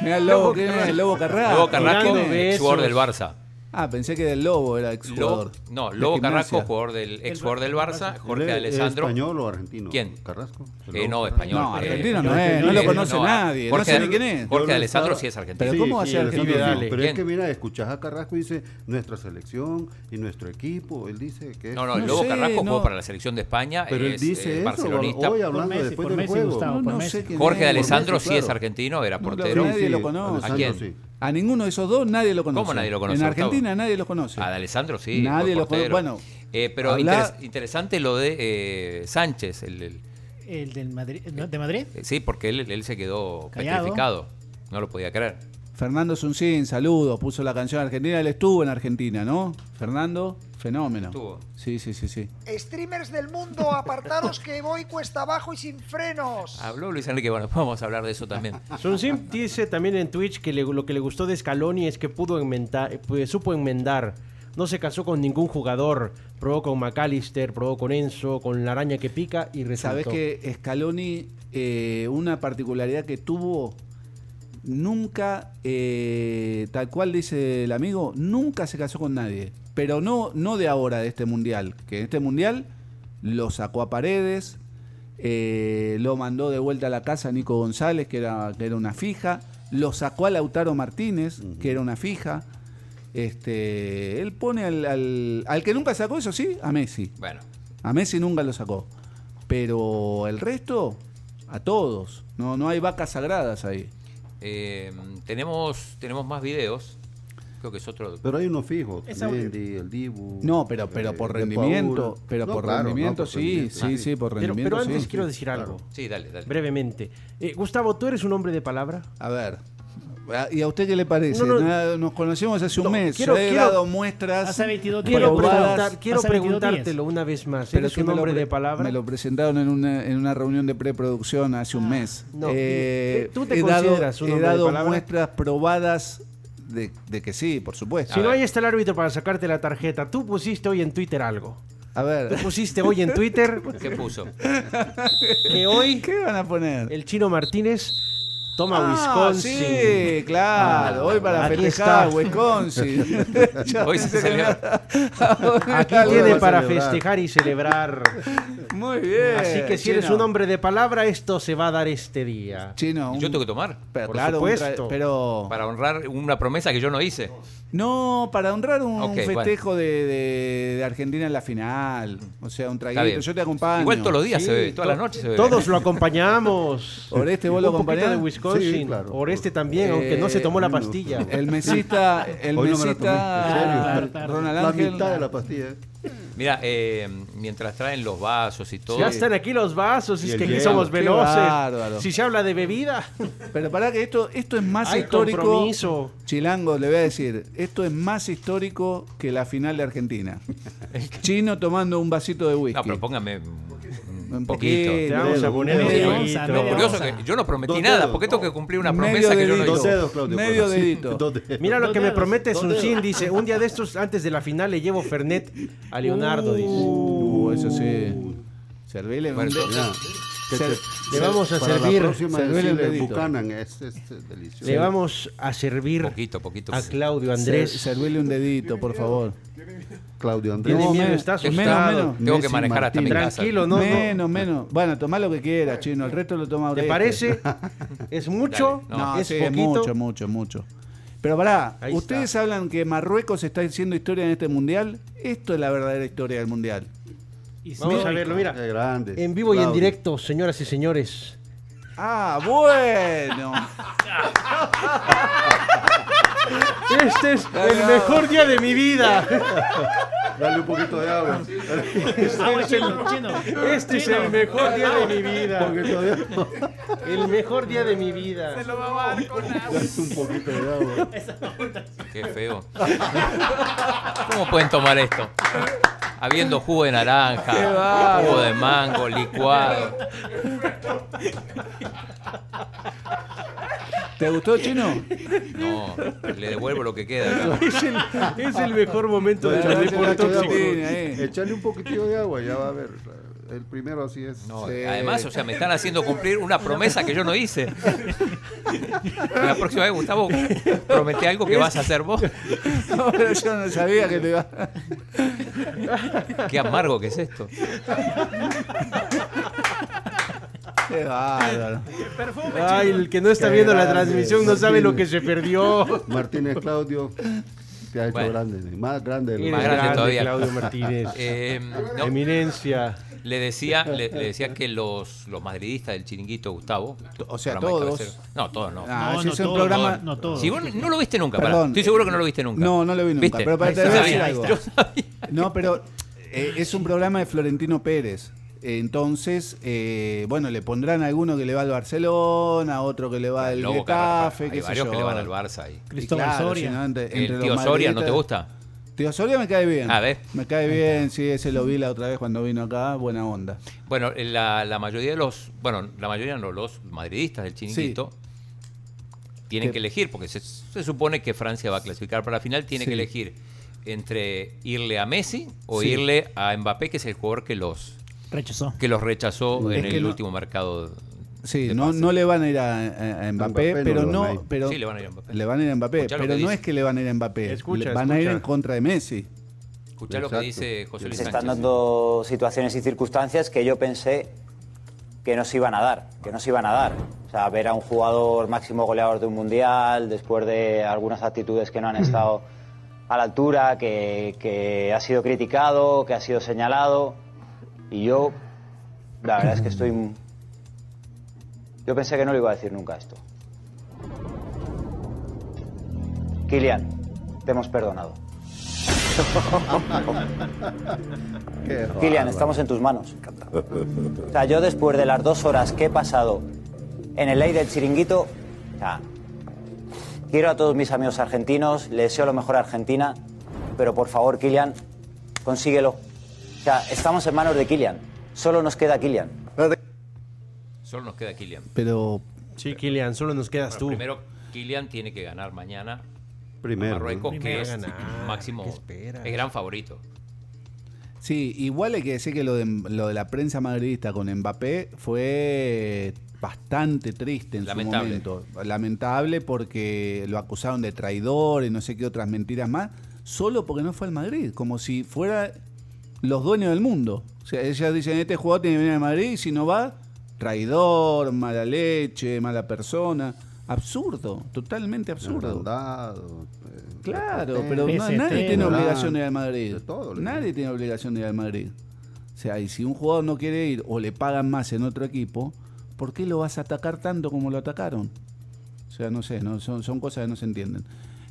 Speaker 7: Mira el lobo, ¿quién es? El lobo Carrasco.
Speaker 6: Lobo Carrasco,
Speaker 7: ¿Quién es?
Speaker 6: jugador del Barça.
Speaker 7: Ah, pensé que del lobo era exjugador.
Speaker 6: Lobo- no,
Speaker 7: de
Speaker 6: Lobo
Speaker 7: gimnasia.
Speaker 6: Carrasco, jugador del, ex jugador del Barça, Jorge
Speaker 13: ¿Es
Speaker 6: Alessandro.
Speaker 13: español o argentino?
Speaker 6: ¿Quién?
Speaker 13: Carrasco. ¿El
Speaker 6: Eh,
Speaker 13: Lobo
Speaker 6: no,
Speaker 13: Carrasco?
Speaker 6: español.
Speaker 13: No,
Speaker 6: eh,
Speaker 13: argentino no es, no lo
Speaker 6: eh,
Speaker 13: conoce nadie, no
Speaker 6: Jorge
Speaker 13: sé
Speaker 6: Ale-
Speaker 13: ni quién es.
Speaker 6: Jorge
Speaker 13: Yo lo
Speaker 6: Alessandro
Speaker 13: estaba-
Speaker 6: sí es argentino.
Speaker 13: Pero ¿cómo va a
Speaker 6: Sí,
Speaker 13: ser
Speaker 6: sí,
Speaker 13: argentino?
Speaker 6: Vidal.
Speaker 13: Pero
Speaker 6: ¿Quién?
Speaker 13: es que mira, escuchás a Carrasco y dice nuestra selección y nuestro equipo. Él dice que es-
Speaker 6: No, no, el Lobo Carrasco jugó para la selección de España,
Speaker 13: Pero él
Speaker 6: es
Speaker 13: dice
Speaker 6: eh,
Speaker 13: eso,
Speaker 6: barcelonista.
Speaker 13: hoy hablando Por Messi, después por del Messi, juego. Gustavo, por Messi.
Speaker 7: quién
Speaker 6: Jorge
Speaker 7: es.
Speaker 6: de Alessandro
Speaker 7: Por Messi,
Speaker 6: sí es
Speaker 7: claro.
Speaker 6: argentino, era
Speaker 7: No lo-
Speaker 6: portero.
Speaker 7: nadie lo conoce.
Speaker 6: ¿A quién?
Speaker 7: A ninguno de esos dos nadie lo conoce.
Speaker 6: ¿Cómo nadie lo conoce?
Speaker 7: En
Speaker 6: Gustavo?
Speaker 7: Argentina nadie los conoce.
Speaker 6: A de Alessandro sí.
Speaker 7: Nadie lo
Speaker 6: fue
Speaker 7: conoce.
Speaker 6: portero.
Speaker 7: Bueno,
Speaker 6: Eh, pero
Speaker 7: habla-
Speaker 6: interes- interesante lo de eh, Sánchez, el- el,
Speaker 10: El del Madrid, ¿no? de Madrid.
Speaker 6: Eh, Sí, porque él, él se quedó
Speaker 10: Callado.
Speaker 6: petrificado. No lo podía creer.
Speaker 7: Fernando Suncín, saludos, puso la canción argentina, él estuvo en Argentina, ¿no? Fernando, fenómeno.
Speaker 6: Estuvo.
Speaker 7: Sí, sí, sí, sí.
Speaker 14: Streamers del mundo, apartaros que voy cuesta abajo y sin frenos.
Speaker 6: Habló Luis Enrique, bueno, (laughs) vamos a hablar de
Speaker 8: (laughs)
Speaker 6: eso también.
Speaker 8: Sunsim dice también en Twitch que le- lo que le gustó de Scaloni es que pudo enmendar, pues, supo enmendar. No se casó con ningún jugador. Probó con McAllister, probó con Enzo, con la araña que pica y
Speaker 7: Sabes
Speaker 8: resaltó.
Speaker 7: que Scaloni, eh, una particularidad que tuvo, nunca, eh, tal cual dice el amigo, nunca se casó con nadie. Pero no, no de ahora, de este mundial. Que en este mundial lo sacó a paredes, eh, lo mandó de vuelta a la casa a Nico González, que era, que era una fija, lo sacó a Lautaro Martínez, que era una fija. Este, él pone al, al, al que nunca sacó, eso sí, a Messi.
Speaker 6: Bueno.
Speaker 7: A Messi nunca lo sacó. Pero el resto, a todos. No, no hay vacas sagradas ahí.
Speaker 6: Eh, tenemos, tenemos más videos. Creo que es otro.
Speaker 13: Pero hay unos fijos.
Speaker 6: Esa-
Speaker 13: Mendy, el Dibu.
Speaker 7: No, pero, pero por
Speaker 13: eh, De Paul.
Speaker 7: rendimiento. Pero
Speaker 13: No,
Speaker 7: por
Speaker 13: claro, no,
Speaker 7: rendimiento,
Speaker 13: por
Speaker 7: sí,
Speaker 13: rendimiento,
Speaker 7: sí, sí, por
Speaker 8: Pero-
Speaker 7: rendimiento.
Speaker 8: Pero, antes
Speaker 7: sí.
Speaker 8: quiero decir algo.
Speaker 6: Sí, dale, dale.
Speaker 8: Brevemente. Eh, Gustavo, ¿tú eres un hombre de palabra?
Speaker 7: A ver. ¿Y a usted qué le parece?
Speaker 8: No, no.
Speaker 7: Nada, Nos conocemos hace un
Speaker 8: No,
Speaker 7: mes.
Speaker 8: quiero-
Speaker 7: Yo he
Speaker 8: quiero-
Speaker 7: dado muestras.
Speaker 8: Hace 22
Speaker 7: días.
Speaker 8: Quiero,
Speaker 7: probadas.
Speaker 8: preguntar- quiero
Speaker 7: Hace 22 días.
Speaker 8: preguntártelo una vez más.
Speaker 7: Pero
Speaker 8: ¿Eres
Speaker 7: que
Speaker 8: un
Speaker 7: me lo
Speaker 8: hombre
Speaker 7: pre-
Speaker 8: de palabra?
Speaker 7: Me lo presentaron en una, en una reunión de preproducción hace un mes.
Speaker 8: Ah, no.
Speaker 7: Eh,
Speaker 8: ¿Tú te
Speaker 7: he dado-
Speaker 8: consideras un
Speaker 7: He
Speaker 8: hombre de
Speaker 7: dado
Speaker 8: palabra?
Speaker 7: muestras probadas de, de que sí, por supuesto.
Speaker 8: Si no, ahí está el árbitro para sacarte la tarjeta. Tú pusiste hoy en Twitter algo.
Speaker 7: A ver.
Speaker 8: Tú pusiste hoy en Twitter
Speaker 6: ¿Qué puso?
Speaker 8: que hoy
Speaker 7: (laughs) ¿Qué van a poner?
Speaker 8: el chino Martínez toma
Speaker 7: Ah,
Speaker 8: Wisconsin.
Speaker 7: Sí, claro.
Speaker 8: Ah,
Speaker 7: hoy para
Speaker 8: aquí
Speaker 7: festejar
Speaker 8: está.
Speaker 7: Wisconsin.
Speaker 8: (laughs)
Speaker 7: Ya
Speaker 8: Hoy se
Speaker 7: pensé que
Speaker 8: celebra.
Speaker 7: me-
Speaker 8: Aquí
Speaker 7: Ahora
Speaker 8: tiene
Speaker 7: va a
Speaker 8: para
Speaker 7: celebrar.
Speaker 8: festejar y celebrar.
Speaker 7: Muy bien.
Speaker 8: Así que si eres
Speaker 7: Chino.
Speaker 8: un hombre de palabra, esto se va a dar este día.
Speaker 7: Chino,
Speaker 6: Yo tengo que tomar.
Speaker 7: Pero
Speaker 6: Por
Speaker 7: claro, un tra-
Speaker 6: supuesto.
Speaker 7: pero
Speaker 6: Para honrar una promesa que yo no hice.
Speaker 7: no, para honrar un
Speaker 6: Ok,
Speaker 7: festejo de, de- de Argentina en la final, o sea, un traguito.
Speaker 6: bien.
Speaker 7: Yo te acompaño.
Speaker 6: Igual todos los días se bebe, todas
Speaker 8: to-
Speaker 6: las noches se bebe.
Speaker 8: Todos lo acompañamos.
Speaker 7: (laughs) Oreste, ¿vos lo
Speaker 8: Un poquito
Speaker 7: acompañás?
Speaker 8: de Wisconsin.
Speaker 7: Sí, claro. Eh,
Speaker 8: Oreste también, aunque no se tomó la pastilla.
Speaker 7: El
Speaker 8: (laughs)
Speaker 7: mesita, el
Speaker 13: Hoy no me la tomé, en serio.
Speaker 7: mesita, Ronald
Speaker 13: la
Speaker 7: Ángel.
Speaker 13: mitad de la pastilla.
Speaker 6: Mira, eh, mientras traen los vasos y todo.
Speaker 8: Ya están aquí los vasos,
Speaker 6: Y
Speaker 8: es
Speaker 6: el
Speaker 8: que aquí
Speaker 6: hielo.
Speaker 8: somos
Speaker 6: Qué
Speaker 8: veloces.
Speaker 7: bárbaro.
Speaker 8: Si se habla de bebida.
Speaker 7: Pero pará (laughs) que esto, esto es más
Speaker 8: Hay
Speaker 7: histórico.
Speaker 8: compromiso.
Speaker 7: Chilango, le voy a decir, esto es más histórico que la final de Argentina. Chino tomando un vasito de whisky.
Speaker 6: No, pero póngame un
Speaker 7: un
Speaker 6: poquito.
Speaker 7: poquito.
Speaker 6: Medio dedito. Lo curioso que yo no prometí nada, porque tengo que cumplir una promesa que yo no hice.
Speaker 7: Medio
Speaker 6: (laughs)
Speaker 7: dedito.
Speaker 8: Mira lo que me promete
Speaker 7: Dos
Speaker 8: Sunsin,
Speaker 7: dedos.
Speaker 8: dice, un día de estos, antes de la final, le llevo Fernet a Leonardo, dice.
Speaker 7: Uh, eso sí. Servile.
Speaker 6: Bueno,
Speaker 7: un- Ser-
Speaker 6: entonces- Que te-
Speaker 8: Le vamos a
Speaker 13: Para
Speaker 8: servir-
Speaker 13: La próxima
Speaker 8: se duele el
Speaker 13: decirle
Speaker 8: dedito.
Speaker 13: Buchanan, es, es, eh, delicioso.
Speaker 8: Le vamos a servir
Speaker 6: Poquito, poquito.
Speaker 8: a Claudio Andrés.
Speaker 7: Se- Servile un dedito, por favor.
Speaker 13: Claudio
Speaker 8: Andrés. Tiene miedo, está asustado. Tengo que manejar hasta mi casa. Tranquilo, no, no.
Speaker 7: Menos, menos. Bueno, tomá lo que quiera, chino. El resto lo toma
Speaker 8: ¿Te
Speaker 7: Oreste. (laughs)
Speaker 8: parece? ¿Es mucho?
Speaker 7: Dale, no,
Speaker 8: ¿Es
Speaker 7: sí,
Speaker 8: poquito?
Speaker 7: mucho, mucho, mucho. Pero pará, ustedes hablan que Marruecos está haciendo historia en este mundial. Esto es la verdadera historia del mundial.
Speaker 8: Vamos a verlo, mira.
Speaker 13: Qué grande.
Speaker 8: En vivo y en
Speaker 13: Claudio.
Speaker 8: directo, señoras y señores.
Speaker 7: Ah, bueno.
Speaker 8: Este es el mejor día de mi vida. (laughs) Ah,
Speaker 13: Dale un poquito de agua.
Speaker 8: Este es el mejor día de mi vida. El mejor día de mi vida. Se lo va a dar con agua.
Speaker 13: un poquito de agua.
Speaker 6: Qué feo. ¿Cómo pueden tomar esto? Habiendo jugo de
Speaker 9: Qué
Speaker 6: naranja,
Speaker 9: bárbaro.
Speaker 6: jugo de mango, licuado.
Speaker 7: ¿Te gustó, chino?
Speaker 6: No, le devuelvo lo que queda.
Speaker 8: Es el, es el mejor momento de
Speaker 13: Echale un
Speaker 8: Charlie
Speaker 13: poquito
Speaker 8: por
Speaker 13: de
Speaker 8: Tóxico.
Speaker 13: agua. Echale un poquitito de agua, ya va a ver. El primero así es.
Speaker 6: No,
Speaker 13: Sí.
Speaker 6: Además, o sea, me están haciendo cumplir una promesa que yo no hice. La próxima vez, Gustavo, promete algo que vas a hacer vos.
Speaker 7: Ahora yo no sabía que te iba.
Speaker 6: Qué amargo que es esto.
Speaker 7: Qué bárbaro.
Speaker 8: Ay, el que no está viendo la transmisión no sabe lo que se perdió.
Speaker 13: Martínez Claudio te ha hecho
Speaker 6: Bueno.
Speaker 13: grande, ¿eh? más grande. de lo que-
Speaker 8: Eres
Speaker 6: Más grande
Speaker 8: grande,
Speaker 6: todavía. (laughs)
Speaker 8: Claudio Martínez.
Speaker 6: Eh, no.
Speaker 8: Eminencia.
Speaker 6: Le decía, le, le decía que los, los madridistas del chiringuito, Gustavo.
Speaker 7: O sea,
Speaker 6: programa de
Speaker 7: todos.
Speaker 6: cabecera- No, todos no.
Speaker 7: Ah, No, si no es un todos, programa-
Speaker 10: no todos.
Speaker 6: Si vos no lo viste nunca, pará.
Speaker 7: Perdón.
Speaker 6: Estoy seguro que no lo viste nunca.
Speaker 7: No, no lo vi nunca.
Speaker 6: ¿Viste?
Speaker 7: Pero para
Speaker 6: Ahí
Speaker 7: te
Speaker 6: está.
Speaker 7: voy a decir
Speaker 6: Ahí
Speaker 7: algo.
Speaker 6: está.
Speaker 7: No, pero eh, es un programa de Florentino Pérez. Entonces, eh, bueno, le pondrán a alguno que le va al Barcelona, otro que le va al
Speaker 6: Lobo
Speaker 7: Getafe,
Speaker 6: Carvajal.
Speaker 7: qué
Speaker 6: Hay
Speaker 7: sé
Speaker 6: varios
Speaker 7: yo.
Speaker 6: que le van al Barça ahí.
Speaker 7: Y
Speaker 6: Cristóbal Soria.
Speaker 7: si no, entre-
Speaker 6: El
Speaker 7: entre los
Speaker 6: tío Soria, ¿no
Speaker 7: madridistas-
Speaker 6: te gusta? Ah,
Speaker 7: Tío Soria me cae bien.
Speaker 6: A ver.
Speaker 7: Me cae bien, sí, ese lo vi la otra vez cuando vino acá, buena onda.
Speaker 6: Bueno, eh, la, la mayoría de los, bueno, la mayoría no, los madridistas del chiringuito tienen
Speaker 7: Que-
Speaker 6: que elegir, porque se, se supone que Francia va a clasificar para la final, tiene
Speaker 7: Sí.
Speaker 6: que elegir entre irle a Messi o
Speaker 7: Sí.
Speaker 6: irle a Mbappé, que es el jugador que los
Speaker 10: Rechazó.
Speaker 6: que los rechazó
Speaker 7: Es
Speaker 6: en
Speaker 7: que
Speaker 6: el
Speaker 7: no-
Speaker 6: último mercado.
Speaker 7: Sí, no, no le van a ir a, a- a Mbappé,
Speaker 6: Mbappé no
Speaker 7: pero
Speaker 6: le van
Speaker 7: no,
Speaker 6: a ir.
Speaker 7: pero
Speaker 6: Sí, le van a ir a Mbappé.
Speaker 7: le van a ir a Mbappé,
Speaker 6: Escuchá lo
Speaker 7: pero
Speaker 6: que
Speaker 7: no
Speaker 6: dice.
Speaker 7: es que le van a ir a Mbappé,
Speaker 6: Escucha,
Speaker 7: le van a ir
Speaker 6: escucha.
Speaker 7: en contra de Messi.
Speaker 6: Escuchá lo que dice José Luis
Speaker 15: Se están
Speaker 6: Sánchez.
Speaker 15: dando situaciones y circunstancias que yo pensé que no se iban a dar, que no se iban a dar. O sea, ver a un jugador máximo goleador de un mundial, después de algunas actitudes que no han estado a la altura, que, que ha sido criticado, que ha sido señalado. Y yo, la verdad es que estoy... Yo pensé que no le iba a decir nunca esto. Kilian, te hemos perdonado.
Speaker 13: (laughs) Qué raro.
Speaker 15: Kilian, estamos en tus manos.
Speaker 1: (laughs)
Speaker 15: O sea, yo después de las dos horas que he pasado en el ley del chiringuito, o sea, quiero a todos mis amigos argentinos, les deseo lo mejor a Argentina, pero por favor, Kilian, consíguelo. O sea, estamos en manos de Kilian. Solo nos queda Kilian.
Speaker 6: Solo nos queda Kylian.
Speaker 7: Pero
Speaker 8: Sí, Kilian, solo nos quedas
Speaker 6: Bueno,
Speaker 8: tú.
Speaker 6: Primero, Kylian tiene que ganar mañana.
Speaker 13: Primero.
Speaker 6: a Marruecos, que
Speaker 8: Primero
Speaker 6: es
Speaker 8: ganar,
Speaker 6: máximo,
Speaker 8: ¿qué
Speaker 6: es gran favorito.
Speaker 7: Sí, igual hay que decir que lo de, lo de la prensa madridista con Mbappé fue bastante triste en
Speaker 6: Lamentable.
Speaker 7: su momento. Lamentable porque lo acusaron de traidor y no sé qué otras mentiras más, solo porque no fue al Madrid, como si fuera los dueños del mundo. O sea, ellas dicen, este jugador tiene que venir al Madrid y si no va, traidor, mala leche, mala persona. Absurdo, totalmente absurdo. Claro,
Speaker 13: eh,
Speaker 7: pero no-
Speaker 13: PST,
Speaker 7: nadie tiene
Speaker 13: Morán,
Speaker 7: obligación de ir al Madrid.
Speaker 13: este, de todo, le
Speaker 7: nadie tiene obligación de ir al Madrid. O sea, y si un jugador no quiere ir o le pagan más en otro equipo, ¿por qué lo vas a atacar tanto como lo atacaron? O sea, no sé, no, son, son cosas que no se entienden.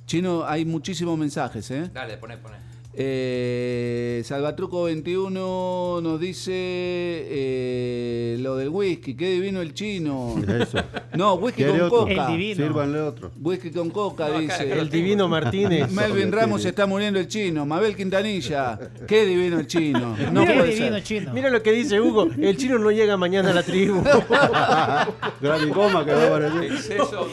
Speaker 7: Chino, hay muchísimos mensajes, ¿eh?
Speaker 6: Dale, poné, poné.
Speaker 7: Eh, Salvatruco21 nos dice eh, lo del whisky. Qué divino el chino.
Speaker 13: Eso.
Speaker 7: No, whisky
Speaker 13: ¿Quiere
Speaker 7: con
Speaker 13: otro?
Speaker 7: coca.
Speaker 13: Sírvanle otro.
Speaker 7: Whisky con coca, dice.
Speaker 8: el divino Martínez.
Speaker 7: (laughs) Melvin Ramos está muriendo el chino. Mabel Quintanilla. Qué divino el chino. No
Speaker 8: Mira,
Speaker 7: puede ser.
Speaker 8: Mira lo que dice Hugo. El chino no llega mañana a
Speaker 7: (laughs)
Speaker 8: la tribu.
Speaker 13: Gran goma que va a aparecer.
Speaker 6: Exceso.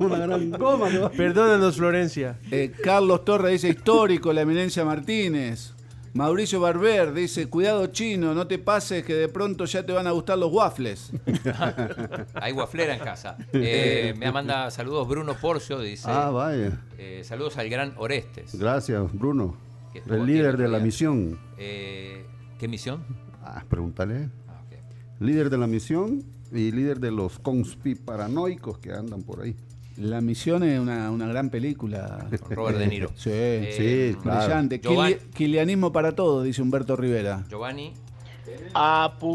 Speaker 13: Una gran goma que va a
Speaker 8: Perdónanos, Florencia.
Speaker 7: Eh, Carlos Torres dice histórico, la eminencia Martínez. Mauricio Barber dice, cuidado chino, no te pases que de pronto ya te van a gustar los waffles.
Speaker 6: Hay guaflera
Speaker 13: (laughs)
Speaker 6: en casa. Eh, me manda saludos Bruno Porcio, dice.
Speaker 13: Ah, vaya.
Speaker 6: Eh, saludos al gran Orestes.
Speaker 13: Gracias, Bruno.
Speaker 6: Que estuvo
Speaker 13: El
Speaker 6: aquí
Speaker 13: líder
Speaker 6: otro
Speaker 13: de la
Speaker 6: día.
Speaker 13: misión.
Speaker 6: Eh, ¿Qué misión?
Speaker 13: Ah, pregúntale. Líder de la misión y líder de los conspiparanoicos que andan por ahí.
Speaker 7: La misión es una, una gran película.
Speaker 6: (laughs) Robert De Niro.
Speaker 7: Sí,
Speaker 6: Eh,
Speaker 7: sí, brillante.
Speaker 6: Giovanni-
Speaker 7: Quili- Quilianismo para todo, dice Humberto Rivera.
Speaker 6: Giovanni.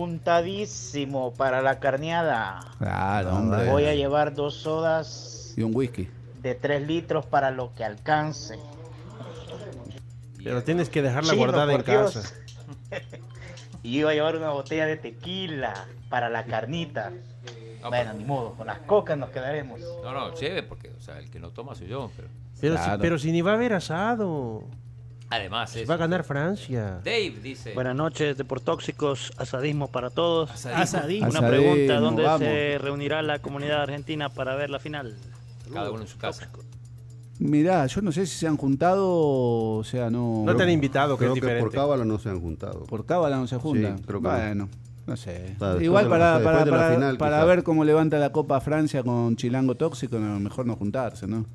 Speaker 21: Apuntadísimo para la carneada.
Speaker 7: Claro, hombre.
Speaker 21: Voy a llevar dos sodas
Speaker 7: Y un whisky.
Speaker 21: (laughs) de 3 litros para lo que alcance.
Speaker 8: Pero tienes que dejarla
Speaker 21: Chino,
Speaker 8: guardada en
Speaker 21: por Dios.
Speaker 8: casa.
Speaker 21: Y iba a llevar una botella de tequila para la carnita. Bueno, ni modo, con las cocas nos quedaremos.
Speaker 6: No, no, lleve, porque o sea, el que no toma soy yo. Pero...
Speaker 8: Pero, si, pero si ni va a haber asado.
Speaker 6: Además,
Speaker 8: Si
Speaker 6: es.
Speaker 8: va a ganar Francia.
Speaker 6: Dave dice.
Speaker 21: Buenas noches, Deportóxicos, asadismo para todos.
Speaker 6: Asadismo. Asadismo.
Speaker 21: Una
Speaker 6: Asadismo,
Speaker 21: pregunta, ¿dónde
Speaker 6: vamos.
Speaker 21: se reunirá la comunidad argentina para ver la final?
Speaker 6: Cada uno en su casa.
Speaker 7: Mirá, yo no sé si se han juntado, o sea, no...
Speaker 13: Creo- creo que por cábala no se han juntado.
Speaker 7: Por cábala no se juntan.
Speaker 13: Sí, creo que no.
Speaker 7: bueno, no sé.
Speaker 13: Está después
Speaker 7: Igual
Speaker 13: de la-
Speaker 7: para,
Speaker 13: después
Speaker 7: para,
Speaker 13: de la
Speaker 7: para-
Speaker 13: final,
Speaker 7: para
Speaker 13: quizá.
Speaker 7: ver cómo levanta la Copa Francia con Chilango Tóxico, no, mejor no juntarse, ¿no?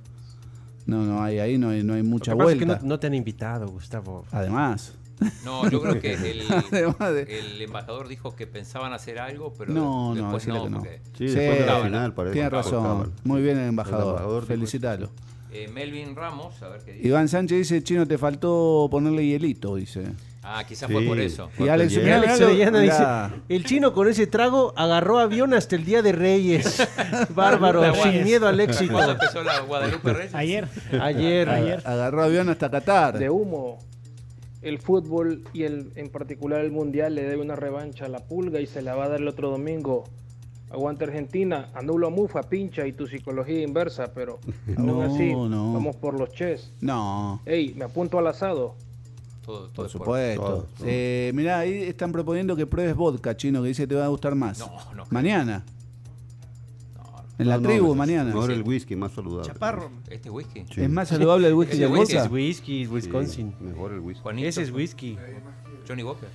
Speaker 7: No, no, hay, ahí no hay, no hay mucha
Speaker 8: Lo que pasa es que
Speaker 7: vuelta.
Speaker 8: no, no te han invitado, Gustavo.
Speaker 7: Además.
Speaker 6: (laughs) No,
Speaker 7: (laughs)
Speaker 6: yo creo que el,
Speaker 7: Además de-
Speaker 6: el embajador dijo que pensaban hacer algo, pero
Speaker 7: No, no,
Speaker 6: después
Speaker 7: decirle
Speaker 6: no.
Speaker 7: que no.
Speaker 6: porque-
Speaker 13: Sí, después de la final, parece.
Speaker 7: Tiene
Speaker 13: Por cábala.
Speaker 7: razón. Muy bien el embajador.
Speaker 13: El embajador dijo
Speaker 7: Felicítalo.
Speaker 6: Eh, Melvin Ramos, a ver qué dice.
Speaker 7: Iván Sánchez dice, Chino, te faltó ponerle hielito, dice.
Speaker 6: Ah, quizás fue por eso.
Speaker 7: Y Alex,
Speaker 8: Y
Speaker 7: mirá,
Speaker 8: Alex
Speaker 7: mirá lo-
Speaker 8: Orellana dice,
Speaker 7: mirá.
Speaker 8: el chino con ese trago agarró avión hasta el Día de
Speaker 6: (laughs)
Speaker 8: Reyes. Bárbaro,
Speaker 7: La
Speaker 8: sin
Speaker 7: Guadalupe.
Speaker 8: miedo al éxito.
Speaker 6: ¿Cuándo empezó la Guadalupe Reyes?
Speaker 10: Ayer.
Speaker 8: Ayer.
Speaker 10: Ayer.
Speaker 7: Agarró avión hasta Qatar.
Speaker 16: de humo. El fútbol y el, en particular el mundial le debe una revancha a la pulga y se la va a dar el otro domingo. Aguanta Argentina, anulo a Mufa, pincha y tu psicología inversa, pero
Speaker 7: No,
Speaker 16: aún así
Speaker 7: no.
Speaker 16: vamos por los chess.
Speaker 7: No.
Speaker 16: Ey, me apunto al asado.
Speaker 7: Por supuesto. Eh, mirá, ahí están proponiendo que pruebes vodka, chino, que dice te va a gustar más.
Speaker 6: no.
Speaker 7: Mañana. En la
Speaker 13: No, no,
Speaker 7: tribu,
Speaker 13: mejor-
Speaker 7: mañana.
Speaker 13: Mejor el whisky, más saludable.
Speaker 6: ¿Este whisky?
Speaker 13: Sí.
Speaker 7: Es más saludable el whisky
Speaker 6: Ese
Speaker 7: que el
Speaker 6: whisky
Speaker 7: vodka.
Speaker 6: es
Speaker 8: whisky,
Speaker 13: Wisconsin. mejor el whisky.
Speaker 6: Juanito.
Speaker 8: Ese es whisky.
Speaker 6: Johnny Walker.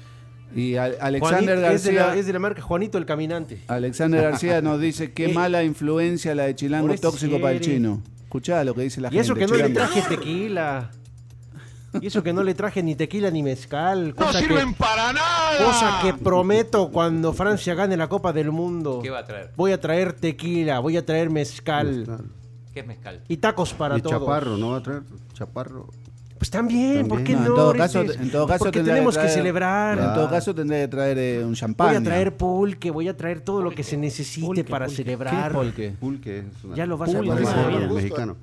Speaker 7: Y Al- Alexander
Speaker 8: Juanito- es, de la,
Speaker 7: García,
Speaker 8: es de la marca Juanito el Caminante. (laughs)
Speaker 7: Alexander García nos dice qué
Speaker 8: Eh,
Speaker 7: mala influencia la de Chilango
Speaker 8: Pobre
Speaker 7: tóxico para el
Speaker 8: Siri.
Speaker 7: chino. Escuchá lo que dice la
Speaker 8: Y
Speaker 7: gente.
Speaker 8: eso que no le
Speaker 7: Chilango.
Speaker 8: traje tequila. Y eso que no le traje ni tequila ni mezcal. cosa que-
Speaker 9: para nada!
Speaker 8: Cosa que prometo cuando Francia gane la Copa del Mundo.
Speaker 6: ¿Qué va a traer?
Speaker 8: Voy a traer tequila, voy a traer mezcal.
Speaker 6: ¿Qué es mezcal?
Speaker 8: Y tacos para
Speaker 13: y
Speaker 8: todos.
Speaker 13: Chaparro, ¿no va a traer? Chaparro.
Speaker 8: Pues también, ¿por qué
Speaker 7: No,
Speaker 8: no?
Speaker 7: en todo caso,
Speaker 8: Orestes?
Speaker 7: en todo caso
Speaker 8: Porque
Speaker 7: tendría
Speaker 8: tenemos que,
Speaker 7: traer-
Speaker 8: celebrar.
Speaker 7: En todo caso tendría que traer eh, un champán.
Speaker 8: voy a traer pulque, voy a traer todo lo que se necesite para celebrar.
Speaker 7: pulque?
Speaker 13: Pulque es una
Speaker 8: Ya lo vas a
Speaker 13: Pulque
Speaker 8: comer.
Speaker 13: es
Speaker 8: Ah,
Speaker 13: algo
Speaker 8: mira.
Speaker 13: mexicano.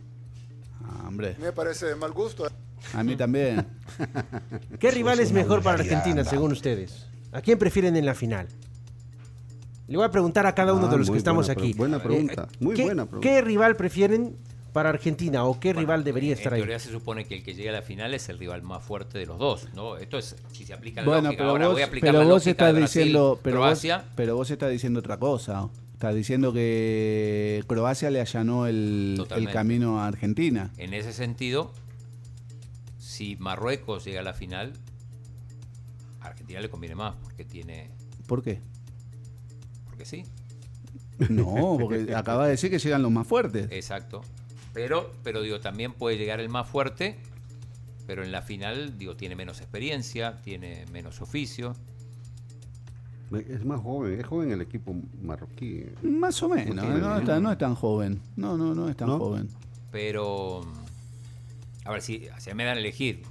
Speaker 7: Ah, hombre,
Speaker 1: Me parece de mal gusto.
Speaker 7: a mí también.
Speaker 8: (laughs) ¿Qué rival es
Speaker 7: una
Speaker 8: mejor para
Speaker 7: vulgaridad,
Speaker 8: Argentina,
Speaker 7: anda.
Speaker 8: según ustedes? ¿A quién prefieren en la final? Le voy a preguntar a cada uno
Speaker 13: Ah,
Speaker 8: de los
Speaker 13: muy
Speaker 8: que estamos
Speaker 13: buena pre-
Speaker 8: aquí. Eh,
Speaker 13: buena pregunta, muy
Speaker 8: ¿qué-
Speaker 13: buena pregunta.
Speaker 8: ¿Qué rival prefieren para Argentina o qué rival debería
Speaker 6: En
Speaker 8: estar ahí?
Speaker 6: teoría se supone que el que llega a la final es el rival más fuerte de los dos, ¿no? Esto es, si se aplica la
Speaker 7: Bueno,
Speaker 6: lógica.
Speaker 7: pero
Speaker 6: Ahora
Speaker 7: vos,
Speaker 6: voy a aplicar
Speaker 7: pero
Speaker 6: la
Speaker 7: vos
Speaker 6: lógica
Speaker 7: estás
Speaker 6: de Brasil,
Speaker 7: diciendo, pero vos,
Speaker 6: Croacia.
Speaker 7: pero vos estás diciendo otra cosa. Estás diciendo que Croacia le allanó el, el
Speaker 6: Totalmente.
Speaker 7: camino a Argentina.
Speaker 6: En ese sentido, si Marruecos llega a la final, a Argentina le conviene más, porque tiene...
Speaker 7: ¿Por qué?
Speaker 6: Porque sí,
Speaker 7: No,
Speaker 6: (laughs)
Speaker 7: porque acaba de decir que llegan los más fuertes.
Speaker 6: Eh, exacto. Pero, pero digo, también puede llegar el más fuerte, pero en la final, digo, tiene menos experiencia, tiene menos oficio.
Speaker 13: Es más joven, es joven el equipo marroquí.
Speaker 7: Más o menos, ¿eh?
Speaker 13: No tiene
Speaker 7: no, es
Speaker 13: ningún-
Speaker 7: tan, no es tan joven. No, no, no es tan joven.
Speaker 6: Pero, a ver, si, si me dan a elegir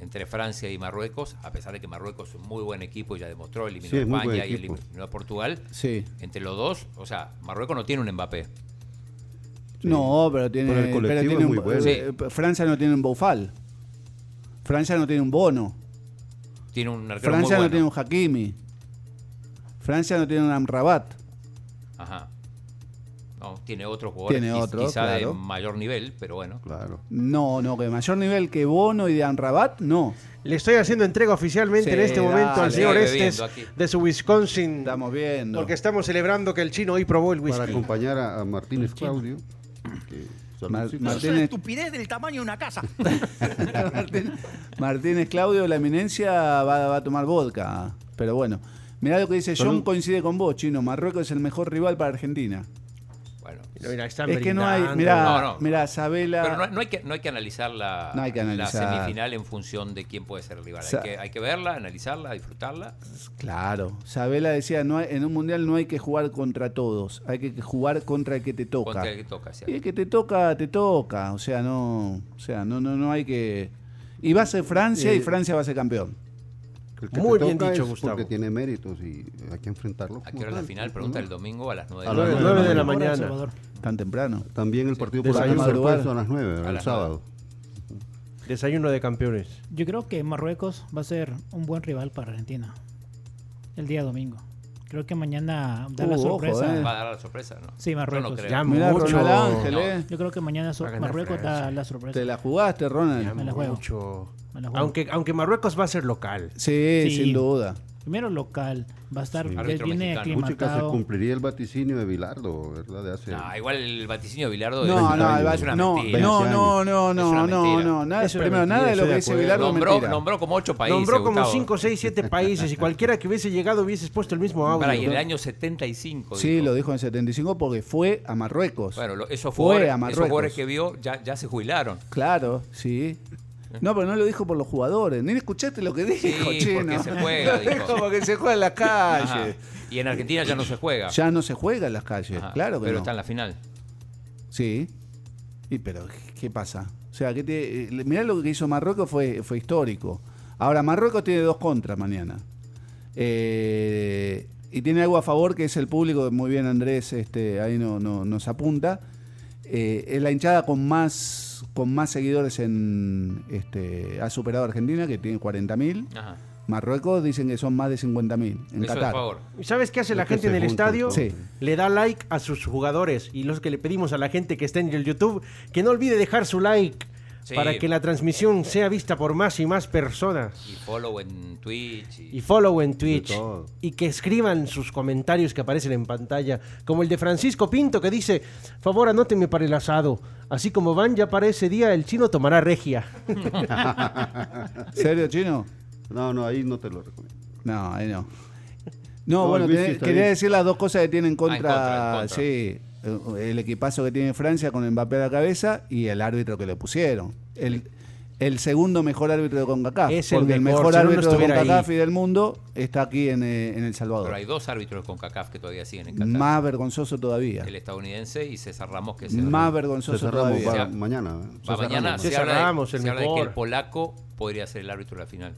Speaker 6: entre Francia y Marruecos, a pesar de que Marruecos es un muy buen equipo y ya demostró, eliminó
Speaker 13: Sí,
Speaker 6: a
Speaker 13: es muy buen
Speaker 6: España y
Speaker 13: equipo.
Speaker 6: eliminó a Portugal,
Speaker 7: Sí.
Speaker 6: entre los dos, o sea, Marruecos no tiene un Mbappé.
Speaker 7: No, pero tiene,
Speaker 13: Pero el
Speaker 7: pero
Speaker 13: colectivo
Speaker 7: tiene
Speaker 13: es
Speaker 7: un-
Speaker 13: muy bueno.
Speaker 7: eh, Francia no tiene un Boufal. Francia no tiene un Bono.
Speaker 6: Tiene un arquero
Speaker 7: Francia
Speaker 6: muy
Speaker 7: no
Speaker 6: bueno.
Speaker 7: tiene un Hakimi. Francia no tiene un Amrabat.
Speaker 6: Ajá. No, tiene otros jugadores
Speaker 7: Tiene
Speaker 6: quiz-
Speaker 7: otro,
Speaker 6: quizá de
Speaker 7: claro.
Speaker 6: mayor nivel, pero bueno.
Speaker 13: Claro.
Speaker 7: No, no, que mayor nivel que Bono y de Amrabat, no.
Speaker 8: Le estoy haciendo entrega oficialmente
Speaker 7: Sí,
Speaker 8: en este momento
Speaker 7: dale.
Speaker 8: al señor
Speaker 7: Sigue
Speaker 8: Estes
Speaker 7: bebiendo aquí.
Speaker 8: de su Wisconsin.
Speaker 7: Estamos viendo.
Speaker 8: Porque estamos celebrando que el chino hoy probó el
Speaker 13: Para
Speaker 8: whisky.
Speaker 13: acompañar a, a Martínez Claudio, que
Speaker 7: Mar-
Speaker 14: Es una
Speaker 7: Martínez,
Speaker 14: estupidez del tamaño de una casa.
Speaker 7: Martínez Claudio, la eminencia, va, va a tomar vodka. Pero bueno, mirá lo que dice John,
Speaker 6: Salud.
Speaker 7: coincide con vos, Chino. Marruecos es el mejor rival para Argentina. es que no hay... Mirá,
Speaker 6: No, no.
Speaker 7: mirá, Sabela...
Speaker 6: Pero no, no hay que, no hay que analizar la,
Speaker 7: No hay que
Speaker 6: la
Speaker 7: analizar.
Speaker 6: semifinal en función de quién puede ser rival.
Speaker 7: Sa-
Speaker 6: Hay que, hay que verla, analizarla, disfrutarla.
Speaker 7: Claro, Sabela decía, no hay- en un mundial no hay que jugar contra todos, hay que jugar contra el que te toca.
Speaker 6: Contra el que toca, sí.
Speaker 7: Y el que te toca, te toca. O sea, no, o sea, no, no, no hay que. Y va a ser Francia y
Speaker 13: Eh,
Speaker 7: Francia va a ser campeón.
Speaker 13: El que te toca es Porque tiene méritos y hay que enfrentarlo.
Speaker 6: ¿A qué hora es la final? Pregunta el domingo a las 9 de,
Speaker 13: A
Speaker 6: la
Speaker 13: las
Speaker 6: mañana.
Speaker 13: nueve
Speaker 7: de la
Speaker 13: mañana.
Speaker 7: mañana. Salvador. Tan temprano.
Speaker 13: También el partido por la
Speaker 8: Desayuno.
Speaker 13: tarde
Speaker 8: Madrugar.
Speaker 13: fue a las 9,
Speaker 8: A
Speaker 13: el
Speaker 8: las
Speaker 13: sábado.
Speaker 8: Desayuno de campeones.
Speaker 10: Yo creo que Marruecos va a ser un buen rival para Argentina el día domingo. Creo que mañana da la
Speaker 6: Uh, ojo,
Speaker 10: sorpresa.
Speaker 6: eh. Va a dar la sorpresa, ¿no?
Speaker 10: Sí,
Speaker 6: Yo no
Speaker 10: Marruecos.
Speaker 6: creo. Ya Mirá, mucho. Ronald Ángel, eh.
Speaker 10: Yo creo que mañana so-
Speaker 8: Va a ganar
Speaker 10: Marruecos da
Speaker 8: Francia.
Speaker 10: la sorpresa.
Speaker 7: Te la jugaste, Ronald.
Speaker 10: Me la juego. Me la juego.
Speaker 8: Aunque, aunque Marruecos va a ser local.
Speaker 7: Sí,
Speaker 10: Sí.
Speaker 7: sin duda.
Speaker 10: Primero local, va a estar, él
Speaker 13: Árbitro
Speaker 10: viene
Speaker 13: mexicano. Puchica, se
Speaker 10: aclimatado.
Speaker 13: cumpliría el vaticinio de Bilardo, ¿verdad? De hace (laughs)
Speaker 6: Ah, igual el vaticinio de
Speaker 7: No,
Speaker 6: Bilardo es,
Speaker 7: no,
Speaker 6: es una
Speaker 7: no,
Speaker 6: mentira.
Speaker 7: no, no, no,
Speaker 6: Es
Speaker 7: no,
Speaker 6: una
Speaker 7: no,
Speaker 6: mentira.
Speaker 7: no, nada, eso, primero, nada de lo que dice Bilardo es
Speaker 6: nombró,
Speaker 7: mentira.
Speaker 6: nombró como ocho países.
Speaker 8: Nombró como
Speaker 6: Gustavo.
Speaker 8: 5, 6,
Speaker 7: (laughs)
Speaker 8: 7 países y cualquiera que hubiese llegado hubieses puesto el mismo audio.
Speaker 6: Para, y en el año 75.
Speaker 7: Sí, lo dijo en 75 porque fue a Marruecos.
Speaker 6: Bueno, lo- esos,
Speaker 7: fue
Speaker 6: jugadores,
Speaker 7: a
Speaker 6: esos
Speaker 7: Marruecos.
Speaker 6: jugadores que vio ya, ya se jubilaron.
Speaker 7: Claro, sí. No, pero no lo dijo por los jugadores. Ni escuchaste lo que dijo,
Speaker 6: Sí,
Speaker 7: chino.
Speaker 6: porque se
Speaker 7: (laughs)
Speaker 6: juega,
Speaker 7: Lo
Speaker 6: dijo.
Speaker 7: dijo porque se juega en las
Speaker 6: Ajá.
Speaker 7: calles.
Speaker 6: Y en Argentina ya no se juega.
Speaker 7: Ya no se juega en las calles,
Speaker 6: Ajá,
Speaker 7: claro que
Speaker 6: Pero
Speaker 7: no.
Speaker 6: está en la final.
Speaker 7: Sí. Y pero ¿qué pasa? O sea, que te, eh, mirá lo que hizo Marruecos fue, fue histórico. Ahora, Marruecos tiene dos contras mañana. Eh, y tiene algo a favor que es el público, muy bien Andrés, este, ahí no, no- nos apunta. Eh, es la hinchada con más con más seguidores en este ha superado a Argentina que tiene 40.000.
Speaker 6: Ajá.
Speaker 7: Marruecos dicen que son más de 50.000 en Qatar.
Speaker 8: ¿Y sabes qué hace la
Speaker 7: Es que
Speaker 8: gente en
Speaker 7: se
Speaker 8: el
Speaker 7: juntan,
Speaker 8: estadio?
Speaker 7: sí.
Speaker 8: Le da like a sus jugadores. Y los que le pedimos a la gente que está en el YouTube, que no olvide dejar su like
Speaker 6: Sí.
Speaker 8: para que la transmisión sea vista por más y más personas.
Speaker 6: Y follow en Twitch. Y...
Speaker 8: Y follow en Twitch. Y que escriban sus comentarios que aparecen en pantalla. Como el de Francisco Pinto que dice, favor anótenme para el asado. Así como van ya para ese día, el chino
Speaker 7: (laughs)
Speaker 8: tomará regia.
Speaker 7: ¿Serio, chino?
Speaker 13: No, no, ahí no te lo recomiendo.
Speaker 7: No, ahí no.
Speaker 13: No,
Speaker 7: No, bueno,
Speaker 13: el whisky
Speaker 7: tenés-
Speaker 13: está
Speaker 7: quería
Speaker 13: bien.
Speaker 7: decir las dos cosas que tiene en contra,
Speaker 13: Ah, en contra,
Speaker 7: sí, eh, el equipazo que tiene Francia con Mbappé a la cabeza y el árbitro que le pusieron. El, el segundo mejor árbitro de CONCACAF,
Speaker 8: Es el
Speaker 7: porque el
Speaker 8: mejor,
Speaker 7: mejor,
Speaker 8: si no, no
Speaker 7: árbitro de
Speaker 8: estuviera ahí.
Speaker 7: CONCACAF y del mundo está aquí en, eh, en El
Speaker 6: Pero
Speaker 7: Salvador.
Speaker 6: hay dos árbitros con CACAF que todavía siguen en Qatar.
Speaker 7: Más vergonzoso todavía.
Speaker 6: El estadounidense y César Ramos, que es el-
Speaker 7: Más vergonzoso todavía.
Speaker 6: Se ha-
Speaker 13: mañana.
Speaker 6: Va mañana se, habla, de-
Speaker 7: el
Speaker 6: se habla de que
Speaker 7: mejor.
Speaker 6: el polaco podría ser el árbitro de la final.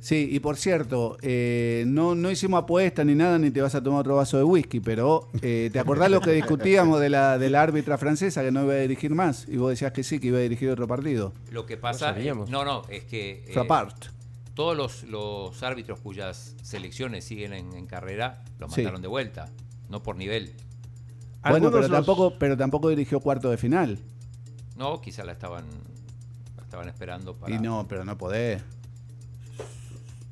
Speaker 7: Sí, y por cierto, eh, no, no hicimos apuesta ni nada, ni te vas a tomar otro vaso de whisky, pero eh, ¿te acordás lo que discutíamos de la, de la árbitra francesa que no iba a dirigir más? Y vos decías que sí, que iba a dirigir otro partido.
Speaker 6: Lo que pasa.
Speaker 7: sabíamos.
Speaker 6: no, no, es que. eh,
Speaker 7: Fue aparte.
Speaker 6: Todos los, los árbitros cuyas selecciones siguen en, en carrera los
Speaker 7: Sí.
Speaker 6: mandaron de vuelta, no por nivel.
Speaker 7: Bueno,
Speaker 6: Algunos
Speaker 7: pero
Speaker 6: los-
Speaker 7: tampoco, pero tampoco dirigió cuarto de final.
Speaker 6: No, quizá la estaban, la estaban esperando para.
Speaker 7: Y no, pero no podés.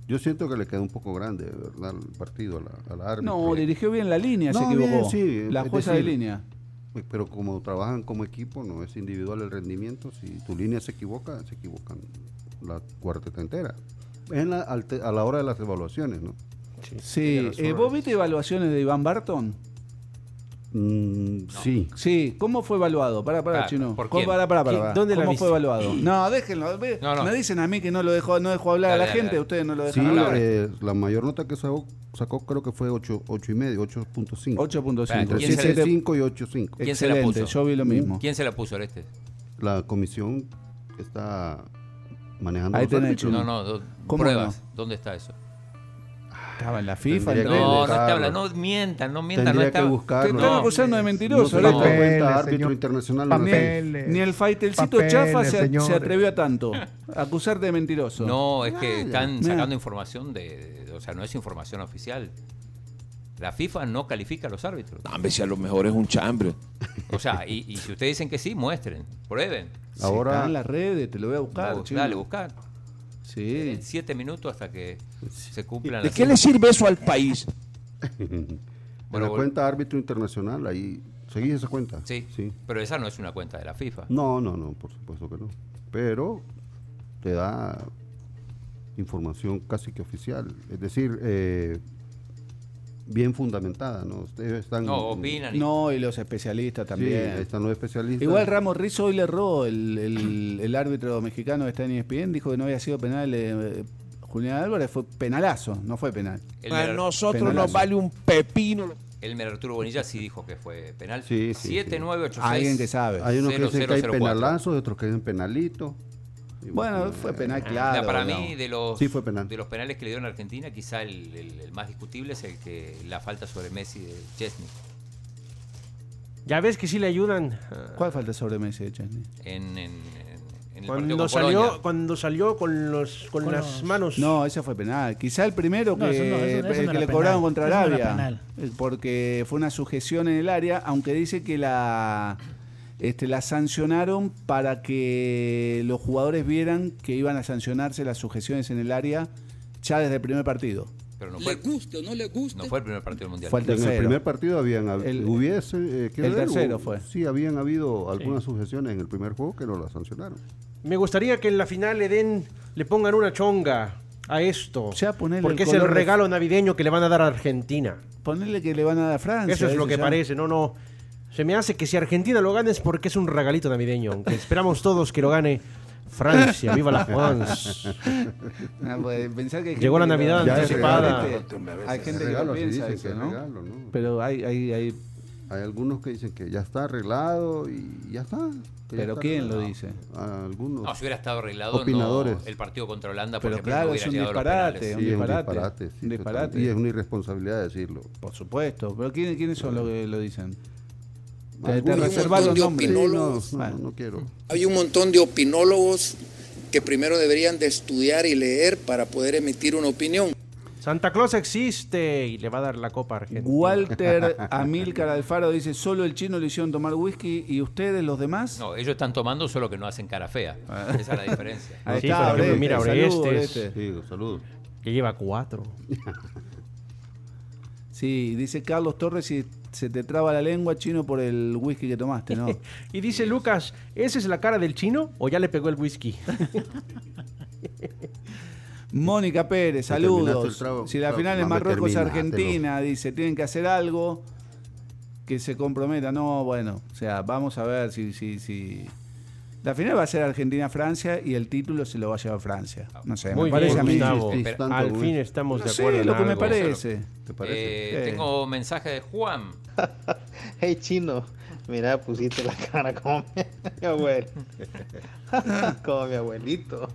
Speaker 13: Yo siento que le quedó un poco grande, ¿verdad? El partido a la, a la árbitra.
Speaker 7: No, dirigió bien la línea, se
Speaker 13: No, bien,
Speaker 7: equivocó.
Speaker 13: sí,
Speaker 7: la
Speaker 13: es
Speaker 7: jueza
Speaker 13: decir,
Speaker 7: de línea.
Speaker 13: pues, Pero como trabajan como equipo, no es individual el rendimiento. Si tu línea se equivoca, se equivocan la cuarteta entera. En la- al te- a la hora de las evaluaciones, ¿no?
Speaker 7: Sí, eh, ¿vos viste evaluaciones de Iván Barton?
Speaker 13: Mm, Sí.
Speaker 7: Mm, Sí, ¿cómo fue evaluado? Pará, pará,
Speaker 13: Pará,
Speaker 7: chino.
Speaker 13: ¿por
Speaker 7: ¿Cómo-
Speaker 13: quién?
Speaker 7: pará, pará,
Speaker 13: ¿Quién?
Speaker 7: pará.
Speaker 13: ¿Dónde la
Speaker 7: ¿Cómo
Speaker 13: viste?
Speaker 7: fue
Speaker 13: (clears throat)
Speaker 7: evaluado? (clears throat) No, déjenlo. ve-
Speaker 13: No, no.
Speaker 7: Me dicen a mí que no lo dejó, no dejó hablar
Speaker 13: Dale,
Speaker 7: a la
Speaker 13: dale,
Speaker 7: gente,
Speaker 13: dale.
Speaker 7: ustedes no lo
Speaker 13: Sí,
Speaker 7: dejan hablar.
Speaker 13: eh, la mayor nota que sacó, sacó creo que fue 8, 8 y medio, 8.5.
Speaker 7: 8.5.
Speaker 6: ¿Quién se la-
Speaker 13: 7.5 y 8.5.
Speaker 6: ¿Quién se la puso?
Speaker 13: ¿Quién?
Speaker 6: ¿Quién se la puso, Oreste?
Speaker 13: La comisión está manejando
Speaker 7: Ahí
Speaker 13: los
Speaker 7: tenés,
Speaker 13: árbitros.
Speaker 6: No, no, do-
Speaker 7: ¿Cómo
Speaker 6: pruebas. ¿Dónde está eso?
Speaker 7: Estaba en la FIFA.
Speaker 13: Tendría
Speaker 7: entonces.
Speaker 13: que
Speaker 6: No, no está hablando, no mientan, no mientan, no
Speaker 13: Tendría
Speaker 6: está.
Speaker 13: que buscarlo.
Speaker 7: Te están acusando de mentiroso.
Speaker 13: No se
Speaker 7: Oreste.
Speaker 13: da cuenta, árbitro internacional. no
Speaker 7: Ni,
Speaker 13: sé.
Speaker 7: el- ni el Faitelcito
Speaker 13: Papeles,
Speaker 7: Chafa se,
Speaker 13: señores.
Speaker 7: se atrevió a tanto. a Acusarte de mentiroso.
Speaker 6: No, es que están
Speaker 7: Mira.
Speaker 6: sacando información de, de- O sea, no es información oficial. La FIFA no califica a los árbitros.
Speaker 12: A ver si a lo mejor es un chambre.
Speaker 6: O sea, y, y si ustedes dicen que sí, muestren, prueben.
Speaker 7: Sí, está en las redes, te lo voy a buscar.
Speaker 6: Bu-
Speaker 7: chino.
Speaker 6: Dale, buscar.
Speaker 7: Sí.
Speaker 6: Siete minutos hasta que se cumplan
Speaker 12: ¿De
Speaker 6: las-
Speaker 12: qué
Speaker 13: (laughs)
Speaker 12: le sirve eso al país?
Speaker 13: En la cuenta árbitro internacional, ahí ¿Seguís esa cuenta?
Speaker 6: Sí. Pero esa no es una cuenta de la FIFA.
Speaker 13: No, no, no, por supuesto que no. Pero te da información casi que oficial, es decir, eh, bien fundamentada, ¿no? Ustedes están...
Speaker 7: No, y los especialistas también.
Speaker 13: Sí, están los especialistas.
Speaker 7: Igual Ramos Rizzo hoy le erró el, el- el árbitro mexicano que está en E ESPN, dijo que no había sido penal eh, Julián Álvarez, fue penalazo, no fue penal.
Speaker 6: El A de- nosotros nos
Speaker 7: vale
Speaker 12: un pepino.
Speaker 6: Elmer Arturo Bonilla sí dijo que fue penal.
Speaker 13: Sí, sí, sí.
Speaker 6: 7986.
Speaker 7: Alguien que sabe.
Speaker 13: Hay unos que dicen que hay
Speaker 6: 0004.
Speaker 13: penalazos, otros que dicen penalito. Y
Speaker 7: Bueno,
Speaker 8: eh,
Speaker 7: fue penal claro.
Speaker 6: Mira, para mí,
Speaker 7: digamos.
Speaker 6: de los,
Speaker 13: Sí, fue penal.
Speaker 6: de los penales que le dieron a Argentina, quizá el, el- el más discutible es el que la falta sobre Messi de Chesney.
Speaker 8: Ya ves que sí le ayudan.
Speaker 7: ¿Cuál falta sobre Messi de Chesney?
Speaker 6: En, en- en- en el
Speaker 8: Cuando
Speaker 6: partido con Polonia.
Speaker 8: salió, cuando salió con los con,
Speaker 7: Con
Speaker 8: las
Speaker 7: los-
Speaker 8: manos.
Speaker 7: No, ese fue penal. Quizá el primero
Speaker 8: No,
Speaker 7: que,
Speaker 8: eso no, eso- eso
Speaker 7: el que
Speaker 8: no
Speaker 7: le
Speaker 8: era penal.
Speaker 7: cobraron contra
Speaker 8: Eso no era
Speaker 7: Arabia.
Speaker 8: penal.
Speaker 7: Eh, Porque fue una sujeción en el área, aunque dice que la, este, la sancionaron para que los jugadores vieran que iban a sancionarse las sujeciones en el área ya desde el primer partido.
Speaker 6: Pero no fue, le guste o no le guste. No fue el primer partido del Mundial.
Speaker 7: Fue el
Speaker 13: En el
Speaker 7: tercero.
Speaker 13: primer partido habían hab- hubiese eh, quiero
Speaker 7: el
Speaker 13: ver,
Speaker 7: tercero
Speaker 13: hubo-
Speaker 7: fue.
Speaker 13: Sí, habían habido algunas sujeciones en el primer juego que no las sancionaron.
Speaker 8: Me gustaría que en la final le den, le pongan una chonga a esto.
Speaker 7: ponele
Speaker 8: porque
Speaker 7: el
Speaker 8: es el
Speaker 7: color de-
Speaker 8: regalo navideño que le van a dar a Argentina.
Speaker 7: Ponerle que le van a dar a Francia.
Speaker 8: Eso es lo
Speaker 7: ese
Speaker 8: que
Speaker 7: ya. (laughs)
Speaker 8: parece, no, no. Se me hace que si Argentina lo gana es porque es un regalito navideño. aunque esperamos todos que lo gane
Speaker 7: (laughs)
Speaker 8: Francia. ¡Viva la France!
Speaker 7: Ah, pues, pensar que hay
Speaker 8: Llegó
Speaker 7: gente
Speaker 8: la
Speaker 7: que lo-
Speaker 8: Navidad
Speaker 7: Ya es
Speaker 8: anticipada.
Speaker 7: regalo, este, Hay gente que lo
Speaker 13: Regalo, se
Speaker 7: piensa
Speaker 13: dice
Speaker 7: eso,
Speaker 13: que es
Speaker 7: ¿no?
Speaker 13: regalo, ¿no?
Speaker 7: Pero hay, hay, hay...
Speaker 13: algunos que dicen que ya está arreglado y ya está. que ya
Speaker 7: ¿Pero
Speaker 13: está
Speaker 7: quién lo
Speaker 13: arreglado.
Speaker 7: dice?
Speaker 13: A algunos.
Speaker 6: No, Ah, si hubiera estado arreglado,
Speaker 13: opinadores.
Speaker 6: no, el partido contra Holanda, por
Speaker 7: Pero
Speaker 6: ejemplo,
Speaker 7: claro,
Speaker 6: no
Speaker 7: es
Speaker 6: hubiera
Speaker 7: un
Speaker 6: llegado a
Speaker 7: disparate,
Speaker 6: los penales.
Speaker 7: un
Speaker 13: Sí, es un
Speaker 7: disparate,
Speaker 13: disparate, sí,
Speaker 7: un disparate.
Speaker 13: total. Y es una irresponsabilidad decirlo.
Speaker 7: Por supuesto, pero ¿quién- ¿quiénes son los que lo dicen? Te, te
Speaker 13: Algunos-
Speaker 7: reservas los
Speaker 13: Yo
Speaker 7: nombres.
Speaker 13: opino-
Speaker 7: Sí, no, no,
Speaker 13: no quiero.
Speaker 17: Hay un montón de opinólogos que primero deberían de estudiar y leer para poder emitir una opinión.
Speaker 8: Santa Claus existe y le va a dar la copa a Argentina. (laughs)
Speaker 7: Walter Amílcar Alfaro dice, solo el chino le hicieron tomar whisky y ustedes, los demás...
Speaker 6: No, ellos están tomando solo que no hacen cara fea. Esa es la diferencia.
Speaker 7: (laughs) Ahí
Speaker 8: Ah. Sí,
Speaker 7: está,
Speaker 8: por
Speaker 7: Oreste,
Speaker 8: ejemplo, mira, este
Speaker 7: saludos,
Speaker 8: Orestes.
Speaker 7: Oreste.
Speaker 13: Sí, saludos.
Speaker 8: Que lleva cuatro.
Speaker 7: Sí, dice Carlos Torres si se te traba la lengua chino por el whisky que tomaste, ¿no?
Speaker 8: (laughs) y dice Lucas, ¿esa es la cara del chino o ya le pegó el whisky?
Speaker 7: (laughs) Mónica Pérez,
Speaker 13: Te terminaste
Speaker 7: saludos.
Speaker 13: el trago.
Speaker 7: si la
Speaker 13: No,
Speaker 7: final es
Speaker 13: no me
Speaker 7: Marruecos-Argentina, dice, tienen que hacer algo que se comprometa. No, bueno, o sea, vamos a ver si... si, si... La final va a ser Argentina-Francia y el título se lo va a llevar Francia. No sé,
Speaker 8: Muy
Speaker 7: me parece a
Speaker 8: bien,
Speaker 7: mí.
Speaker 8: Gustavo.
Speaker 7: Sí, sí,
Speaker 8: Pero
Speaker 7: tanto
Speaker 8: al
Speaker 7: gusto.
Speaker 8: fin estamos
Speaker 7: No
Speaker 8: de
Speaker 7: sé,
Speaker 8: acuerdo. en
Speaker 7: lo que me
Speaker 8: algo.
Speaker 7: parece.
Speaker 6: Eh,
Speaker 7: Sí.
Speaker 6: Tengo mensaje de Juan.
Speaker 22: Hey chino, mira, pusiste la cara como mi, (laughs) mi abuelo. como mi abuelito.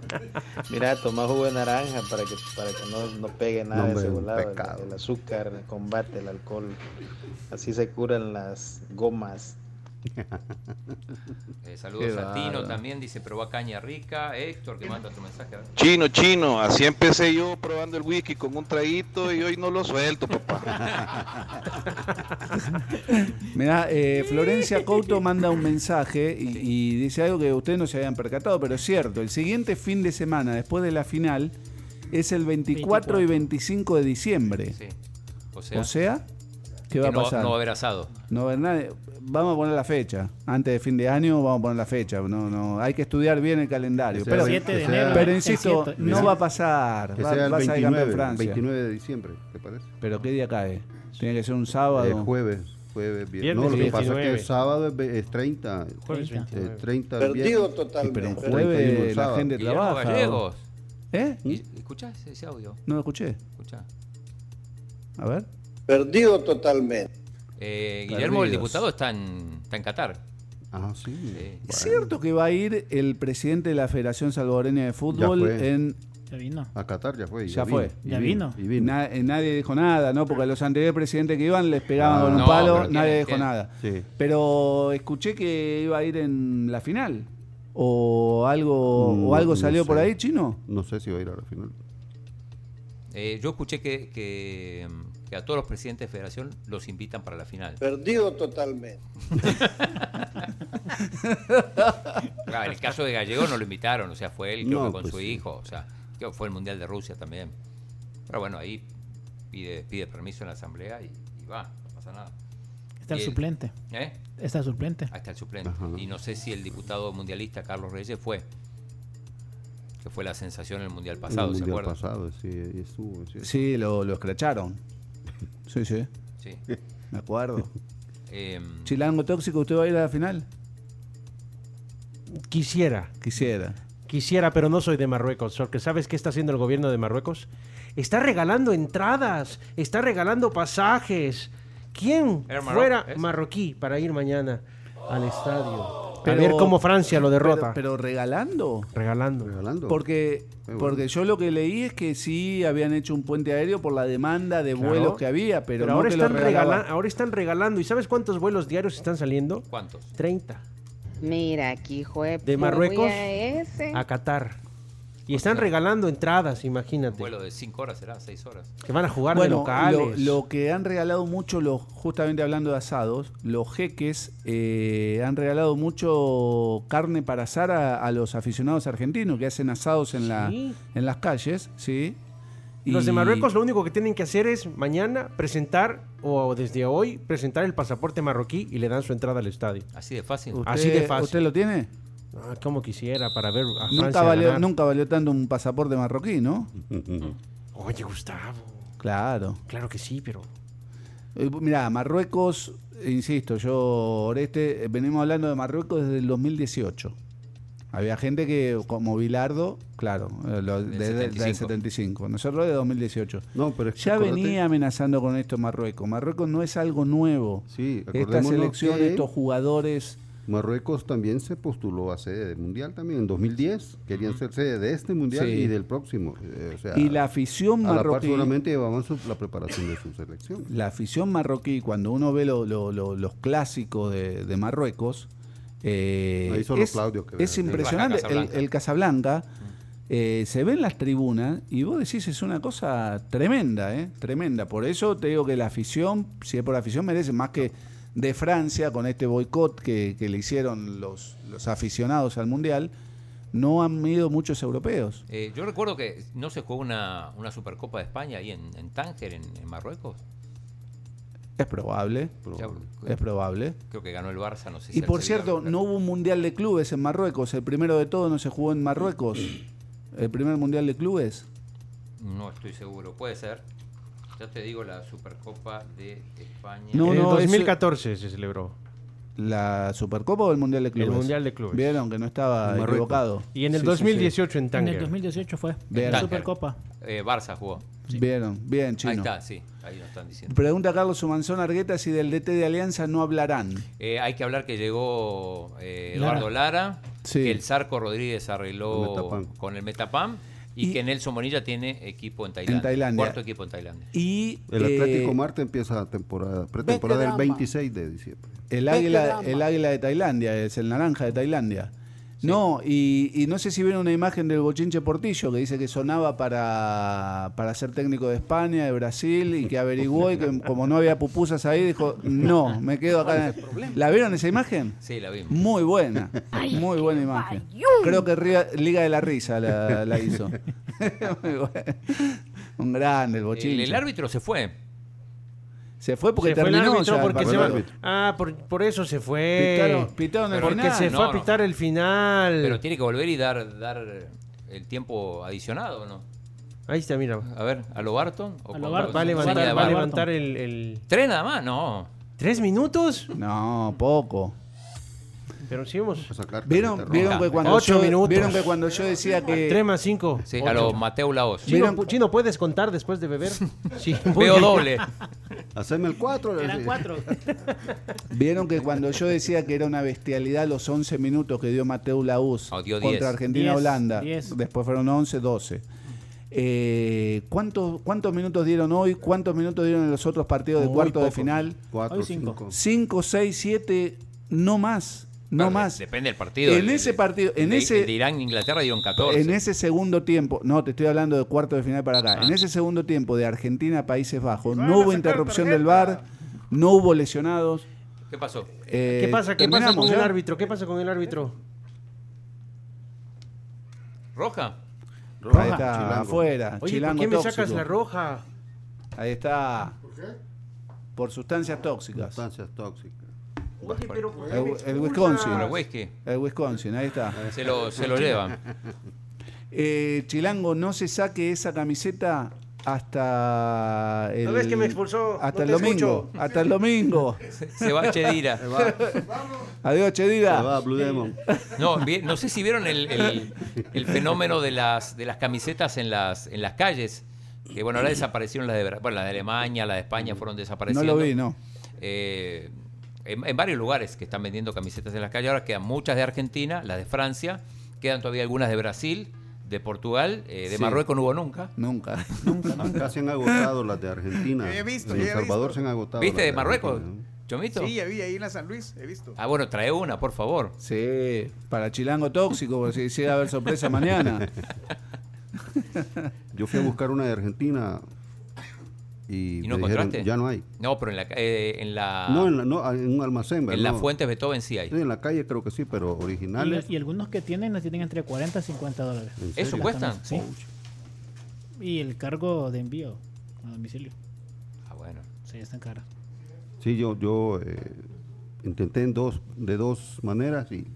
Speaker 22: (laughs) mira, toma jugo de naranja para que, para que no, no pegue
Speaker 13: No,
Speaker 22: nada de
Speaker 13: hombre,
Speaker 22: ese
Speaker 13: un
Speaker 22: volado.
Speaker 13: pecado.
Speaker 22: El, el azúcar combate el alcohol. Así se curan las gomas.
Speaker 6: Eh, (laughs) saludos
Speaker 22: Qué
Speaker 6: a Tino
Speaker 22: bárbaro.
Speaker 6: también, dice probá caña rica. Héctor, que manda otro mensaje.
Speaker 5: Chino, chino, así empecé yo probando el whisky con un traguito y hoy no lo suelto, papá.
Speaker 7: Mirá, eh, Florencia Couto manda un mensaje y, y dice algo que ustedes no se habían percatado, pero es cierto. El siguiente fin de semana, después de la final, es el 24, y 25 de diciembre.
Speaker 6: O sea,
Speaker 7: o sea, ¿qué
Speaker 6: que
Speaker 7: va a
Speaker 6: no,
Speaker 7: pasar?
Speaker 6: no va a haber asado.
Speaker 7: No va a haber nadie. Vamos a poner la fecha. Antes de fin de año vamos a poner la fecha. No, no, hay que estudiar bien el calendario.
Speaker 13: Que
Speaker 7: pero,
Speaker 13: sea el 7 de
Speaker 7: pero
Speaker 13: enero,
Speaker 7: pero
Speaker 13: el
Speaker 7: insisto,
Speaker 13: 7.
Speaker 7: no va a pasar.
Speaker 13: Que
Speaker 7: Va,
Speaker 13: sea el
Speaker 7: va a salir campeón
Speaker 13: 29,
Speaker 7: Francia.
Speaker 13: 29 de diciembre, ¿te parece?
Speaker 7: Pero ¿qué día cae? Tiene que ser un sábado.
Speaker 13: Eh, jueves, jueves, viernes.
Speaker 7: Viernes
Speaker 13: no, lo que pasa es
Speaker 7: 29.
Speaker 13: que el sábado es, ve- es 30.
Speaker 7: Jueves
Speaker 13: eh,
Speaker 7: 29.
Speaker 13: 30
Speaker 7: Perdido
Speaker 13: viernes.
Speaker 7: totalmente.
Speaker 13: Sí, pero en
Speaker 7: Pero
Speaker 13: jueves
Speaker 7: el
Speaker 13: la
Speaker 7: sábado.
Speaker 13: gente
Speaker 7: Guillermo
Speaker 13: trabaja.
Speaker 6: Gallegos.
Speaker 7: ¿Eh?
Speaker 6: ¿Escuchás ese, ese audio?
Speaker 7: No lo escuché.
Speaker 6: Escuchá.
Speaker 7: A ver.
Speaker 18: Perdido totalmente.
Speaker 6: Eh, Guillermo,
Speaker 7: Perdidos.
Speaker 6: el diputado, está en, está en Qatar.
Speaker 13: Ah, sí.
Speaker 7: ¿Es cierto que va a ir el presidente de la Federación Salvadoreña de Fútbol
Speaker 13: fue.
Speaker 7: en.
Speaker 10: Ya vino.
Speaker 13: A Qatar ya fue. y
Speaker 7: Ya
Speaker 13: vino,
Speaker 7: fue.
Speaker 13: y
Speaker 7: Na- eh, nadie dijo nada, ¿no? Porque a los anteriores presidentes que iban les pegaban con un
Speaker 13: No,
Speaker 7: palo,
Speaker 13: pero
Speaker 7: nadie
Speaker 13: tiene-
Speaker 7: dijo
Speaker 13: tiene-
Speaker 7: nada.
Speaker 13: Sí.
Speaker 7: Pero escuché que iba a ir en la final. ¿O algo, o
Speaker 13: No,
Speaker 7: algo
Speaker 13: no
Speaker 7: salió por
Speaker 13: sé.
Speaker 7: ahí, chino?
Speaker 13: No sé si va a ir a la final.
Speaker 6: Eh, yo escuché que, que, mm, que a todos los presidentes de federación los invitan para la final.
Speaker 7: (laughs)
Speaker 18: Perdido totalmente.
Speaker 6: Claro, en el caso de Gallego no lo invitaron, o sea, fue él creo
Speaker 13: No,
Speaker 6: que con
Speaker 13: pues
Speaker 6: su
Speaker 13: sí.
Speaker 6: hijo, o sea, creo que fue el Mundial de Rusia también. Pero bueno, ahí pide, pide permiso en la asamblea y, y va, no pasa nada.
Speaker 10: Está el
Speaker 6: Y
Speaker 10: suplente.
Speaker 6: ¿Eh?
Speaker 10: Está el suplente.
Speaker 6: Ah, está el suplente. Y no sé si el diputado mundialista Carlos Reyes fue. Que fue la sensación en el mundial pasado,
Speaker 13: el
Speaker 6: ¿se
Speaker 13: mundial
Speaker 6: acuerdan?
Speaker 13: pasado, sí, ahí estuvo. Sí,
Speaker 7: Sí, lo, lo escracharon. (laughs) Sí, sí.
Speaker 6: Sí.
Speaker 7: Me acuerdo.
Speaker 6: Em,
Speaker 7: Chilango Tóxico, ¿usted va a ir a la final?
Speaker 8: Quisiera.
Speaker 7: Quisiera.
Speaker 8: Quisiera, pero no soy de Marruecos. Porque ¿sabes qué está haciendo el gobierno de Marruecos? Está regalando entradas, está regalando pasajes. ¿Quién
Speaker 6: Air Maroc,
Speaker 8: fuera
Speaker 6: ¿es?
Speaker 8: marroquí para ir mañana al estadio?
Speaker 7: Pero-
Speaker 8: a ver cómo Francia lo derrota.
Speaker 7: Pero, pero regalando.
Speaker 8: regalando.
Speaker 7: Porque,
Speaker 8: bueno.
Speaker 7: porque yo lo que leí es que sí habían hecho un puente aéreo por la demanda de
Speaker 8: Claro.
Speaker 7: vuelos que había, pero, no
Speaker 8: Pero, ahora,
Speaker 7: que lo
Speaker 8: están
Speaker 7: regalaban.
Speaker 8: regala- ahora están regalando. ¿Y sabes cuántos vuelos diarios están saliendo?
Speaker 6: ¿Cuántos?
Speaker 8: 30.
Speaker 3: Mira, aquí, jue
Speaker 8: De
Speaker 3: me voy
Speaker 8: Marruecos
Speaker 3: a ese.
Speaker 8: a Qatar. Y están regalando entradas, imagínate.
Speaker 6: Pues vuelo de 5 horas será, 6 horas.
Speaker 8: Que van a jugar de
Speaker 7: Bueno,
Speaker 8: locales.
Speaker 7: Lo, lo que han regalado mucho, los, justamente hablando de asados, los jeques eh, han regalado mucho carne para asar a, a los aficionados argentinos que hacen asados en, la,
Speaker 8: Sí.
Speaker 7: en las calles, ¿sí?
Speaker 8: Los de
Speaker 7: Y-
Speaker 8: Marruecos lo único que tienen que hacer es mañana presentar, o desde hoy, presentar el pasaporte marroquí y le dan su entrada al estadio.
Speaker 6: Así de fácil.
Speaker 7: ¿Usted-
Speaker 8: Así de fácil.
Speaker 7: ¿Usted lo tiene?
Speaker 8: Ah, como quisiera, para ver a Francia
Speaker 7: Nunca valió,
Speaker 8: ganar.
Speaker 7: nunca valió tanto un pasaporte marroquí, ¿no?
Speaker 8: Oye, Gustavo,
Speaker 7: Claro.
Speaker 8: claro que sí, pero...
Speaker 7: Mira, Marruecos, insisto, yo, Oreste, eh, venimos hablando de Marruecos desde el 2018. Había gente que, como Bilardo, claro, eh, lo- desde el
Speaker 13: 75.
Speaker 7: 75. nosotros de 2018.
Speaker 13: No, pero es que
Speaker 7: Ya
Speaker 13: acordate-
Speaker 7: venía amenazando con esto Marruecos. Marruecos no es algo nuevo.
Speaker 13: Sí,
Speaker 7: Esta
Speaker 13: acordémonos
Speaker 7: selección,
Speaker 13: que-
Speaker 7: estos jugadores.
Speaker 13: Marruecos también se postuló a sede del mundial también en 2010. Querían ser sede de este mundial
Speaker 7: Sí.
Speaker 13: y del próximo. eh, o sea,
Speaker 7: Y la afición
Speaker 13: a la par
Speaker 7: marroquí-
Speaker 13: seguramente llevaban su- la preparación de su selección.
Speaker 7: La afición marroquí, cuando uno ve lo- lo- lo- los clásicos de, de Marruecos, eh,
Speaker 13: Ahí son los
Speaker 7: es,
Speaker 13: Claudios que
Speaker 7: es
Speaker 13: ven, ¿no?
Speaker 7: impresionante.
Speaker 13: Baja
Speaker 7: El,
Speaker 13: Casablanca.
Speaker 7: el Casablanca eh, se ven las tribunas y vos decís es una cosa tremenda, ¿eh? tremenda. Por eso te digo que la afición, si es por afición, merece más que de Francia con este boicot que, que le hicieron los, los aficionados al mundial. No han ido muchos europeos.
Speaker 6: Eh, yo recuerdo que no se jugó una, una Supercopa de España ahí en, en Tánger, en, en Marruecos.
Speaker 7: Es probable.
Speaker 6: Ya-
Speaker 7: Es probable.
Speaker 6: Creo que ganó el Barça, no sé si
Speaker 7: Y
Speaker 6: el
Speaker 7: por
Speaker 6: Sevilla.
Speaker 7: cierto, no hubo un mundial de clubes en Marruecos. El primero de todo no se jugó en Marruecos. El primer mundial de clubes.
Speaker 6: No estoy seguro, puede ser. Ya te digo la Supercopa de España.
Speaker 7: No,
Speaker 8: en el
Speaker 7: no, eso-
Speaker 8: 2014 se celebró.
Speaker 7: ¿La Supercopa o el mundial de clubes?
Speaker 8: Mundial de Clubes.
Speaker 7: Vieron que no estaba
Speaker 8: En Marruecos.
Speaker 7: equivocado.
Speaker 8: Y en el
Speaker 7: Sí, sí, sí.
Speaker 8: 2018 en
Speaker 10: En
Speaker 8: Tánger.
Speaker 10: el 2018 fue.
Speaker 7: Bien.
Speaker 10: La
Speaker 7: Tánger.
Speaker 10: Supercopa.
Speaker 6: Eh, Barça jugó.
Speaker 7: Vieron, bien, chino.
Speaker 6: Ahí está, sí, ahí lo están diciendo.
Speaker 7: Pregunta a Carlos Sumanzón Argueta si del DT de Alianza no hablarán.
Speaker 6: Eh, hay que hablar que llegó eh, Eduardo Lara,
Speaker 7: Sí.
Speaker 6: que el Zarco Rodríguez arregló
Speaker 7: Con Metapam.
Speaker 6: con el Metapam y, que Nelson Bonilla tiene equipo en Tailandia.
Speaker 13: Tailandia.
Speaker 6: Cuarto equipo en Tailandia.
Speaker 7: Y
Speaker 13: El
Speaker 7: eh,
Speaker 13: Atlético Marte empieza la temporada, pretemporada
Speaker 7: Vete,
Speaker 13: del
Speaker 7: Dama.
Speaker 13: 26 de diciembre.
Speaker 7: El águila, el águila de Tailandia, es el naranja de Tailandia. No, y, y no sé si vieron una imagen del Bochinche Portillo que dice que sonaba para, para ser técnico de España, de Brasil, y que averiguó y que como no había pupusas ahí, dijo, no, me quedo acá. ¿La vieron esa imagen?
Speaker 6: Sí, la vimos.
Speaker 7: Muy buena, muy buena imagen. Creo que Ría- Liga de la Risa la, la
Speaker 8: (laughs)
Speaker 7: hizo. Muy buena. Un grande el
Speaker 6: El, el
Speaker 7: Bochinche.
Speaker 6: árbitro se fue.
Speaker 7: Se fue porque
Speaker 8: Se fue el
Speaker 7: terminó
Speaker 8: árbitro
Speaker 7: ya el
Speaker 8: porque se va-
Speaker 7: partido.
Speaker 8: Ah, por, por eso se fue.
Speaker 7: Pitaron- pitaron el
Speaker 8: porque
Speaker 7: final.
Speaker 8: se fue
Speaker 6: No,
Speaker 8: a
Speaker 6: no.
Speaker 8: pitar el final.
Speaker 6: Pero tiene que volver y dar, dar el tiempo adicionado, ¿o ¿no?
Speaker 8: Ahí está, mira.
Speaker 6: A ver, ¿a lo Barton? ¿O
Speaker 8: A
Speaker 6: con-
Speaker 8: lo Barton. Va a
Speaker 6: con
Speaker 8: levantar,
Speaker 6: señal de
Speaker 8: va a
Speaker 6: Barton?
Speaker 8: levantar el, el-
Speaker 6: ¿Tres nada más? No.
Speaker 8: ¿Tres minutos?
Speaker 7: No, poco.
Speaker 8: Pero sí hemos...
Speaker 7: ¿Vieron, vieron que cuando
Speaker 8: Ocho
Speaker 7: yo,
Speaker 8: minutos.
Speaker 7: vieron que cuando yo decía que...
Speaker 8: 3 más 5.
Speaker 6: Sí, a lo Mateo Laos.
Speaker 8: Chino, pu- Chino, ¿puedes contar después de
Speaker 6: (laughs)
Speaker 8: beber? Sí,
Speaker 6: Veo doble.
Speaker 13: Haceme el 4.
Speaker 10: Eran cuatro.
Speaker 7: (laughs) Vieron que cuando yo decía que era una bestialidad los 11 minutos que dio Mateo Laúz
Speaker 6: Oh, dio
Speaker 7: contra
Speaker 6: 10.
Speaker 10: Diez,
Speaker 7: Argentina-Holanda,
Speaker 10: diez.
Speaker 7: después fueron 11, 12. Eh, ¿cuántos, ¿Cuántos minutos dieron hoy? ¿Cuántos minutos dieron en los otros partidos de
Speaker 13: Muy
Speaker 7: cuarto de
Speaker 13: poco.
Speaker 7: final?
Speaker 13: Cuatro, Hoy cinco. cinco.
Speaker 7: 5, 6, 7, no más. No
Speaker 6: Claro,
Speaker 7: más.
Speaker 6: Depende del partido.
Speaker 7: En
Speaker 6: El-
Speaker 7: ese
Speaker 6: el-
Speaker 7: partido, en
Speaker 6: el-
Speaker 7: ese-
Speaker 6: el de Irán, Inglaterra dieron 14.
Speaker 7: En ese segundo tiempo, no, te estoy hablando de cuarto de final para acá. En ese segundo tiempo de Argentina Países Bajos, no hubo interrupción del VAR, no hubo lesionados.
Speaker 6: ¿Qué pasó?
Speaker 7: Eh,
Speaker 8: ¿Qué pasa? ¿Qué pasa
Speaker 7: terminamos, ¿eh?
Speaker 8: con el
Speaker 7: ¿ya?
Speaker 8: árbitro? ¿Qué pasa con el árbitro?
Speaker 6: ¿Roja?
Speaker 7: Ahí está, afuera.
Speaker 8: Oye, ¿por
Speaker 7: chilango
Speaker 8: qué me
Speaker 7: tóxico.
Speaker 8: sacas la roja?
Speaker 7: Ahí está. Por sustancias tóxicas.
Speaker 13: Sustancias tóxicas.
Speaker 6: Oye, pero ¿por qué
Speaker 7: El,
Speaker 6: me
Speaker 7: el
Speaker 6: expulsas?
Speaker 7: Wisconsin.
Speaker 6: Por el whisky.
Speaker 7: El Wisconsin, ahí está.
Speaker 6: Ah, Se lo- se lo llevan.
Speaker 7: Eh, Chilango, no se saque esa camiseta hasta el.
Speaker 8: No ves que me expulsó,
Speaker 7: Hasta
Speaker 8: no
Speaker 7: el
Speaker 8: te
Speaker 7: domingo.
Speaker 8: escucho.
Speaker 7: Hasta el domingo.
Speaker 6: (laughs) Se va Chedira.
Speaker 7: Se va. Adiós, Chedira.
Speaker 13: Se va, Blue Demon.
Speaker 6: Eh, No, vi- no sé si vieron el, el- el fenómeno de las, de las camisetas en las, en las calles. Que bueno, ahora desaparecieron las de, Bra- bueno, las de Alemania, las de España fueron
Speaker 7: No
Speaker 6: desapareciendo.
Speaker 7: lo vi, no.
Speaker 6: Eh, en, en varios lugares que están vendiendo camisetas en las calles. Ahora quedan muchas de Argentina, las de Francia, quedan todavía algunas de Brasil, de Portugal, eh, de
Speaker 13: Sí.
Speaker 6: Marruecos no hubo nunca.
Speaker 13: (laughs)
Speaker 7: Nunca.
Speaker 13: Acá se han agotado las de Argentina.
Speaker 6: He visto,
Speaker 13: en
Speaker 6: he
Speaker 13: El Salvador
Speaker 6: visto.
Speaker 13: se han agotado.
Speaker 6: ¿Viste
Speaker 13: las
Speaker 6: de Marruecos?
Speaker 13: Argentina.
Speaker 6: ¿Chomito?
Speaker 8: Sí, ya vi ahí en la San Luis, he visto.
Speaker 6: Ah, bueno, trae una, por favor.
Speaker 7: Sí, para Chilango Tóxico, por si quisiera haber sorpresa mañana.
Speaker 13: Yo fui a buscar una de Argentina y,
Speaker 6: ¿Y no
Speaker 13: me dijeron,
Speaker 6: encontraste?
Speaker 13: ya no hay.
Speaker 6: No, pero en la. ca- eh, en la,
Speaker 13: No, en, la- no, en un almacén,
Speaker 6: en la
Speaker 13: ¿no?
Speaker 6: Fuente Beethoven sí hay.
Speaker 13: Sí, en la calle creo que sí, pero originales.
Speaker 10: Y, y algunos que tienen las tienen entre 40 y 50 dólares.
Speaker 13: ¿En
Speaker 6: ¿Eso serio? cuestan?
Speaker 10: Sí. Y el cargo de envío a domicilio.
Speaker 6: Ah, bueno.
Speaker 10: Sí, están caras.
Speaker 13: Sí, yo, yo eh, intenté en dos, de dos maneras y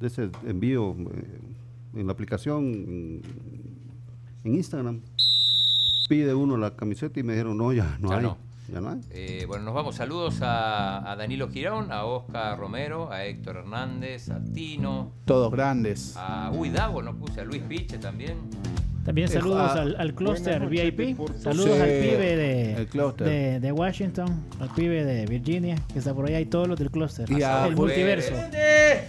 Speaker 13: de ese envío eh, en la aplicación, en, en Instagram, pide uno la camiseta y me dijeron, no, ya no
Speaker 6: Ya
Speaker 13: hay.
Speaker 6: no.
Speaker 13: Ya no hay.
Speaker 6: Eh, bueno, nos vamos. Saludos a, a Danilo Girón, a Oscar Romero, a Héctor Hernández, a Tino,
Speaker 7: Todos grandes.
Speaker 6: a Ah, Uy Davo, nos puse a Luis Piche también.
Speaker 10: También
Speaker 7: Eh,
Speaker 10: saludos
Speaker 7: ah,
Speaker 10: al, al clúster
Speaker 7: buenas noches,
Speaker 10: VIP.
Speaker 7: deportes.
Speaker 10: Saludos
Speaker 7: Sí,
Speaker 10: al pibe
Speaker 7: el
Speaker 10: de,
Speaker 7: clúster.
Speaker 10: de, de Washington, al pibe de Virginia, que está por allá y todos los del clúster.
Speaker 7: Y a
Speaker 10: El
Speaker 7: Jul-
Speaker 10: multiverso.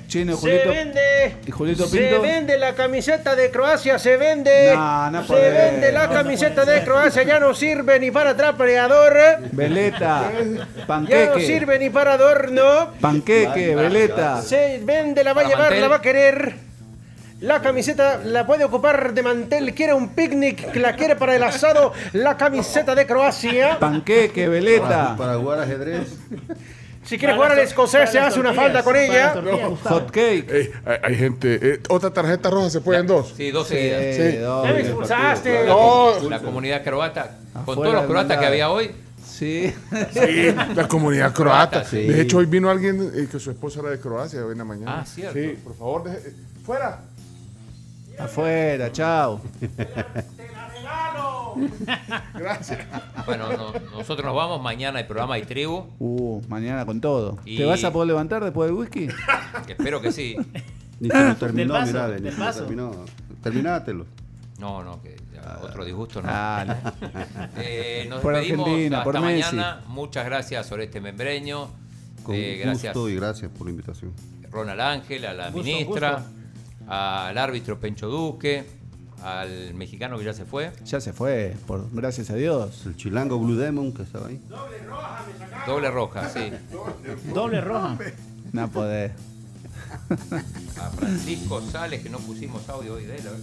Speaker 7: Chino,
Speaker 8: Se
Speaker 7: Julito-
Speaker 8: vende.
Speaker 7: ¿Y Julito
Speaker 8: Se
Speaker 7: Pinto?
Speaker 8: vende la camiseta de Croacia, se vende.
Speaker 7: No, no
Speaker 8: se
Speaker 7: puede.
Speaker 8: vende la
Speaker 7: No, no
Speaker 8: camiseta de Croacia, ya no sirve ni para trapeador. eh.
Speaker 7: Veleta,
Speaker 8: Ya no
Speaker 7: panqueque,
Speaker 8: sirve ni para adorno.
Speaker 7: panqueque, veleta.
Speaker 8: Se vende, la va a
Speaker 7: Para
Speaker 8: llevar,
Speaker 7: mantel.
Speaker 8: la va a querer. La camiseta la puede ocupar de mantel, quiere un picnic, la quiere para el asado, la camiseta de Croacia.
Speaker 7: Panqueque, veleta.
Speaker 13: Para jugar ajedrez.
Speaker 8: Si quiere jugar al escocés, se hace una falta con ella.
Speaker 7: Hot cake.
Speaker 9: hay, hay gente. eh, Otra tarjeta roja se pueden dos.
Speaker 6: Sí, dos seguidas.
Speaker 9: Sí.
Speaker 6: Ya me expulsaste. La, la comunidad croata, con todos los croatas que había hoy.
Speaker 7: Sí.
Speaker 9: Sí, la comunidad croata.
Speaker 6: Croata, Ah, sí.
Speaker 9: De hecho, hoy vino alguien eh, que su esposa era de Croacia hoy en la mañana.
Speaker 6: Ah, cierto.
Speaker 9: Sí, por favor, deje- eh,
Speaker 6: (laughs)
Speaker 9: fuera.
Speaker 7: Afuera, chao.
Speaker 9: Gracias.
Speaker 6: Bueno, no- nosotros nos vamos. Mañana el programa y tribu.
Speaker 7: (laughs) Uh, mañana con todo.
Speaker 6: Y-
Speaker 7: ¿Te vas a poder levantar después del whisky?
Speaker 6: Espero que sí.
Speaker 13: Ni se lo
Speaker 6: Del
Speaker 13: terminó,
Speaker 6: vaso,
Speaker 13: mirá,
Speaker 6: del
Speaker 13: ni se lo
Speaker 6: vaso.
Speaker 13: terminó. Terminátelo.
Speaker 6: No, no, que ya, otro disgusto no.
Speaker 7: Ah,
Speaker 6: (laughs) Eh, nos
Speaker 7: Por
Speaker 6: despedimos
Speaker 7: Argentina,
Speaker 6: hasta
Speaker 7: por Messi.
Speaker 6: mañana. Muchas gracias, Oreste Membreño.
Speaker 13: Con
Speaker 6: Eh, gracias,
Speaker 13: gusto y gracias por la invitación.
Speaker 6: Ronald Ángel, a la
Speaker 8: Gusto,
Speaker 6: ministra, al árbitro Pencho Duque, al mexicano que ya se fue.
Speaker 7: Ya se fue, por, gracias a Dios.
Speaker 13: El chilango Blue Demon que estaba ahí.
Speaker 6: Doble roja, sí.
Speaker 10: (laughs) Doble roja.
Speaker 7: No podés.
Speaker 6: A Francisco Sales, que no pusimos audio hoy de él. a ver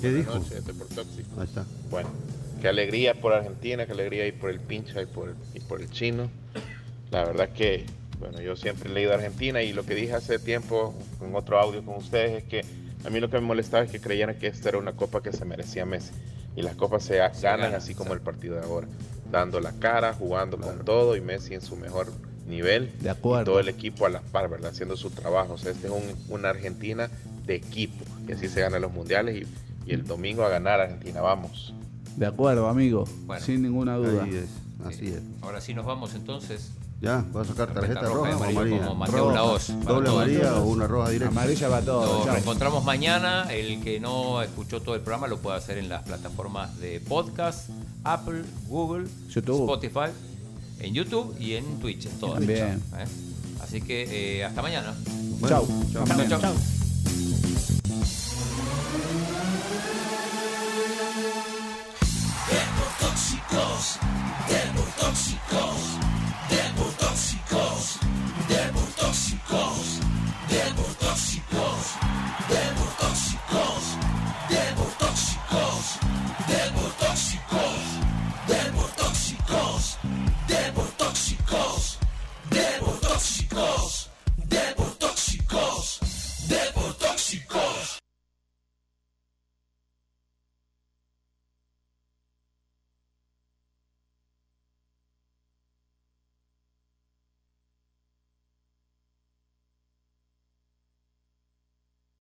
Speaker 13: ¿Qué dijo?
Speaker 24: Buenas noches, Deportóxico.
Speaker 13: Ahí está.
Speaker 24: Bueno, qué alegría por Argentina, qué alegría y por el pincha y por, y por el chino. La verdad que, bueno, yo siempre he leído a Argentina y lo que dije hace tiempo en otro audio con ustedes es que a mí lo que me molestaba es que creyeran que esta era una copa que se merecía Messi. Y las copas se, ganan así como el partido de ahora, dando la cara, jugando con todo y Messi en su mejor nivel.
Speaker 7: De acuerdo.
Speaker 24: Y todo el equipo a la par, ¿verdad? Haciendo su trabajo. O sea, esta es un- una Argentina de equipo. Y así se ganan los mundiales y, y el domingo a ganar Argentina. Vamos.
Speaker 7: De acuerdo, amigo.
Speaker 6: Bueno.
Speaker 7: Sin ninguna duda.
Speaker 13: Ahí es, así es.
Speaker 6: Ahora sí nos vamos entonces.
Speaker 13: Ya, va a sacar tarjeta,
Speaker 6: Tarjeta
Speaker 13: roja,
Speaker 6: roja y
Speaker 13: o
Speaker 6: amarilla,
Speaker 13: amarilla.
Speaker 6: como Mateo
Speaker 13: Roja.
Speaker 6: Laos, para
Speaker 13: Doble
Speaker 6: todos.
Speaker 13: amarilla o una roja directa.
Speaker 7: Amarilla para
Speaker 6: Nos
Speaker 7: todos. ya.
Speaker 6: reencontramos mañana. El que no escuchó todo el programa lo puede hacer en las plataformas de podcast, Apple, Google,
Speaker 7: YouTube.
Speaker 6: Spotify, en YouTube y en Twitch, en todas.
Speaker 7: Bien.
Speaker 6: ¿Eh? Así que eh, hasta mañana.
Speaker 7: Chau.
Speaker 6: Chau,
Speaker 7: Hasta mañana.
Speaker 6: chau.
Speaker 11: Deportóxicos, Deportóxicos.